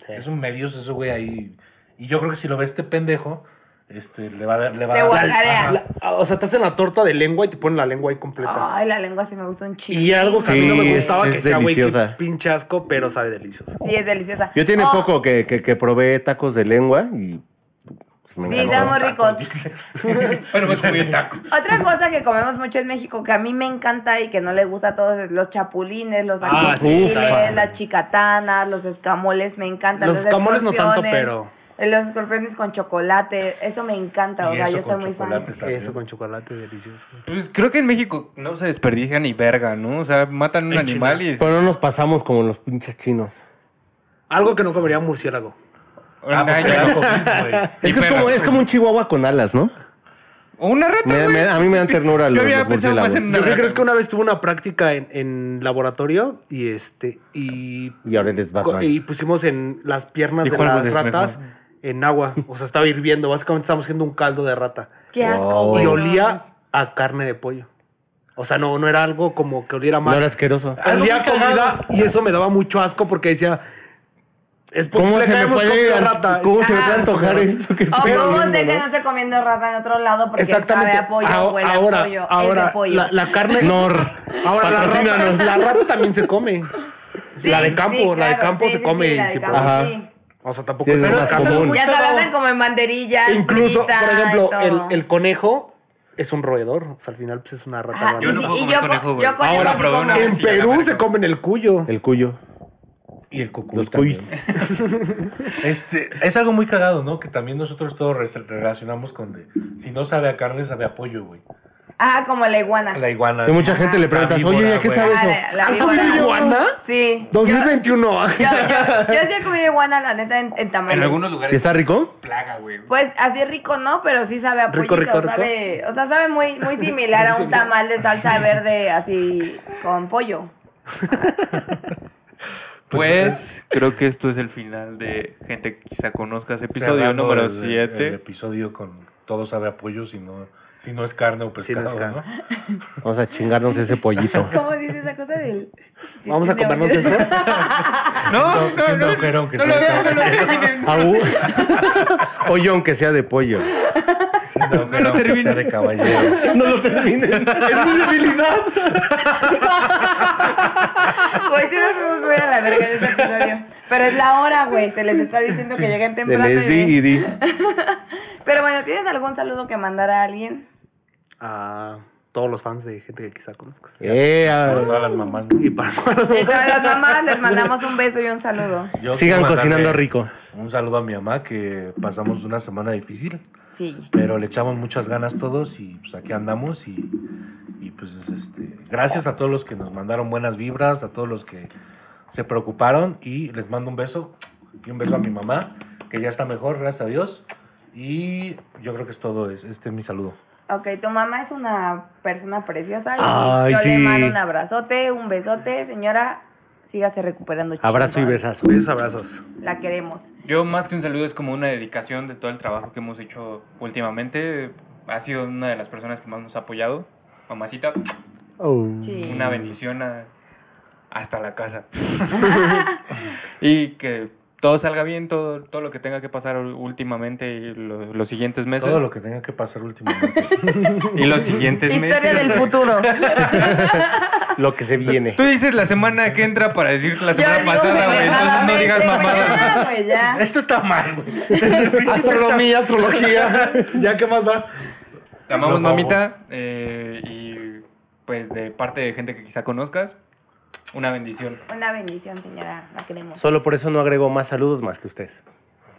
[SPEAKER 5] Es un medio seso, güey, ahí. Y yo creo que si lo ve este pendejo, este, le va a dar... Le va
[SPEAKER 2] Se
[SPEAKER 5] a dar-
[SPEAKER 2] guacarea.
[SPEAKER 5] Ajá.
[SPEAKER 6] La- Ah, o sea, te hacen la torta de lengua y te ponen la lengua ahí completa.
[SPEAKER 2] Ay, la lengua sí me gusta un chingo.
[SPEAKER 6] y algo que a mí no
[SPEAKER 4] Sí,
[SPEAKER 6] me
[SPEAKER 4] es-
[SPEAKER 6] gustaba
[SPEAKER 4] es
[SPEAKER 6] que sea, güey, qué
[SPEAKER 4] deliciosa.
[SPEAKER 6] pinche asco, pero sabe deliciosa.
[SPEAKER 2] Sí, es deliciosa.
[SPEAKER 4] Yo tiene
[SPEAKER 2] Oh,
[SPEAKER 4] poco que, que, que probé tacos de lengua y pues, me
[SPEAKER 2] Sí,
[SPEAKER 4] encantó.
[SPEAKER 2] está muy
[SPEAKER 5] Tacos,
[SPEAKER 2] ricos.
[SPEAKER 5] dice.
[SPEAKER 3] Pero me comí el taco.
[SPEAKER 2] Otra cosa que comemos mucho en México que a mí me encanta y que no le gusta a todos es los chapulines, los
[SPEAKER 6] Ah,
[SPEAKER 2] aguaciles,
[SPEAKER 4] sí, claro.
[SPEAKER 2] las chicatanas, los escamoles, me encantan.
[SPEAKER 6] Los escamoles no tanto,
[SPEAKER 2] escorpiones,
[SPEAKER 6] pero-
[SPEAKER 2] eh, Los escorpiones con chocolate, eso me encanta, o
[SPEAKER 5] Y
[SPEAKER 2] sea,
[SPEAKER 5] eso
[SPEAKER 2] yo soy
[SPEAKER 5] con
[SPEAKER 2] muy fan.
[SPEAKER 5] chocolate.
[SPEAKER 6] Eso con chocolate, delicioso.
[SPEAKER 3] Pues creo que en México no se desperdicia ni verga, ¿no? O sea, matan un
[SPEAKER 6] En
[SPEAKER 3] animal y
[SPEAKER 4] Pero no nos pasamos como los pinches chinos.
[SPEAKER 6] Algo que no comería un murciélago.
[SPEAKER 5] Ah,
[SPEAKER 3] Ay,
[SPEAKER 5] porque
[SPEAKER 3] ya.
[SPEAKER 5] lo comí, güey.
[SPEAKER 4] Es
[SPEAKER 3] Y
[SPEAKER 4] que es
[SPEAKER 3] perra.
[SPEAKER 4] como, es como un chihuahua con alas, ¿no?
[SPEAKER 3] O una rata,
[SPEAKER 4] Me-
[SPEAKER 3] güey.
[SPEAKER 4] me- a mí me dan ternura
[SPEAKER 3] Yo
[SPEAKER 4] los-
[SPEAKER 3] había
[SPEAKER 4] los
[SPEAKER 3] pensado más
[SPEAKER 4] murciélagos.
[SPEAKER 3] en una
[SPEAKER 6] Yo que
[SPEAKER 3] rata.
[SPEAKER 6] crees que una vez tuve una práctica en, en laboratorio y este y,
[SPEAKER 4] Y ahora eres
[SPEAKER 6] co-
[SPEAKER 4] Batman.
[SPEAKER 6] y pusimos en las piernas
[SPEAKER 3] Dijo
[SPEAKER 6] de
[SPEAKER 3] algo
[SPEAKER 6] las
[SPEAKER 3] de
[SPEAKER 6] ratas en agua. O sea, estaba hirviendo. Básicamente estábamos haciendo un caldo de rata.
[SPEAKER 2] Qué asco,
[SPEAKER 4] Wow.
[SPEAKER 2] güey,
[SPEAKER 6] Oh. Y
[SPEAKER 2] no,
[SPEAKER 6] olía a carne de pollo. O sea, no, no era algo como que oliera
[SPEAKER 4] No
[SPEAKER 6] mal.
[SPEAKER 4] era asqueroso.
[SPEAKER 5] Algo
[SPEAKER 6] olía a
[SPEAKER 5] muy cagado.
[SPEAKER 6] comida y eso me daba mucho asco porque decía. Es
[SPEAKER 4] ¿Cómo
[SPEAKER 6] posible
[SPEAKER 4] se
[SPEAKER 6] que
[SPEAKER 4] me
[SPEAKER 6] hayamos
[SPEAKER 4] puede,
[SPEAKER 6] comido rata.
[SPEAKER 4] ¿cómo se me
[SPEAKER 2] Ah,
[SPEAKER 4] puede antojar esto que
[SPEAKER 2] O
[SPEAKER 4] estoy
[SPEAKER 2] cómo sé
[SPEAKER 4] comiendo,
[SPEAKER 2] que no estoy comiendo rata en otro lado porque sabe a pollo,
[SPEAKER 6] Ah,
[SPEAKER 2] huele a
[SPEAKER 6] ahora,
[SPEAKER 2] pollo,
[SPEAKER 6] ahora,
[SPEAKER 2] es de pollo.
[SPEAKER 6] La, la carne.
[SPEAKER 4] no? Nor,
[SPEAKER 6] Ahora, la
[SPEAKER 4] patrocínanos.
[SPEAKER 6] rata, la rata también se come.
[SPEAKER 2] Sí,
[SPEAKER 6] la de
[SPEAKER 2] sí,
[SPEAKER 6] campo, la de
[SPEAKER 2] claro,
[SPEAKER 6] campo
[SPEAKER 2] sí,
[SPEAKER 6] se
[SPEAKER 2] sí,
[SPEAKER 6] come
[SPEAKER 2] sí,
[SPEAKER 6] y
[SPEAKER 2] la de
[SPEAKER 6] sin
[SPEAKER 2] campo,
[SPEAKER 4] Ajá.
[SPEAKER 2] sí.
[SPEAKER 6] O sea, tampoco
[SPEAKER 4] Sí, es
[SPEAKER 6] es
[SPEAKER 4] lo
[SPEAKER 6] tan
[SPEAKER 4] más
[SPEAKER 5] es algo
[SPEAKER 4] común.
[SPEAKER 5] muy
[SPEAKER 2] Ya se
[SPEAKER 5] Pero-
[SPEAKER 2] lanzan como en banderillas.
[SPEAKER 6] Incluso,
[SPEAKER 2] frita
[SPEAKER 6] por
[SPEAKER 2] y
[SPEAKER 6] ejemplo,
[SPEAKER 2] todo.
[SPEAKER 6] el, el conejo es un roedor. O sea, al final pues, es una rata.
[SPEAKER 2] Ajá,
[SPEAKER 6] grande.
[SPEAKER 3] Yo no
[SPEAKER 2] y-
[SPEAKER 3] puedo
[SPEAKER 2] y
[SPEAKER 3] comer
[SPEAKER 2] yo
[SPEAKER 3] conejo,
[SPEAKER 2] co-
[SPEAKER 3] güey.
[SPEAKER 2] yo conejo
[SPEAKER 3] Ahora
[SPEAKER 2] sí
[SPEAKER 3] probé
[SPEAKER 2] como.
[SPEAKER 3] una
[SPEAKER 6] en
[SPEAKER 3] vez y ya la
[SPEAKER 6] Perú
[SPEAKER 3] verga.
[SPEAKER 6] se comen el cuyo.
[SPEAKER 4] El cuyo.
[SPEAKER 5] Y el cucuy
[SPEAKER 4] Los
[SPEAKER 5] también.
[SPEAKER 4] cuyos.
[SPEAKER 5] Este, es algo muy cagado, ¿no? Que también nosotros todos re- relacionamos con de, si no sabe a carne, sabe a pollo, güey.
[SPEAKER 2] Ajá, como la iguana.
[SPEAKER 5] La iguana.
[SPEAKER 4] Y mucha
[SPEAKER 5] sí.
[SPEAKER 4] gente le
[SPEAKER 5] La
[SPEAKER 4] preguntas,
[SPEAKER 5] víbora,
[SPEAKER 4] oye, ¿ya qué
[SPEAKER 5] güey".
[SPEAKER 4] sabe
[SPEAKER 2] Ajá,
[SPEAKER 4] eso?
[SPEAKER 2] la, la
[SPEAKER 6] ¿Han
[SPEAKER 2] víbora.
[SPEAKER 6] comido Ah, iguana?
[SPEAKER 2] Sí. Yo-
[SPEAKER 6] 2021.
[SPEAKER 2] Yo, yo, yo sí he comido iguana, la neta, en, en tamaños.
[SPEAKER 3] En algunos
[SPEAKER 4] ¿Y
[SPEAKER 3] lugares
[SPEAKER 4] está rico?
[SPEAKER 3] plaga, güey.
[SPEAKER 2] Pues así es rico, ¿no? Pero sí sabe a
[SPEAKER 6] Rico,
[SPEAKER 2] pollito,
[SPEAKER 6] rico, rico.
[SPEAKER 2] sabe, o sea, sabe muy, muy similar a un tamal de salsa verde así con pollo.
[SPEAKER 3] Pues creo que esto es el final de gente que quizá conozcas episodio
[SPEAKER 5] Cerrando
[SPEAKER 3] número
[SPEAKER 5] el- El
[SPEAKER 3] 7.
[SPEAKER 5] episodio con todo sabe a pollo si no, si no es carne o
[SPEAKER 6] Si no
[SPEAKER 5] pescado,
[SPEAKER 6] es
[SPEAKER 5] ¿no?
[SPEAKER 4] Vamos a chingarnos ese pollito.
[SPEAKER 2] ¿Cómo dice esa cosa del? Sí,
[SPEAKER 6] Vamos a
[SPEAKER 2] tiene
[SPEAKER 6] comernos
[SPEAKER 2] un-
[SPEAKER 6] eso.
[SPEAKER 3] No,
[SPEAKER 5] Siendo- siendo agujero, aunque sea de carne.
[SPEAKER 4] Aú. Oye, aunque sea de pollo.
[SPEAKER 5] Siendo agujero, aunque
[SPEAKER 3] termina.
[SPEAKER 5] sea de caballero.
[SPEAKER 4] No lo terminen.
[SPEAKER 6] es mi debilidad.
[SPEAKER 2] Güey, sí nos fuimos muy a la verga en este episodio. Pero es la hora, güey. Se les está diciendo que lleguen
[SPEAKER 4] Se
[SPEAKER 2] temprano.
[SPEAKER 4] les di y
[SPEAKER 2] y ve.
[SPEAKER 4] di.
[SPEAKER 2] Pero bueno, ¿tienes algún saludo que mandar a alguien?
[SPEAKER 6] A todos los fans de gente que quizá conozcas.
[SPEAKER 4] Eh,
[SPEAKER 5] Para
[SPEAKER 4] ah,
[SPEAKER 5] todas las mamás. ¿no?
[SPEAKER 6] Y para todas las-
[SPEAKER 2] Y para las mamás les mandamos un beso y un saludo.
[SPEAKER 5] Yo
[SPEAKER 4] Sigan
[SPEAKER 5] quiero
[SPEAKER 4] cocinando
[SPEAKER 5] mandarle
[SPEAKER 4] rico.
[SPEAKER 5] Un saludo a mi mamá que pasamos una semana difícil.
[SPEAKER 2] Sí.
[SPEAKER 5] pero le echamos muchas ganas todos y pues aquí andamos y, y, pues este, gracias a todos los que nos mandaron buenas vibras, a todos los que se preocuparon y les mando un beso y un beso a mi mamá que ya está mejor, gracias a Dios. Y yo creo que es todo, es- este es mi saludo.
[SPEAKER 2] Ok, tu mamá es una persona preciosa. Y sí,
[SPEAKER 4] Ay,
[SPEAKER 2] yo le
[SPEAKER 4] sí.
[SPEAKER 2] mando un abrazote, un besote. Señora, sígase recuperando. chingón.
[SPEAKER 4] Abrazo y besazo.
[SPEAKER 6] Besos, abrazos.
[SPEAKER 2] La queremos.
[SPEAKER 3] Yo más que un saludo es como una dedicación de todo el trabajo que hemos hecho últimamente. Ha sido una de las personas que más nos ha apoyado. Mamacita,
[SPEAKER 2] Sí.
[SPEAKER 5] Mm.
[SPEAKER 3] una bendición a- hasta la casa. y que todo salga bien, todo, todo lo que tenga que pasar últimamente y lo- los siguientes meses.
[SPEAKER 5] Todo lo que tenga que pasar últimamente.
[SPEAKER 3] Y los siguientes
[SPEAKER 2] Historia
[SPEAKER 3] meses.
[SPEAKER 2] del futuro.
[SPEAKER 4] Lo que se viene.
[SPEAKER 3] Tú dices la semana que entra para decir la
[SPEAKER 2] Yo
[SPEAKER 3] semana
[SPEAKER 2] digo
[SPEAKER 3] pasada, güey. Entonces no
[SPEAKER 2] pendejadamente,
[SPEAKER 3] digas
[SPEAKER 2] güey,
[SPEAKER 3] mamadas.
[SPEAKER 2] ya, güey, ya.
[SPEAKER 5] Esto está mal, güey.
[SPEAKER 6] Astronomía, astrología. ya, ¿qué más da?
[SPEAKER 3] Te amamos,
[SPEAKER 5] Lo pongo.
[SPEAKER 3] mamita. eh, y pues de parte de gente que quizá conozcas, una bendición.
[SPEAKER 2] Una bendición, señora. La queremos.
[SPEAKER 4] Solo por eso no agrego más saludos más que usted.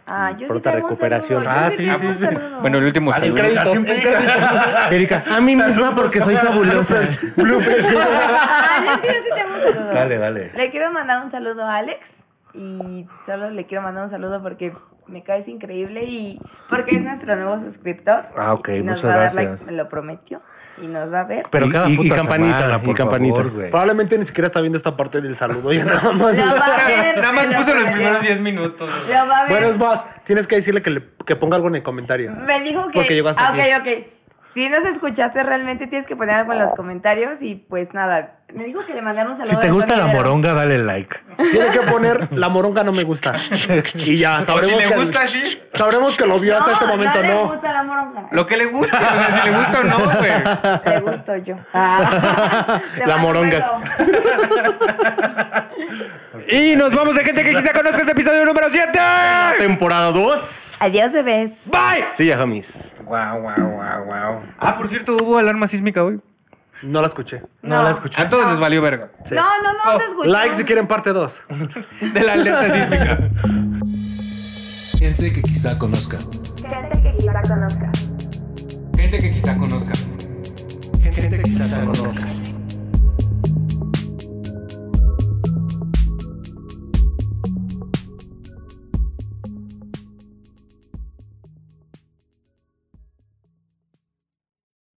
[SPEAKER 2] Ah, yo sí
[SPEAKER 4] Pronta
[SPEAKER 2] tengo un
[SPEAKER 4] recuperación.
[SPEAKER 2] saludo. yo
[SPEAKER 5] Ah, sí,
[SPEAKER 2] sí, tengo
[SPEAKER 5] sí,
[SPEAKER 2] un
[SPEAKER 5] sí.
[SPEAKER 2] saludo.
[SPEAKER 3] Bueno, el último
[SPEAKER 5] Vale,
[SPEAKER 3] saludo.
[SPEAKER 5] crédito.
[SPEAKER 6] Así
[SPEAKER 4] Erika, a mí misma porque soy fabulosa.
[SPEAKER 2] Ay, Ah, es que yo sí tengo un saludo.
[SPEAKER 5] Dale, dale.
[SPEAKER 2] Le quiero mandar un saludo a Alex y solo le quiero mandar un saludo porque me caes increíble y porque es nuestro nuevo suscriptor.
[SPEAKER 5] Ah, ok,
[SPEAKER 2] Y nos
[SPEAKER 5] muchas
[SPEAKER 2] va a dar like,
[SPEAKER 5] gracias.
[SPEAKER 2] me lo prometió y nos va a ver.
[SPEAKER 5] Pero
[SPEAKER 4] Y-
[SPEAKER 5] cada
[SPEAKER 4] y- y
[SPEAKER 5] puta
[SPEAKER 4] campanita,
[SPEAKER 5] semana,
[SPEAKER 4] y
[SPEAKER 5] por
[SPEAKER 4] campanita.
[SPEAKER 5] favor, güey.
[SPEAKER 6] Probablemente ni siquiera está viendo esta parte del saludo. Ya nada más.
[SPEAKER 2] Lo va a ver,
[SPEAKER 3] Nada más
[SPEAKER 2] me lo
[SPEAKER 3] puso los
[SPEAKER 2] prometió.
[SPEAKER 3] primeros 10 minutos.
[SPEAKER 2] Lo va a ver.
[SPEAKER 6] Bueno, es más, tienes que decirle que, le- que ponga algo en el comentario.
[SPEAKER 2] Me dijo que.
[SPEAKER 6] Porque llegó hasta
[SPEAKER 2] Ah,
[SPEAKER 6] aquí.
[SPEAKER 2] ok, ok. Si nos escuchaste, realmente tienes que poner algo en los comentarios y pues nada. Me dijo que le mandara un saludo.
[SPEAKER 5] Si te
[SPEAKER 2] al
[SPEAKER 5] gusta la
[SPEAKER 2] sonidero.
[SPEAKER 5] moronga, dale like.
[SPEAKER 6] Tiene que poner la moronga no me gusta. Y ya,
[SPEAKER 3] O
[SPEAKER 6] sabremos,
[SPEAKER 3] si le
[SPEAKER 6] que,
[SPEAKER 3] gusta así,
[SPEAKER 6] sabremos que lo vio
[SPEAKER 2] No,
[SPEAKER 6] hasta este
[SPEAKER 2] no,
[SPEAKER 6] momento,
[SPEAKER 2] le
[SPEAKER 6] no.
[SPEAKER 2] Ah, gusta la moronga.
[SPEAKER 3] lo que le gusta, o sea, si le gusta o no, güey.
[SPEAKER 2] Le gusto yo. Ah. Te
[SPEAKER 4] La
[SPEAKER 2] mando un
[SPEAKER 4] morongas.
[SPEAKER 2] beso.
[SPEAKER 3] Y nos vamos de gente que quizá conozca este episodio número 7.
[SPEAKER 4] Temporada 2.
[SPEAKER 2] Adiós, bebés.
[SPEAKER 3] ¡Bye!
[SPEAKER 4] Sí, ya, homies.
[SPEAKER 5] Guau, guau, guau, guau.
[SPEAKER 3] Ah, por cierto, hubo alarma sísmica hoy.
[SPEAKER 6] No la escuché.
[SPEAKER 5] No,
[SPEAKER 2] No.
[SPEAKER 5] la escuché.
[SPEAKER 3] A todos les valió verga.
[SPEAKER 2] No, no, no, se escuchó.
[SPEAKER 6] Like si quieren parte 2.
[SPEAKER 3] De la alerta sísmica.
[SPEAKER 7] Gente que quizá conozca.
[SPEAKER 2] Gente que quizá conozca.
[SPEAKER 3] Gente que quizá conozca.
[SPEAKER 4] Gente que quizás conozca.